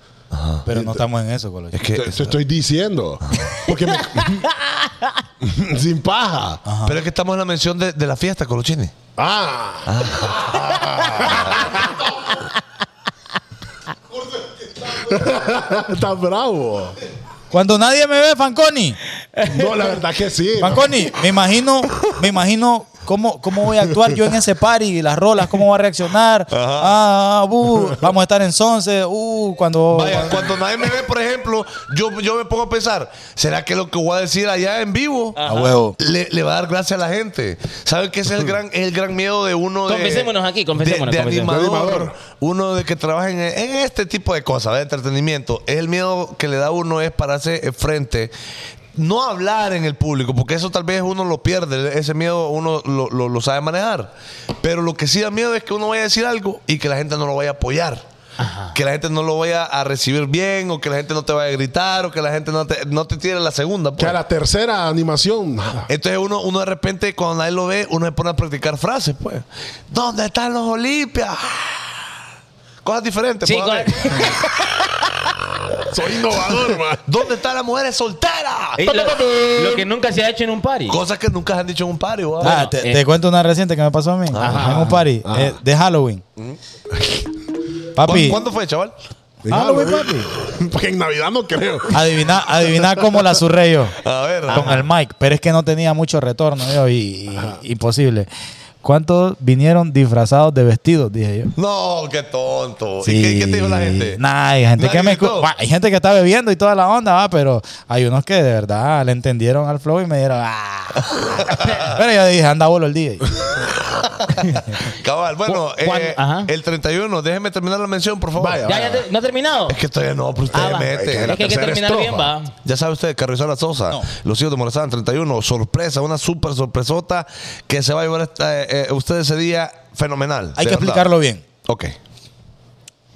Speaker 4: Pero no estamos en eso, Colo.
Speaker 3: Es que,
Speaker 6: Te- te estoy diciendo. Porque me- Sin paja.
Speaker 3: pero es que estamos en la mención de, de la fiesta, Colochini.
Speaker 6: Ah. *laughs* Estás bravo.
Speaker 4: Cuando nadie me ve, Fanconi.
Speaker 6: No, la verdad que sí.
Speaker 4: Fanconi, me imagino, me imagino cómo, cómo voy a actuar yo en ese party, las rolas, cómo va a reaccionar. Ah, uh, vamos a estar en Sonce. Uh,
Speaker 6: Oh,
Speaker 4: cuando.
Speaker 3: Vaya, cuando nadie me ve, por ejemplo, yo, yo me pongo a pensar, ¿será que lo que voy a decir allá en vivo
Speaker 4: A huevo.
Speaker 3: le, le va a dar gracia a la gente? ¿Saben que ese
Speaker 6: *laughs*
Speaker 3: es el gran, el gran miedo de uno de...
Speaker 5: Confesémonos aquí, confesémonos,
Speaker 3: De, de
Speaker 5: confesémonos.
Speaker 3: animador,
Speaker 6: De animador.
Speaker 3: uno de que trabaja en, en este tipo de cosas, de entretenimiento. Es el miedo que le da a uno es pararse eh, frente... No hablar en el público, porque eso tal vez uno lo pierde, ese miedo uno lo, lo- lo sabe manejar. Pero lo que sí da miedo es que uno vaya a decir algo y que la gente no lo vaya a apoyar que la gente no lo vaya a recibir bien o que la gente no te vaya a gritar o que la gente no te, no te tire la segunda. pues.
Speaker 6: Que a la tercera animación, nada.
Speaker 3: Entonces uno, uno de repente cuando nadie lo ve, uno se pone a practicar frases, pues. ¿Dónde están los Olimpias? Cosas diferentes.
Speaker 5: Sí,
Speaker 3: pues,
Speaker 5: con-
Speaker 3: a ver.
Speaker 6: Soy innovador, man.
Speaker 3: ¿Dónde están las mujeres solteras?
Speaker 5: *laughs* Ey, lo, lo que nunca se ha hecho en un party.
Speaker 3: Cosas que nunca se han dicho en un party,
Speaker 4: Ah,
Speaker 3: weón.
Speaker 5: Bueno,
Speaker 4: te,
Speaker 5: eh.
Speaker 4: te cuento una reciente que me pasó a mí. en un party eh, de Halloween. Papi,
Speaker 3: ¿Cu- Mm. ¿Cuándo fue, chaval?
Speaker 4: Halloween,
Speaker 6: *laughs* Porque en Navidad no creo.
Speaker 4: adivina, adivina cómo la surré yo.
Speaker 3: A ver.
Speaker 4: Con el mic, pero es que no tenía mucho retorno yo y, y- imposible. ¿Cuántos vinieron disfrazados de vestidos? Dije yo.
Speaker 3: No, qué tonto. ¿Y qué, qué te dijo la gente?
Speaker 4: Nah, hay gente
Speaker 3: ¿Nadie
Speaker 4: que me
Speaker 3: gritó?
Speaker 4: escu- bah, hay gente que está bebiendo y toda la onda, va, pero hay unos que de verdad le entendieron al flow y me dieron.
Speaker 3: *laughs*
Speaker 4: "Ah". pero yo dije, anda bolo el DJ.
Speaker 3: Cabal, bueno,
Speaker 5: Cu- cuan-
Speaker 3: eh,
Speaker 5: ajá.
Speaker 3: el 31, déjeme terminar la mención, por favor.
Speaker 6: Vaya,
Speaker 5: ¿Ya, ya te- ¿No ha terminado?
Speaker 3: Es que todavía no, pero ustedes
Speaker 5: Ah, va.
Speaker 3: meten.
Speaker 5: Es que
Speaker 3: la
Speaker 5: hay que
Speaker 3: tercera
Speaker 5: terminar
Speaker 3: estrofa.
Speaker 5: bien, va.
Speaker 3: Ya sabe usted, Carrizala Sosa, los hijos de Morazán, 31, sorpresa, una súper sorpresota que se va a llevar esta- eh, eh, usted ese día fenomenal.
Speaker 4: Hay
Speaker 3: de
Speaker 4: que
Speaker 3: verdad.
Speaker 4: explicarlo bien.
Speaker 3: Ok,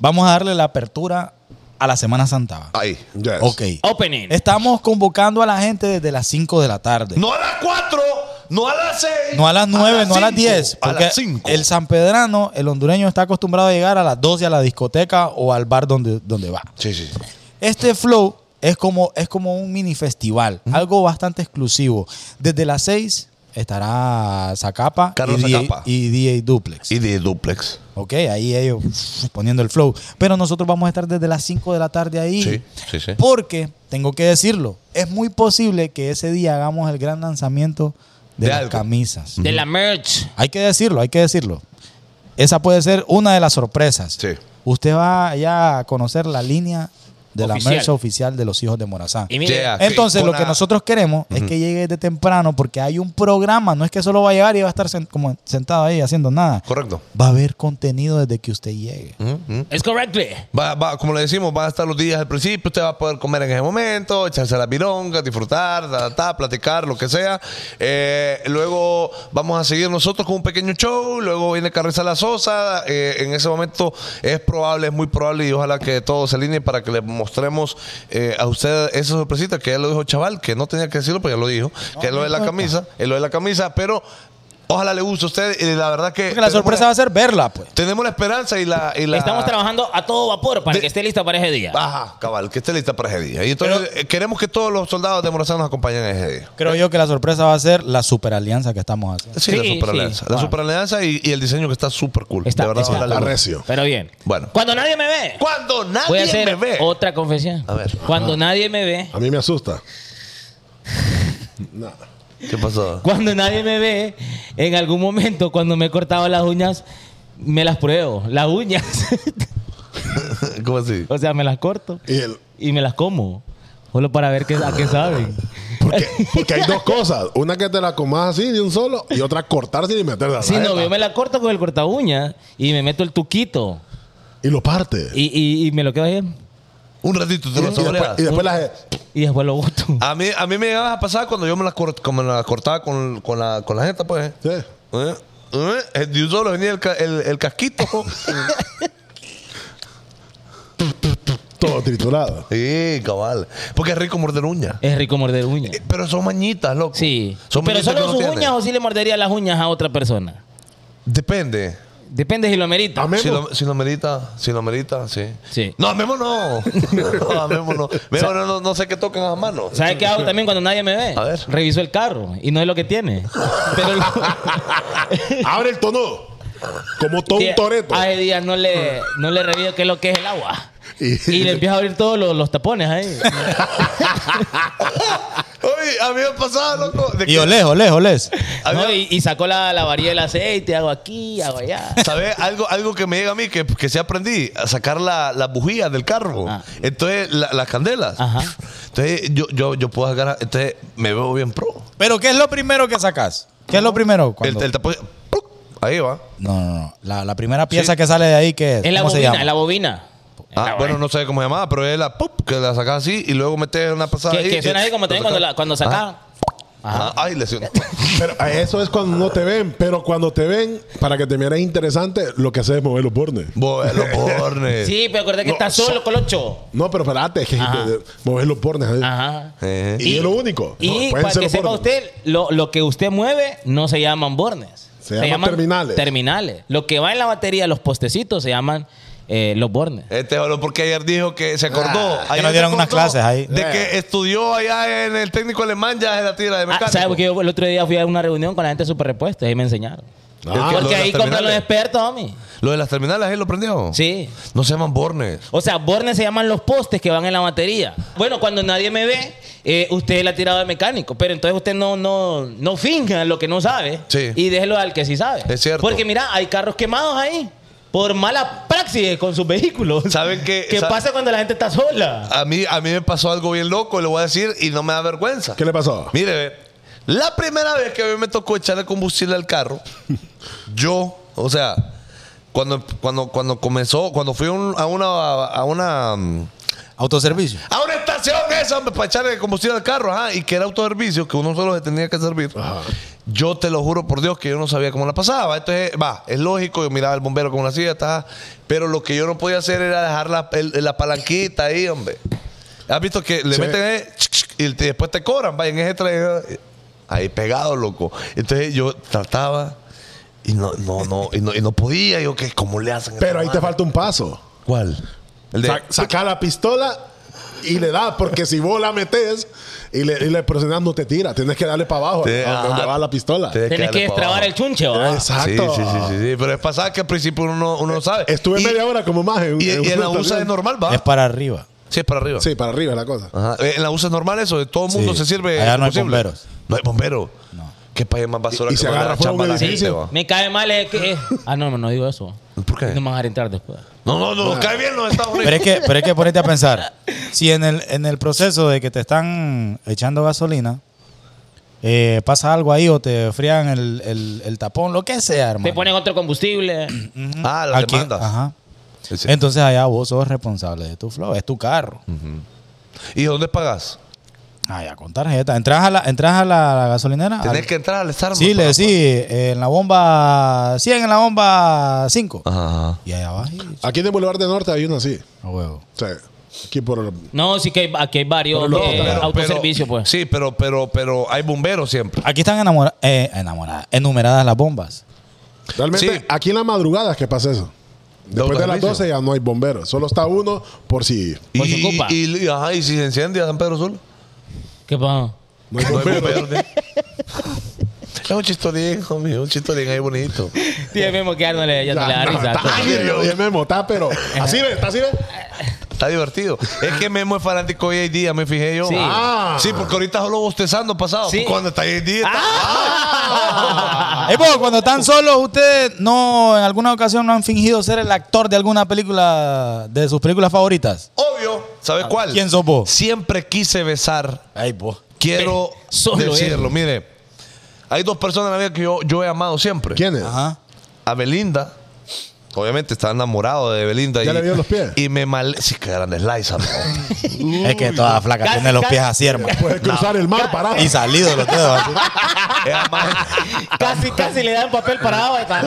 Speaker 4: Vamos a darle la apertura a la Semana Santa. va.
Speaker 3: ahí.
Speaker 6: Yes.
Speaker 4: Ok.
Speaker 5: Opening.
Speaker 4: Estamos convocando a la gente desde las 5 de la tarde.
Speaker 3: No a las 4, no a las 6.
Speaker 4: No a las 9, no a las
Speaker 3: cinco,
Speaker 4: 10.
Speaker 3: A
Speaker 4: Porque
Speaker 3: las 5.
Speaker 4: el sanpedrano, el hondureño, está acostumbrado a llegar a las 12 a la discoteca o al bar donde, donde va.
Speaker 3: Sí, sí.
Speaker 4: Este flow es como, es como un mini festival, algo bastante exclusivo. Desde las 6 estará Zacapa
Speaker 3: Carlos
Speaker 4: y, DJ,
Speaker 3: Zacapa.
Speaker 4: y DJ Duplex.
Speaker 3: Y de duplex.
Speaker 4: ok, ahí ellos uf, poniendo el flow. Pero nosotros vamos a estar desde las 5 de la tarde ahí.
Speaker 3: Sí, sí, sí.
Speaker 4: Porque, tengo que decirlo, es muy posible que ese día hagamos el gran lanzamiento de,
Speaker 3: De
Speaker 4: las
Speaker 3: algo.
Speaker 4: camisas.
Speaker 5: De la merch.
Speaker 4: Hay que decirlo, hay que decirlo. Esa puede ser una de las sorpresas.
Speaker 3: Sí.
Speaker 4: Usted va ya a conocer la línea de la
Speaker 5: Oficial.
Speaker 4: mercha oficial de los hijos de Morazán.
Speaker 5: Y mire,
Speaker 3: Yeah.
Speaker 4: Entonces,
Speaker 3: Ok,
Speaker 4: lo
Speaker 3: una-
Speaker 4: que nosotros queremos es que llegue de temprano porque hay un programa. No es que solo va a llegar y va a estar sen- como sentado ahí haciendo nada.
Speaker 3: Correcto.
Speaker 4: Va a haber contenido desde que usted llegue.
Speaker 3: Mm, mm.
Speaker 5: es correcto.
Speaker 3: Va, va, como le decimos, van a estar los días al principio, usted va a poder comer en ese momento, echarse la pironga, disfrutar, ta, ta, ta, platicar, lo que sea. Eh, luego vamos a seguir nosotros con un pequeño show, luego viene Carriza La Sosa, eh, en ese momento es probable, es muy probable y ojalá que todo se alinee para que le mostremos eh, a usted esa sorpresita que ya lo dijo Chaval, que no tenía que decirlo, pero ya lo dijo, que es lo de la camisa, es lo de la camisa, pero... Ojalá le guste a usted y la verdad que...
Speaker 4: Porque la
Speaker 3: tenemos
Speaker 4: sorpresa va a ser verla, pues.
Speaker 3: Tenemos la esperanza y la... y la-
Speaker 5: Estamos trabajando a todo vapor para
Speaker 3: De-
Speaker 5: que esté lista para ese día.
Speaker 3: Ajá, cabal, que esté lista para ese día. Y entonces eh, queremos que todos los soldados de Morazán nos acompañen en ese día.
Speaker 4: Creo yo que la sorpresa va a ser la superalianza que estamos haciendo.
Speaker 3: Sí,
Speaker 5: Sí,
Speaker 3: la
Speaker 5: sí,
Speaker 3: superalianza. La
Speaker 5: claro.
Speaker 3: superalianza y, y el diseño que está súper cool.
Speaker 5: Está-
Speaker 3: de verdad,
Speaker 5: está-
Speaker 3: ojalá le guste.
Speaker 6: Arrecio.
Speaker 5: Pero bien.
Speaker 3: Bueno.
Speaker 5: Cuando nadie me ve.
Speaker 3: Cuando nadie
Speaker 5: Voy a hacer
Speaker 3: me ve.
Speaker 5: otra confesión.
Speaker 3: A ver. Ah.
Speaker 5: Cuando nadie me ve.
Speaker 6: A mí me asusta. No.
Speaker 3: ¿Qué pasó? *laughs*
Speaker 5: Cuando nadie me ve. En algún momento, cuando me he cortado las uñas, me las pruebo. Las uñas. *laughs*
Speaker 3: ¿Cómo así?
Speaker 5: o sea, me las corto
Speaker 6: Y el-
Speaker 5: y me las como. Solo para ver qué, a qué saben.
Speaker 6: porque, porque hay dos cosas. Una que te la comas así de un solo y otra cortarse y meterla. a
Speaker 5: *laughs*
Speaker 6: la
Speaker 5: Si no,
Speaker 6: jeta.
Speaker 5: yo me la corto con el corta uñas y me meto el tuquito.
Speaker 6: Y lo parte. Y,
Speaker 5: Y, y- y me lo quedo ahí.
Speaker 3: Un ratito te lo
Speaker 6: después,
Speaker 3: saboreas.
Speaker 6: y después la
Speaker 5: Y después lo boto.
Speaker 3: A mí, a mí me llegaba a pasar cuando yo me las cort- como me las cortaba con, con la, con la gente, pues.
Speaker 6: sí.
Speaker 3: ¿Eh? ¿Eh? De un solo venía el, ca- el, el casquito.
Speaker 5: *laughs*
Speaker 6: Todo
Speaker 3: *laughs*
Speaker 6: triturado.
Speaker 3: sí, cabal. Porque es rico morder uña.
Speaker 5: Es rico morder uñas.
Speaker 3: Eh, Pero son mañitas, loco.
Speaker 5: Sí.
Speaker 3: Son
Speaker 5: Pero
Speaker 3: mañitas que
Speaker 5: solo
Speaker 3: uno
Speaker 5: sus
Speaker 3: tiene.
Speaker 5: uñas o si le mordería las uñas a otra persona.
Speaker 3: Depende.
Speaker 5: Depende si lo amerita.
Speaker 6: Amén.
Speaker 3: Si lo, si lo merita, si lo merita, sí.
Speaker 5: Sí.
Speaker 3: No, Memo no. *laughs* No, Memo no. Memo no, no, no sé qué tocan las manos.
Speaker 5: ¿Sabes qué hago también cuando nadie me ve?
Speaker 3: A ver.
Speaker 5: Reviso el carro y no es lo que tiene. Pero lo-
Speaker 6: Abre el tono. Como todo
Speaker 5: *laughs* Sí,
Speaker 6: un toreto.
Speaker 5: Hace días no le, no le reviso qué es lo que es el agua.
Speaker 6: *laughs* Y-
Speaker 5: Y le empiezo a abrir todos los, los tapones ahí.
Speaker 3: Oye, a mí me pasaba, loco. de
Speaker 4: Y
Speaker 3: que-
Speaker 4: olés, olés, olés.
Speaker 3: había-
Speaker 5: No, y, y sacó la, la varilla del aceite, hago aquí, hago allá.
Speaker 3: ¿Sabes? Algo, algo que me llega a mí, que, que sí aprendí, a sacar la- las bujías del carro.
Speaker 5: Ah.
Speaker 3: Entonces, la- las candelas.
Speaker 5: Ajá.
Speaker 3: Entonces, yo, yo, yo puedo sacar, entonces me veo bien pro.
Speaker 4: Pero ¿qué es lo primero que sacas? ¿Qué es lo primero? cuando-
Speaker 3: El, el tapón, ¡pluc! ahí va.
Speaker 4: No, no, no. La, la primera pieza que sale de ahí, ¿qué es?
Speaker 5: Es la
Speaker 4: ¿Cómo se
Speaker 5: bobina,
Speaker 4: llama?
Speaker 5: es la bobina.
Speaker 3: Ah, bueno, no sé cómo se llamaba, pero es la pop que la sacas así y luego metes una pasada
Speaker 5: Que,
Speaker 3: ahí.
Speaker 5: que suena así como también cuando, la- cuando sacas.
Speaker 3: Ah, Ajá. Ay, lesión. *laughs*
Speaker 6: Pero a eso es cuando no te ven. Pero cuando te ven, para que te mires interesante, lo que haces es mover los bornes.
Speaker 3: Bo- los bornes.
Speaker 5: Sí, pero acordé que
Speaker 3: No,
Speaker 5: está solo Colocho.
Speaker 6: No, pero espérate, es que
Speaker 5: Ajá.
Speaker 6: de- de- mover los bornes. ¿eh?
Speaker 5: Ajá.
Speaker 3: Eh.
Speaker 6: Y, es lo único.
Speaker 5: Y
Speaker 6: No, pueden
Speaker 5: para
Speaker 6: ser
Speaker 5: que
Speaker 6: los
Speaker 5: sepa
Speaker 6: bornes.
Speaker 5: usted, lo, lo que usted mueve no se llaman bornes.
Speaker 6: Se llaman terminales.
Speaker 5: Terminales. Lo que va en la batería, los postecitos, se llaman eh, los bornes.
Speaker 3: Este solo porque ayer dijo que se acordó.
Speaker 4: Ah, que
Speaker 3: ayer
Speaker 4: nos dieron
Speaker 3: se
Speaker 4: unas
Speaker 3: acordó
Speaker 4: clases ahí. Eh.
Speaker 3: De que estudió allá en el técnico alemán ya en la tira de
Speaker 5: Ah,
Speaker 3: mecánico.
Speaker 5: ¿Sabes? Porque yo el otro día fui a una reunión con la gente de Super Repuestos y me enseñaron.
Speaker 3: Ah,
Speaker 6: Ah,
Speaker 3: lo de
Speaker 5: Porque
Speaker 3: las
Speaker 5: ahí compran los
Speaker 3: terminales.
Speaker 5: expertos, homie.
Speaker 3: Lo de las terminales, ahí lo prendió.
Speaker 5: Sí.
Speaker 3: No se llaman bornes.
Speaker 5: O sea, bornes se llaman los postes que van en la batería. Bueno, cuando nadie me ve, eh, usted la ha tirado de mecánico. Pero entonces usted no, no, no finja lo que no sabe.
Speaker 3: Sí.
Speaker 5: Y déjelo al que sí sabe.
Speaker 3: Es cierto.
Speaker 5: Porque mira, hay carros quemados ahí. Por mala praxis con sus vehículos.
Speaker 3: ¿Saben qué?
Speaker 5: ¿Qué
Speaker 3: Sa-
Speaker 5: pasa cuando la gente está sola?
Speaker 3: A mí, a mí me pasó algo bien loco, le voy a decir, y no me da vergüenza.
Speaker 6: ¿Qué le pasó?
Speaker 3: Mire, ve, la primera vez que a mí me tocó echarle combustible al carro, yo, o sea, cuando, cuando, cuando comenzó, cuando fui a un- a una, a una, mm,
Speaker 4: Autoservicio.
Speaker 3: a una estación esa, hombre, para echarle combustible al carro, ajá, y que era autoservicio, que uno solo se tenía que servir. Yo te lo juro por Dios que yo no sabía cómo la pasaba. Entonces, va, es lógico, yo miraba al bombero como la hacía, ta, pero lo que yo no podía hacer era dejar la, el- la palanquita ahí, hombre. ¿Has visto que le
Speaker 6: Sí.
Speaker 3: meten ahí, chic, chic, y te- después te cobran, vayan ese tren, ahí pegado, loco. Entonces yo trataba y no, no, no, y no, y no podía, yo que cómo le hacen.
Speaker 6: Pero ahí te
Speaker 3: falta
Speaker 6: falta un paso.
Speaker 3: ¿Cuál? El de-
Speaker 6: Sa- saca la pistola y le das, porque si vos la metes y le, y le presionas, no te tira. Tienes que darle para abajo,
Speaker 3: Sí,
Speaker 6: a donde
Speaker 3: ajá.
Speaker 6: va la pistola. Ah,
Speaker 3: Tienes
Speaker 5: Tienes que
Speaker 3: darle pa'
Speaker 5: destrabar
Speaker 3: abajo.
Speaker 5: el chunche, ¿va?
Speaker 3: Sí,
Speaker 6: Exacto.
Speaker 3: sí, sí, sí, sí. Pero es pasada que al principio uno no, uno no sabe.
Speaker 6: Estuve
Speaker 3: Y-
Speaker 6: media hora como más. En,
Speaker 3: Y,
Speaker 6: en
Speaker 3: y en
Speaker 6: una
Speaker 3: la USA
Speaker 6: estación.
Speaker 3: es normal, va.
Speaker 4: Es para arriba.
Speaker 3: sí, es para arriba.
Speaker 6: Sí, para arriba es la cosa.
Speaker 3: Ajá. Eh, En la USA es normal eso. de Todo el mundo
Speaker 4: Sí.
Speaker 3: se sirve.
Speaker 4: Allá no hay
Speaker 3: combustible.
Speaker 4: bomberos.
Speaker 3: No hay bomberos. ¿Qué país más basura
Speaker 6: Y- y
Speaker 3: que
Speaker 6: se
Speaker 3: mandar
Speaker 6: agarra
Speaker 3: a
Speaker 6: fuego
Speaker 3: chamba
Speaker 6: un
Speaker 3: a la
Speaker 6: edificio.
Speaker 3: gente, va?
Speaker 5: Me cae mal es que...
Speaker 3: *laughs*
Speaker 5: Ah, no, no, no digo eso.
Speaker 3: ¿Por qué?
Speaker 5: No me van a dejar entrar después.
Speaker 3: No, no, no. Cae bien los Estados
Speaker 4: Pero
Speaker 3: Unidos.
Speaker 4: es que, pero es que ponete a pensar. Si en el, en el proceso de que te están echando gasolina, eh, pasa algo ahí o te frían el, el- el tapón, lo que sea, hermano.
Speaker 5: Te ponen otro combustible.
Speaker 3: Ah, las
Speaker 4: Aquí-
Speaker 3: demandas.
Speaker 4: Ajá.
Speaker 3: Sí, Mm. sí.
Speaker 4: Entonces allá vos sos responsable de tu flow, es tu carro.
Speaker 3: ¿Y dónde pagas?
Speaker 4: Allá con tarjeta. Entras a la, entras a la, la gasolinera.
Speaker 3: Tenés
Speaker 4: al-
Speaker 3: que entrar al Starbucks.
Speaker 4: Sí, le
Speaker 3: papá.
Speaker 4: decís, eh, en la bomba 100, en la bomba 5.
Speaker 3: Ajá.
Speaker 4: Y allá vas y
Speaker 6: Aquí en el Boulevard de Norte hay uno así.
Speaker 4: a huevo.
Speaker 6: O sea, aquí por el-
Speaker 5: No, sí que hay- aquí hay varios
Speaker 6: Pero no,
Speaker 5: eh,
Speaker 6: pero-
Speaker 5: autoservicios,
Speaker 3: pero-
Speaker 5: pues.
Speaker 3: Sí, pero, pero, pero hay bomberos siempre.
Speaker 4: Aquí están enamora- eh, enamoradas, enumeradas las bombas.
Speaker 6: Realmente,
Speaker 3: Sí.
Speaker 6: aquí en la madrugada es que pasa eso. Después de las
Speaker 3: autoservicio.
Speaker 6: 12 ya no hay bomberos. Solo está uno por si
Speaker 5: Por
Speaker 3: y,
Speaker 5: si Pues ocupa.
Speaker 3: y, y- ajá, y si se enciende a San Pedro Sula.
Speaker 5: ¿Qué pasa?
Speaker 6: no hay
Speaker 3: No hay
Speaker 6: bomberos.
Speaker 3: bomberos. Es un chistorín, homie, un chistorín ahí bonito.
Speaker 5: Tiene mismo que ya no le, ya no le da
Speaker 6: No,
Speaker 5: risa.
Speaker 6: está-
Speaker 5: Entonces,
Speaker 6: ay, Dios, Dios, Memo, está, pero. Así ve, está así ve.
Speaker 3: Está divertido. Es que Memo es fanático de JD, ya me fijé yo.
Speaker 5: Sí.
Speaker 6: Ah.
Speaker 3: Sí, porque ahorita solo bostezando pasado.
Speaker 5: Sí. Ah.
Speaker 3: Cuando está JD está...
Speaker 4: Eh, pues, cuando están solos, ustedes no, en alguna ocasión no han fingido ser el actor de alguna película, de sus películas favoritas.
Speaker 3: Obvio. ¿Sabes
Speaker 6: Ah,
Speaker 3: cuál?
Speaker 4: ¿Quién sos vos?
Speaker 3: Siempre quise besar.
Speaker 4: Ay, vos.
Speaker 3: Quiero
Speaker 5: Solo
Speaker 3: decirlo.
Speaker 5: él.
Speaker 3: Mire, hay dos personas en la vida que yo, yo he amado siempre.
Speaker 6: ¿Quién es?
Speaker 4: Ajá.
Speaker 3: A Belinda. Obviamente está enamorado de Belinda.
Speaker 6: ¿Ya
Speaker 3: y,
Speaker 6: le vio los pies?
Speaker 3: Y me mal... Sí, qué grande es Liza.
Speaker 6: *laughs*
Speaker 3: ¿no?
Speaker 4: es que toda flaca
Speaker 5: Casi,
Speaker 4: tiene los
Speaker 5: casi.
Speaker 4: pies así, hermano.
Speaker 6: Puedes cruzar el mar parado.
Speaker 4: Y salido los dedos. así.
Speaker 3: Era más-
Speaker 5: Casi, casi le dan papel parado. está.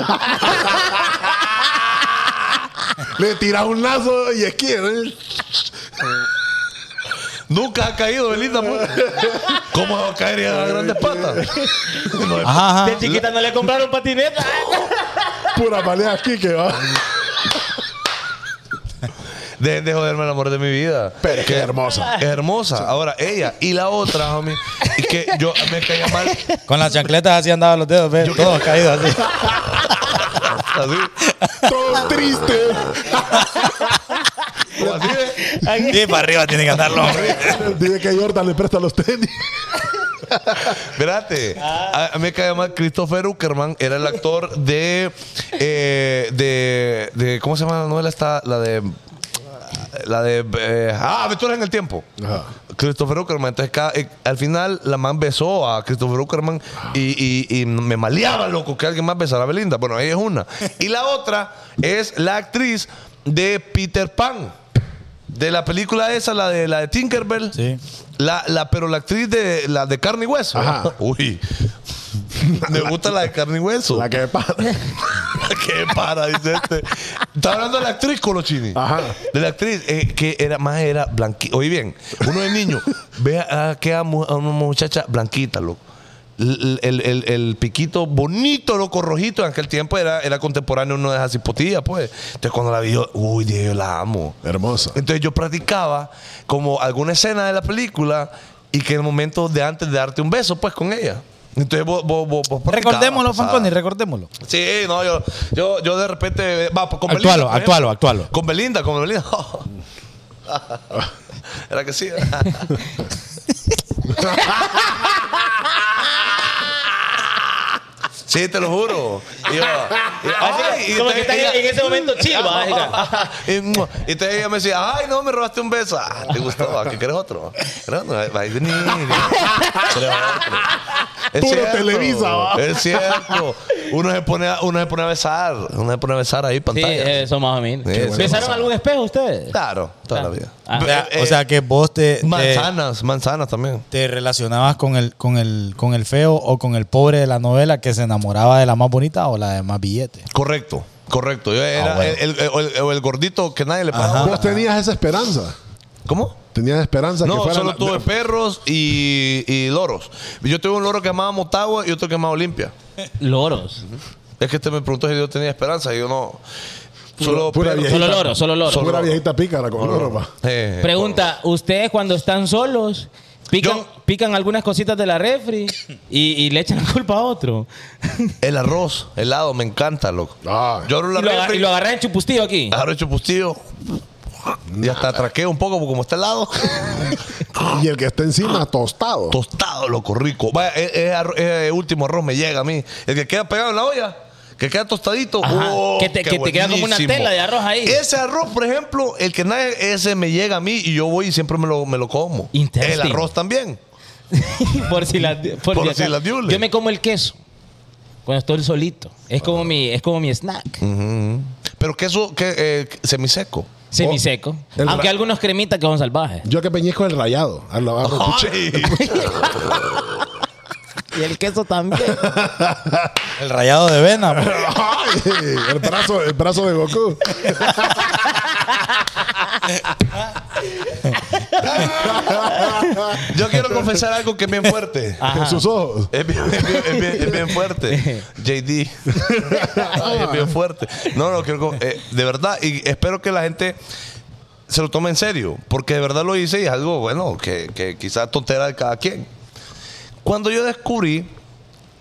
Speaker 6: Le tiras un lazo y esquí. ¿eh?
Speaker 3: Nunca ha caído Belinda. pues. ¿Cómo va a caer y a grandes patas? No,
Speaker 4: Ajá, ajá.
Speaker 5: De chiquita no le compraron patineta.
Speaker 6: Pura pelea aquí que va.
Speaker 3: Dejen de joderme el amor de mi vida.
Speaker 6: Pero qué hermosa.
Speaker 3: Es hermosa. Ahora, ella y la otra, homie. Y que yo me caía mal.
Speaker 4: Con las chancletas así andaban los dedos, ve, todos caídos así.
Speaker 3: Así.
Speaker 6: Todo triste.
Speaker 3: o así de-
Speaker 4: Y para arriba tiene que andar los hombres.
Speaker 6: Dice que Jordan le presta los tenis.
Speaker 3: Espérate. A, a mí me caía mal Christopher Uckerman. Era el actor de, eh, de, de- ¿Cómo se llama la novela esta? La de. La de. eh, ah, Aventuras en el Tiempo. Christopher Uckerman. Entonces, cada- eh, al final, la man besó a Christopher Uckerman y, y- y me maleaba, loco, que alguien más besara a Belinda. Bueno, ella es una. Y la otra es la actriz de Peter Pan. De la película esa, la de la de Tinkerbell.
Speaker 4: Sí.
Speaker 3: La, la, pero la actriz de la de carne y hueso.
Speaker 6: Ajá.
Speaker 3: Uy. *laughs* Me gusta la de carne y hueso.
Speaker 6: La que
Speaker 3: *laughs*
Speaker 6: para.
Speaker 3: Qué para, dice este. Está hablando de la actriz Colochini.
Speaker 6: Ajá.
Speaker 3: De la actriz, eh, que era más era blanquita. Oye bien, uno de niño, ve a, a que a, mu- a una muchacha blanquita, loco. El, el- el- el piquito bonito, loco, rojito, en aquel tiempo era, era contemporáneo uno de esas cipotillas, pues. Entonces cuando la vi yo, uy, Dios, yo la amo.
Speaker 6: Hermosa.
Speaker 3: Entonces yo practicaba como alguna escena de la película y que en el momento de antes de darte un beso, pues con ella. Entonces vos, vos, vos, vos practicabas,
Speaker 4: Recordémoslo,
Speaker 3: pasabas.
Speaker 4: Fanconi, recordémoslo.
Speaker 3: Sí, no, yo, yo, yo de repente. Va, pues, con
Speaker 4: Actualo,
Speaker 3: Belinda. por
Speaker 4: actualo,
Speaker 3: ejemplo.
Speaker 4: actualo.
Speaker 3: Con Belinda, con Belinda. *laughs* Era que sí. *laughs* sí, te lo juro. Y yo, y- ay, y "Mm,
Speaker 5: Como
Speaker 3: te-
Speaker 5: que está
Speaker 3: ella-
Speaker 5: en ese momento chill, va, ella.
Speaker 3: *laughs* y mua, y entonces ella me decía, ay, no, me robaste un beso. Ah, te gustó, ¿a ¿qué quieres otro? No, no, va a ir niño. Es
Speaker 6: Puro Televisa, va.
Speaker 3: Es cierto. Uno se, pone a, uno se pone a besar. Uno se pone a besar ahí
Speaker 5: Sí,
Speaker 3: pantalla.
Speaker 5: eso más o menos.
Speaker 3: Sí, sí,
Speaker 5: ¿Besaron
Speaker 3: sí.
Speaker 5: algún espejo ustedes?
Speaker 3: Claro, toda la vida.
Speaker 5: Ah.
Speaker 4: O sea,
Speaker 3: Eh,
Speaker 4: o sea que vos te, te-
Speaker 3: manzanas, manzanas también.
Speaker 4: te relacionabas con el, con el, con el feo o con el pobre de la novela que se enamoraba de la más bonita o la de más billete.
Speaker 3: Correcto, correcto. Yo era
Speaker 4: bueno.
Speaker 3: el, el- el- el- el gordito que nadie le pagaba.
Speaker 6: Vos tenías esa esperanza.
Speaker 3: ¿Cómo?
Speaker 6: Tenías esperanza que
Speaker 3: No,
Speaker 6: fuera.
Speaker 3: solo
Speaker 6: la-
Speaker 3: tuve perros y, y loros. Yo tuve un loro que llamaba Motagua y otro que llamaba Olimpia.
Speaker 5: Loros.
Speaker 3: Es que este me preguntó si yo tenía esperanza. y Yo no. Solo
Speaker 6: Pura
Speaker 3: perros.
Speaker 6: viejita.
Speaker 5: Solo loros, solo loros.
Speaker 6: Pura viejita pícara con oro, va.
Speaker 3: Eh,
Speaker 5: Pregunta, ¿ustedes cuando están solos pican,
Speaker 3: Yo-
Speaker 5: pican algunas cositas de la refri y, y le echan la culpa a otro?
Speaker 3: El arroz, helado, me encanta, loco.
Speaker 6: Ah.
Speaker 3: Yo abro
Speaker 5: Y
Speaker 3: la
Speaker 5: lo, aga-
Speaker 3: refri, Ah,
Speaker 5: y lo agarran en chupustillo aquí.
Speaker 3: abro el chupustillo y hasta traqueo un poco porque como está
Speaker 6: *laughs*
Speaker 3: helado,
Speaker 6: Y el que está
Speaker 3: ah.
Speaker 6: encima, tostado.
Speaker 3: tostado, loco, rico. Vaya, es, es arro- es el último arroz me llega a mí. El que queda pegado en la olla, que queda tostadito.
Speaker 5: Ajá.
Speaker 3: ¡oh,
Speaker 5: Que te-
Speaker 3: qué
Speaker 5: que te queda como una
Speaker 3: buenísimo!
Speaker 5: tela de arroz ahí.
Speaker 3: Ese arroz, por ejemplo, el que nadie, ese me llega a mí y yo voy y siempre me lo, me lo como.
Speaker 5: Interesting.
Speaker 3: El arroz también.
Speaker 5: *laughs* por si las por
Speaker 3: Por
Speaker 5: si
Speaker 3: si
Speaker 5: acaso.
Speaker 3: las diule.
Speaker 5: Yo me como el queso cuando estoy solito. Es como mi es como mi snack
Speaker 3: Mm. Ujú. Pero queso que, eh, semiseco.
Speaker 5: semiseco.
Speaker 3: Oh.
Speaker 6: el
Speaker 5: Aunque
Speaker 6: ra-
Speaker 5: algunos cremitas que son salvajes.
Speaker 6: Yo que peñezco el rayado. A
Speaker 3: Ah,
Speaker 6: la barra de cuchillo.
Speaker 3: Ay.
Speaker 5: Y el queso *laughs* también.
Speaker 4: El rayado de vena. man.
Speaker 6: Ay, el brazo, el brazo de Goku.
Speaker 3: *laughs* Yo quiero confesar algo que es bien fuerte.
Speaker 6: En sus ojos.
Speaker 3: Es bien, es bien- es bien- es bien *laughs* fuerte. JD. Ay, es bien fuerte. No, no, quiero. co- eh, de verdad, y espero que la gente se lo tome en serio. Porque de verdad lo hice y es algo, bueno, que, que quizás tontera de cada quien. Cuando yo descubrí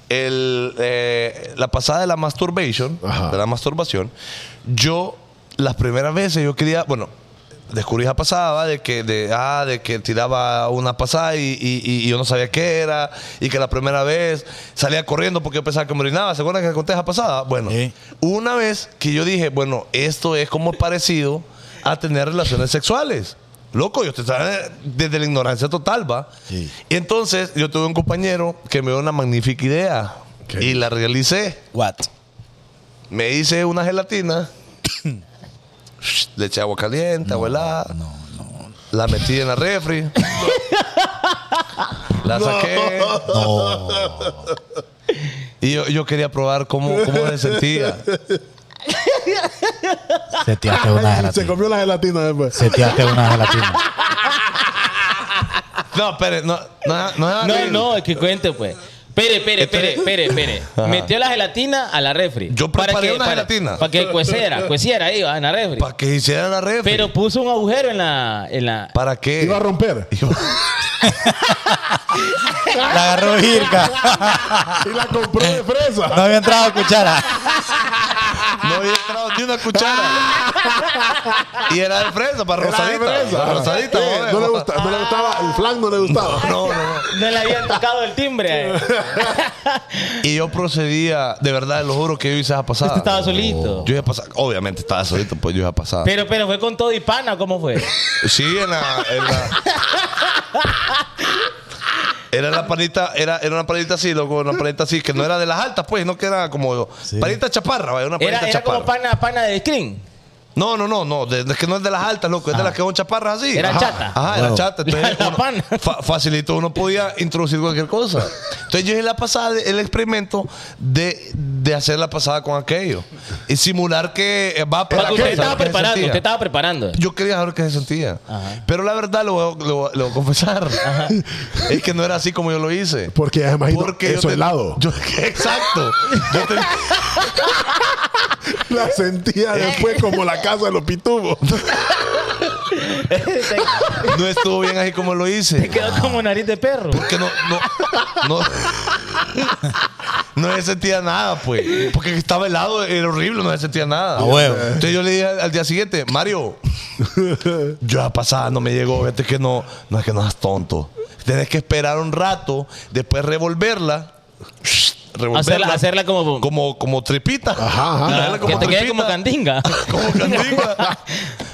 Speaker 3: el, eh, la pasada de la masturbation,
Speaker 6: Ajá.
Speaker 3: de la masturbación, yo las primeras veces yo quería, bueno, descubrí esa pasada ¿va? de que de ah, de que tiraba una pasada y, y- y yo no sabía qué era y que la primera vez salía corriendo porque yo pensaba que me orinaba. ¿Se acuerdan que conté esa pasada? Bueno,
Speaker 4: Sí.
Speaker 3: una vez que yo dije, bueno, esto es como parecido a tener relaciones sexuales. Loco, yo te estaba desde la ignorancia total, ¿va?
Speaker 4: Sí.
Speaker 3: Y entonces yo tuve un compañero que me dio una magnífica idea
Speaker 6: ¿Qué?
Speaker 3: y la realicé.
Speaker 4: What?
Speaker 3: Me hice una gelatina, le eché agua caliente, agua helada, la metí en la refri, la saqué. Y yo, yo quería probar cómo, cómo se sentía.
Speaker 4: Se tiraste una
Speaker 6: Se
Speaker 4: gelatina.
Speaker 6: comió la gelatina después.
Speaker 4: Se tiraste una gelatina.
Speaker 3: No, espere, no, no, no,
Speaker 5: No, no, es que cuente pues. Pere, pere, pere, pere,
Speaker 3: *laughs*
Speaker 5: pere. Metió la gelatina a la refri.
Speaker 3: Este- Yo preparé una gelatina.
Speaker 5: Para que cueciera, cueciera ahí, va, en la refri.
Speaker 3: Para que hiciera la red.
Speaker 5: Pero puso un agujero en la. En la
Speaker 3: ¿Para qué? *laughs*
Speaker 6: Iba a romper.
Speaker 4: La agarró Jirka.
Speaker 6: Y la compró de fresa.
Speaker 4: No había entrado cuchara.
Speaker 3: No había entrado ni una
Speaker 6: *laughs*
Speaker 3: cuchara. y era de fresa, para
Speaker 6: Era de
Speaker 3: rosadita.
Speaker 6: fresa.
Speaker 3: Para rosadita.
Speaker 6: Eh,
Speaker 3: joder.
Speaker 6: no, le gusta- no le gustaba, el flan no le gustaba.
Speaker 3: No, no, no.
Speaker 5: no le habían tocado el
Speaker 3: *laughs*
Speaker 5: timbre. eh.
Speaker 3: Y yo procedía, de verdad, lo juro que yo hice esa pasada.
Speaker 5: Usted Este estaba solito.
Speaker 3: Yo iba a pasar, obviamente estaba solito, pues yo iba a pasar.
Speaker 5: Pero, pero fue con todo y pana, ¿cómo fue?
Speaker 3: Sí, en la. en la- Era la panita, era, era una panita así, loco, una panita así, que no era de las altas, pues, no que era como panita chaparra, vaya, una panita
Speaker 5: Era, era
Speaker 3: chaparra.
Speaker 5: como pana, pana de screen.
Speaker 3: No, no, no, no, de- de- que no es de las altas, loco, es de las que son chaparras así.
Speaker 5: Ah. Era
Speaker 3: Ajá.
Speaker 5: chata.
Speaker 3: Ajá, era chata. Entonces,
Speaker 5: La
Speaker 3: uno-
Speaker 5: pana.
Speaker 3: fa- facilito, uno podía introducir cualquier cosa. Entonces yo hice la pasada, de- el experimento de, de hacer la pasada con aquello. Y simular que eh, va
Speaker 5: Porque
Speaker 3: cosa,
Speaker 5: usted estaba
Speaker 3: lo que se
Speaker 5: preparando,
Speaker 3: sentía.
Speaker 5: usted estaba preparando.
Speaker 3: Yo quería saber qué se sentía. Pero la verdad, lo voy a, lo voy a- lo voy a confesar, *laughs* es que no era así como yo lo hice.
Speaker 6: Porque ya me imagino
Speaker 3: yo
Speaker 6: eso
Speaker 3: ten-
Speaker 6: helado.
Speaker 3: yo- *laughs* exacto. Yo ten-
Speaker 6: La
Speaker 3: Eh.
Speaker 6: sentía después como la casa de los
Speaker 3: *laughs*
Speaker 6: pitubos.
Speaker 3: no estuvo bien así como lo hice.
Speaker 5: Quedó como nariz de perro.
Speaker 3: Porque no, no, no, no se sentía nada, pues. Porque estaba helado, era horrible, no se sentía nada.
Speaker 4: A huevo.
Speaker 3: Entonces yo le dije al, al día siguiente, Mario, yo la pasada no me llegó, vete que no, no es que no seas tonto. Tienes que esperar un rato, después revolverla.
Speaker 5: Hacerla, hacerla como.
Speaker 3: como, como tripita.
Speaker 6: Ajá, ajá.
Speaker 3: Hacerla
Speaker 5: Ah, que te quede
Speaker 3: tripita.
Speaker 5: como candinga.
Speaker 3: Como
Speaker 5: *laughs*
Speaker 3: candinga.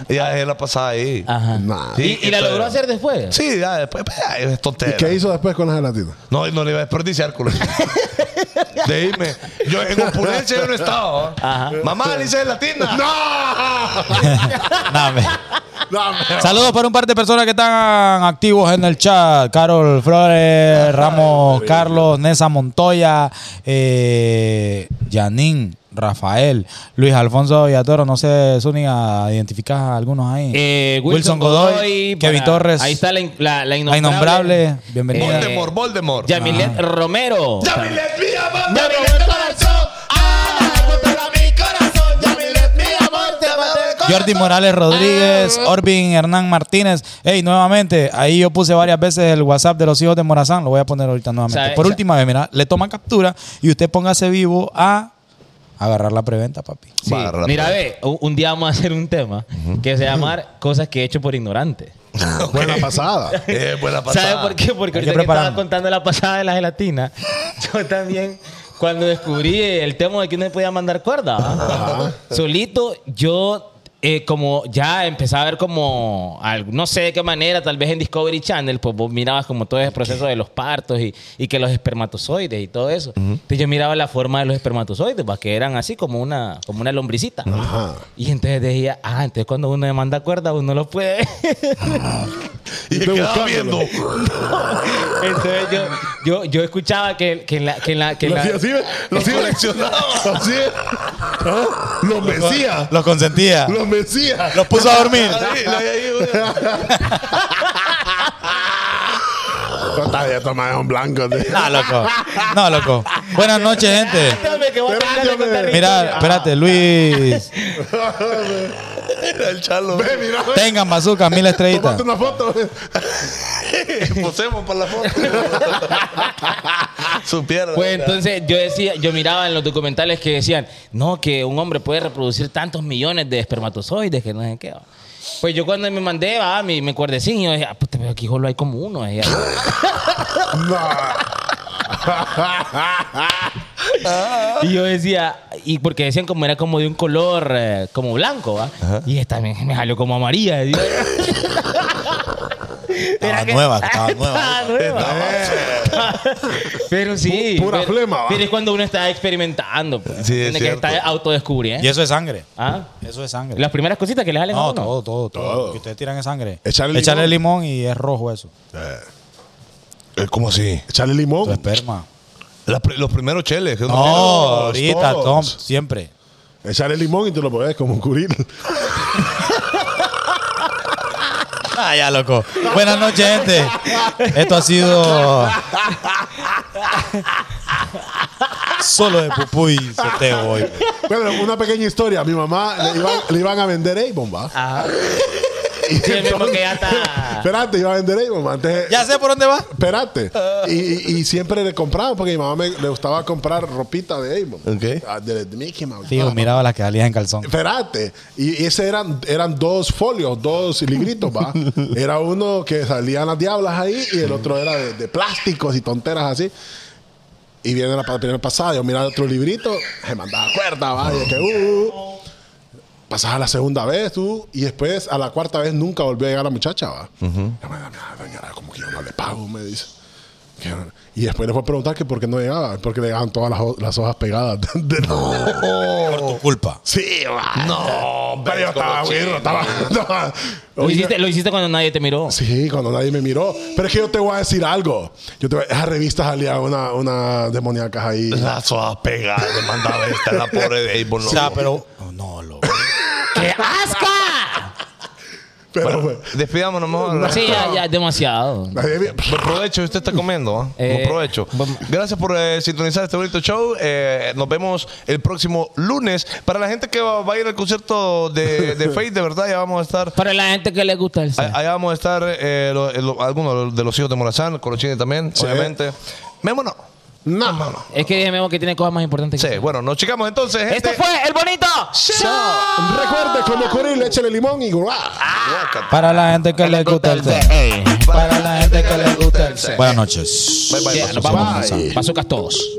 Speaker 3: y ya dejé la pasada ahí.
Speaker 5: Ajá.
Speaker 6: Nah.
Speaker 3: Sí,
Speaker 5: Ah, ¿Y, y la
Speaker 3: entonces-
Speaker 5: logró hacer después?
Speaker 3: Sí, ya después, pues, ya, es tontera.
Speaker 6: ¿Y qué hizo después con la gelatina?
Speaker 3: No, no le iba a desperdiciar, culo. Dime, yo en opulencia yo no estaba.
Speaker 5: Ajá.
Speaker 3: ¿eh? Mamá, le hice gelatina. ¡No!
Speaker 4: Nah, me-
Speaker 6: Dame.
Speaker 4: Saludos para un par de personas que están activos en el chat. Carol Flores, Ramos, Carlos, Nesa Montoya, eh, Janine, Rafael, Luis Alfonso Villatoro. No sé, Zúñiga, ¿identificas a algunos ahí?
Speaker 5: Eh,
Speaker 4: Wilson Godoy, Kevin
Speaker 5: para-
Speaker 4: Torres.
Speaker 5: Ahí está la, in- la, la
Speaker 4: La
Speaker 5: innombrable.
Speaker 4: innombrable. Bienvenida.
Speaker 5: Eh,
Speaker 3: Voldemort, Voldemort. Ah.
Speaker 5: Yamilet Romero.
Speaker 3: Yamilet, mi amor,
Speaker 5: Ya me
Speaker 3: Yamilet,
Speaker 5: le-
Speaker 3: corazón. Ah, controla mi corazón. Yamilet, mi amor, te mando el corazón.
Speaker 4: Jordi Morales Rodríguez,
Speaker 5: Ah.
Speaker 4: Orbin Hernán Martínez. Hey, nuevamente, ahí yo puse varias veces el WhatsApp de los hijos de Morazán. Lo voy a poner ahorita nuevamente.
Speaker 5: ¿Sabe?
Speaker 4: Por
Speaker 5: Sa-
Speaker 4: última vez, mira, le toman captura y usted póngase vivo a agarrar la preventa, papi.
Speaker 5: Sí.
Speaker 3: Barra,
Speaker 5: Mira,
Speaker 3: pues.
Speaker 5: ve, un, un día vamos a hacer un tema que se llama Cosas que he hecho por ignorante.
Speaker 6: Buena pasada.
Speaker 3: Eh, buena pasada.
Speaker 5: ¿Sabes por qué? Porque
Speaker 4: Hay que
Speaker 5: ahorita que estaba
Speaker 4: prepararnos.
Speaker 5: contando la pasada de la gelatina, *laughs* yo también, cuando descubrí el tema de que no se podía mandar cuerda, ¿va? solito, yo eh, como ya empezaba a ver como, al- no sé de qué manera, tal vez en Discovery Channel, pues vos mirabas como todo ese proceso de los partos y, y que los espermatozoides y todo eso. Entonces yo miraba la forma de los espermatozoides, ¿va? que eran así como una, como una lombricita.
Speaker 6: Ajá.
Speaker 5: Y entonces decía, ah, entonces cuando uno le manda cuerda, uno lo puede *laughs* ver".
Speaker 3: Y
Speaker 6: Estoy
Speaker 3: quedaba
Speaker 6: buscándolo.
Speaker 3: viendo.
Speaker 5: Entonces yo, yo, yo escuchaba que, que en la... Que en la, que en
Speaker 6: Lo
Speaker 5: la-
Speaker 6: hacía así, ¿ve? Lo hacía Así es. ¿Ah? Los mesía.
Speaker 4: Los consentía.
Speaker 6: Los mesía.
Speaker 4: Los puso a
Speaker 6: *laughs*
Speaker 4: dormir.
Speaker 3: Ahí, ahí, güey.
Speaker 6: No está ya tomado un blanco. tío.
Speaker 4: No, loco. No, loco. Buenas noches, gente.
Speaker 5: Espérame, que voy a terminar de
Speaker 6: Espérame.
Speaker 5: contar mi
Speaker 4: Mira,
Speaker 5: historia.
Speaker 4: espérate, Luis.
Speaker 3: Era el chalo.
Speaker 6: Ve, mira. ve.
Speaker 4: Tengan bazooka, mil estrellitas.
Speaker 6: Tómate una foto. ve.
Speaker 3: Posemos para la foto. Su pierna.
Speaker 5: Pues entonces yo decía, yo miraba en los documentales que decían, no, que un hombre puede reproducir tantos millones de espermatozoides que no sé qué. va. Pues yo cuando me mandé, va, mi, mi cuerdecín, yo dije, ah, puta, pero aquí solo hay como uno. decía yo. Y yo decía, y porque decían como era como de un color eh, como blanco, ¿va? Y esta me, me salió como
Speaker 4: *laughs*
Speaker 5: amarilla. y yo-
Speaker 4: Estaba nueva, estaba
Speaker 5: *laughs* Estaba
Speaker 4: nueva.
Speaker 5: nueva. *laughs* Pero sí.
Speaker 6: Pu- pura
Speaker 5: pero,
Speaker 6: flema, va.
Speaker 5: pero es cuando uno está experimentando. pues.
Speaker 3: Sí, es
Speaker 5: tiene que
Speaker 3: cierto.
Speaker 5: estar autodescubriendo.
Speaker 4: Y eso es sangre.
Speaker 5: ¿Ah?
Speaker 4: Eso es sangre.
Speaker 5: Las primeras cositas que le salen a
Speaker 4: No,
Speaker 5: uno.
Speaker 4: todo, todo, todo. Lo que ustedes tiran es sangre.
Speaker 6: Echarle
Speaker 4: limón. y es rojo eso.
Speaker 3: ¿Cómo así?
Speaker 6: Echarle
Speaker 4: Tu
Speaker 6: limón.
Speaker 4: esperma.
Speaker 3: La pri- los primeros cheles. que uno
Speaker 4: No,
Speaker 3: tiene.
Speaker 4: ahorita,
Speaker 6: todos.
Speaker 4: Tom, siempre.
Speaker 6: Echarle limón y tú lo pones como un curil.
Speaker 4: Ah, ya, loco. *laughs* Buenas noches, gente. Esto ha sido. Solo de pupuy soteo hoy.
Speaker 6: Bueno, una pequeña historia. Mi mamá le iban, le iban a vender Avon, va.
Speaker 5: Ah, Sí, el mismo que ya está.
Speaker 4: *laughs*
Speaker 6: Esperate, iba a vender Avon, va. Antes,
Speaker 4: Ya sé por dónde va.
Speaker 6: Esperate. Y, y- y siempre le compraba, porque mi mamá me, le gustaba comprar ropita de Avon.
Speaker 3: Ok.
Speaker 6: Ah, De, de Mickey Mouse.
Speaker 4: Fijo,
Speaker 6: Ah,
Speaker 4: miraba las que salían en calzón.
Speaker 6: Espérate, y ese eran, eran dos folios, dos libritos, va. Era uno que salían las diablas ahí y el otro era de, de plásticos y tonteras así. Y viene la pa- primera pasada, yo miraba otro librito, se mandaba cuerda, va, y es que, uh, uh. Pasaba la segunda vez, tú, y después a la cuarta vez nunca volvió a llegar la muchacha, va. Ya me da- me da- "Ah, doña, como que yo no le pago, me dice. Que- Y después le fue a preguntar que por qué no llegaba, porque le llegaban todas las, ho- las hojas pegadas. *laughs* de- de-
Speaker 4: Por tu culpa.
Speaker 6: Sí, va.
Speaker 3: No,
Speaker 6: Pero yo estaba güiro, estaba. *laughs* estaba-
Speaker 5: Lo hiciste, lo hiciste cuando nadie te miró.
Speaker 6: Sí, cuando nadie me miró. Pero es que yo te voy a decir algo. Yo te voy, esa revista salía una, una demoníacas ahí.
Speaker 3: Las hojas pegadas, le mandaba esta la pobre de Avon.
Speaker 4: O
Speaker 3: loco.
Speaker 4: sea, pero. oh, no, loco.
Speaker 5: ¡Qué asca!
Speaker 6: Pero, bueno,
Speaker 3: Despidámonos mejor.
Speaker 5: Sí, ya, ya, demasiado.
Speaker 6: nadie me-
Speaker 3: Buen provecho, usted está comiendo. ¿ah?
Speaker 5: Eh,
Speaker 3: Buen provecho.
Speaker 5: vam-
Speaker 3: Gracias por eh, sintonizar este bonito show. Eh, nos vemos el próximo lunes. Para la gente que va, va a ir al concierto de,
Speaker 5: *laughs*
Speaker 3: de Faith, de verdad, ya vamos a estar.
Speaker 5: Para la gente que le gusta el
Speaker 3: ahí-
Speaker 5: sexo.
Speaker 3: Allá vamos a estar eh, lo- lo- algunos de los hijos de Morazán, Colochini también, obviamente. Mémonos.
Speaker 6: No, no, no.
Speaker 5: Es que dije Memo que tiene cosas más importantes. que
Speaker 3: Sí, bueno, eh, nos chicamos entonces.
Speaker 5: Este
Speaker 3: gente.
Speaker 5: fue el bonito.
Speaker 6: Chao. Recuerde como Curry, le échale limón y guau.
Speaker 4: Para la gente que le gusta el sexo.
Speaker 5: Ey.
Speaker 4: Para la gente que le gusta el sexo. Buenas noches.
Speaker 3: Bye, bye,
Speaker 5: Ya,
Speaker 3: bye.
Speaker 5: nos vamos. Bazookas todos.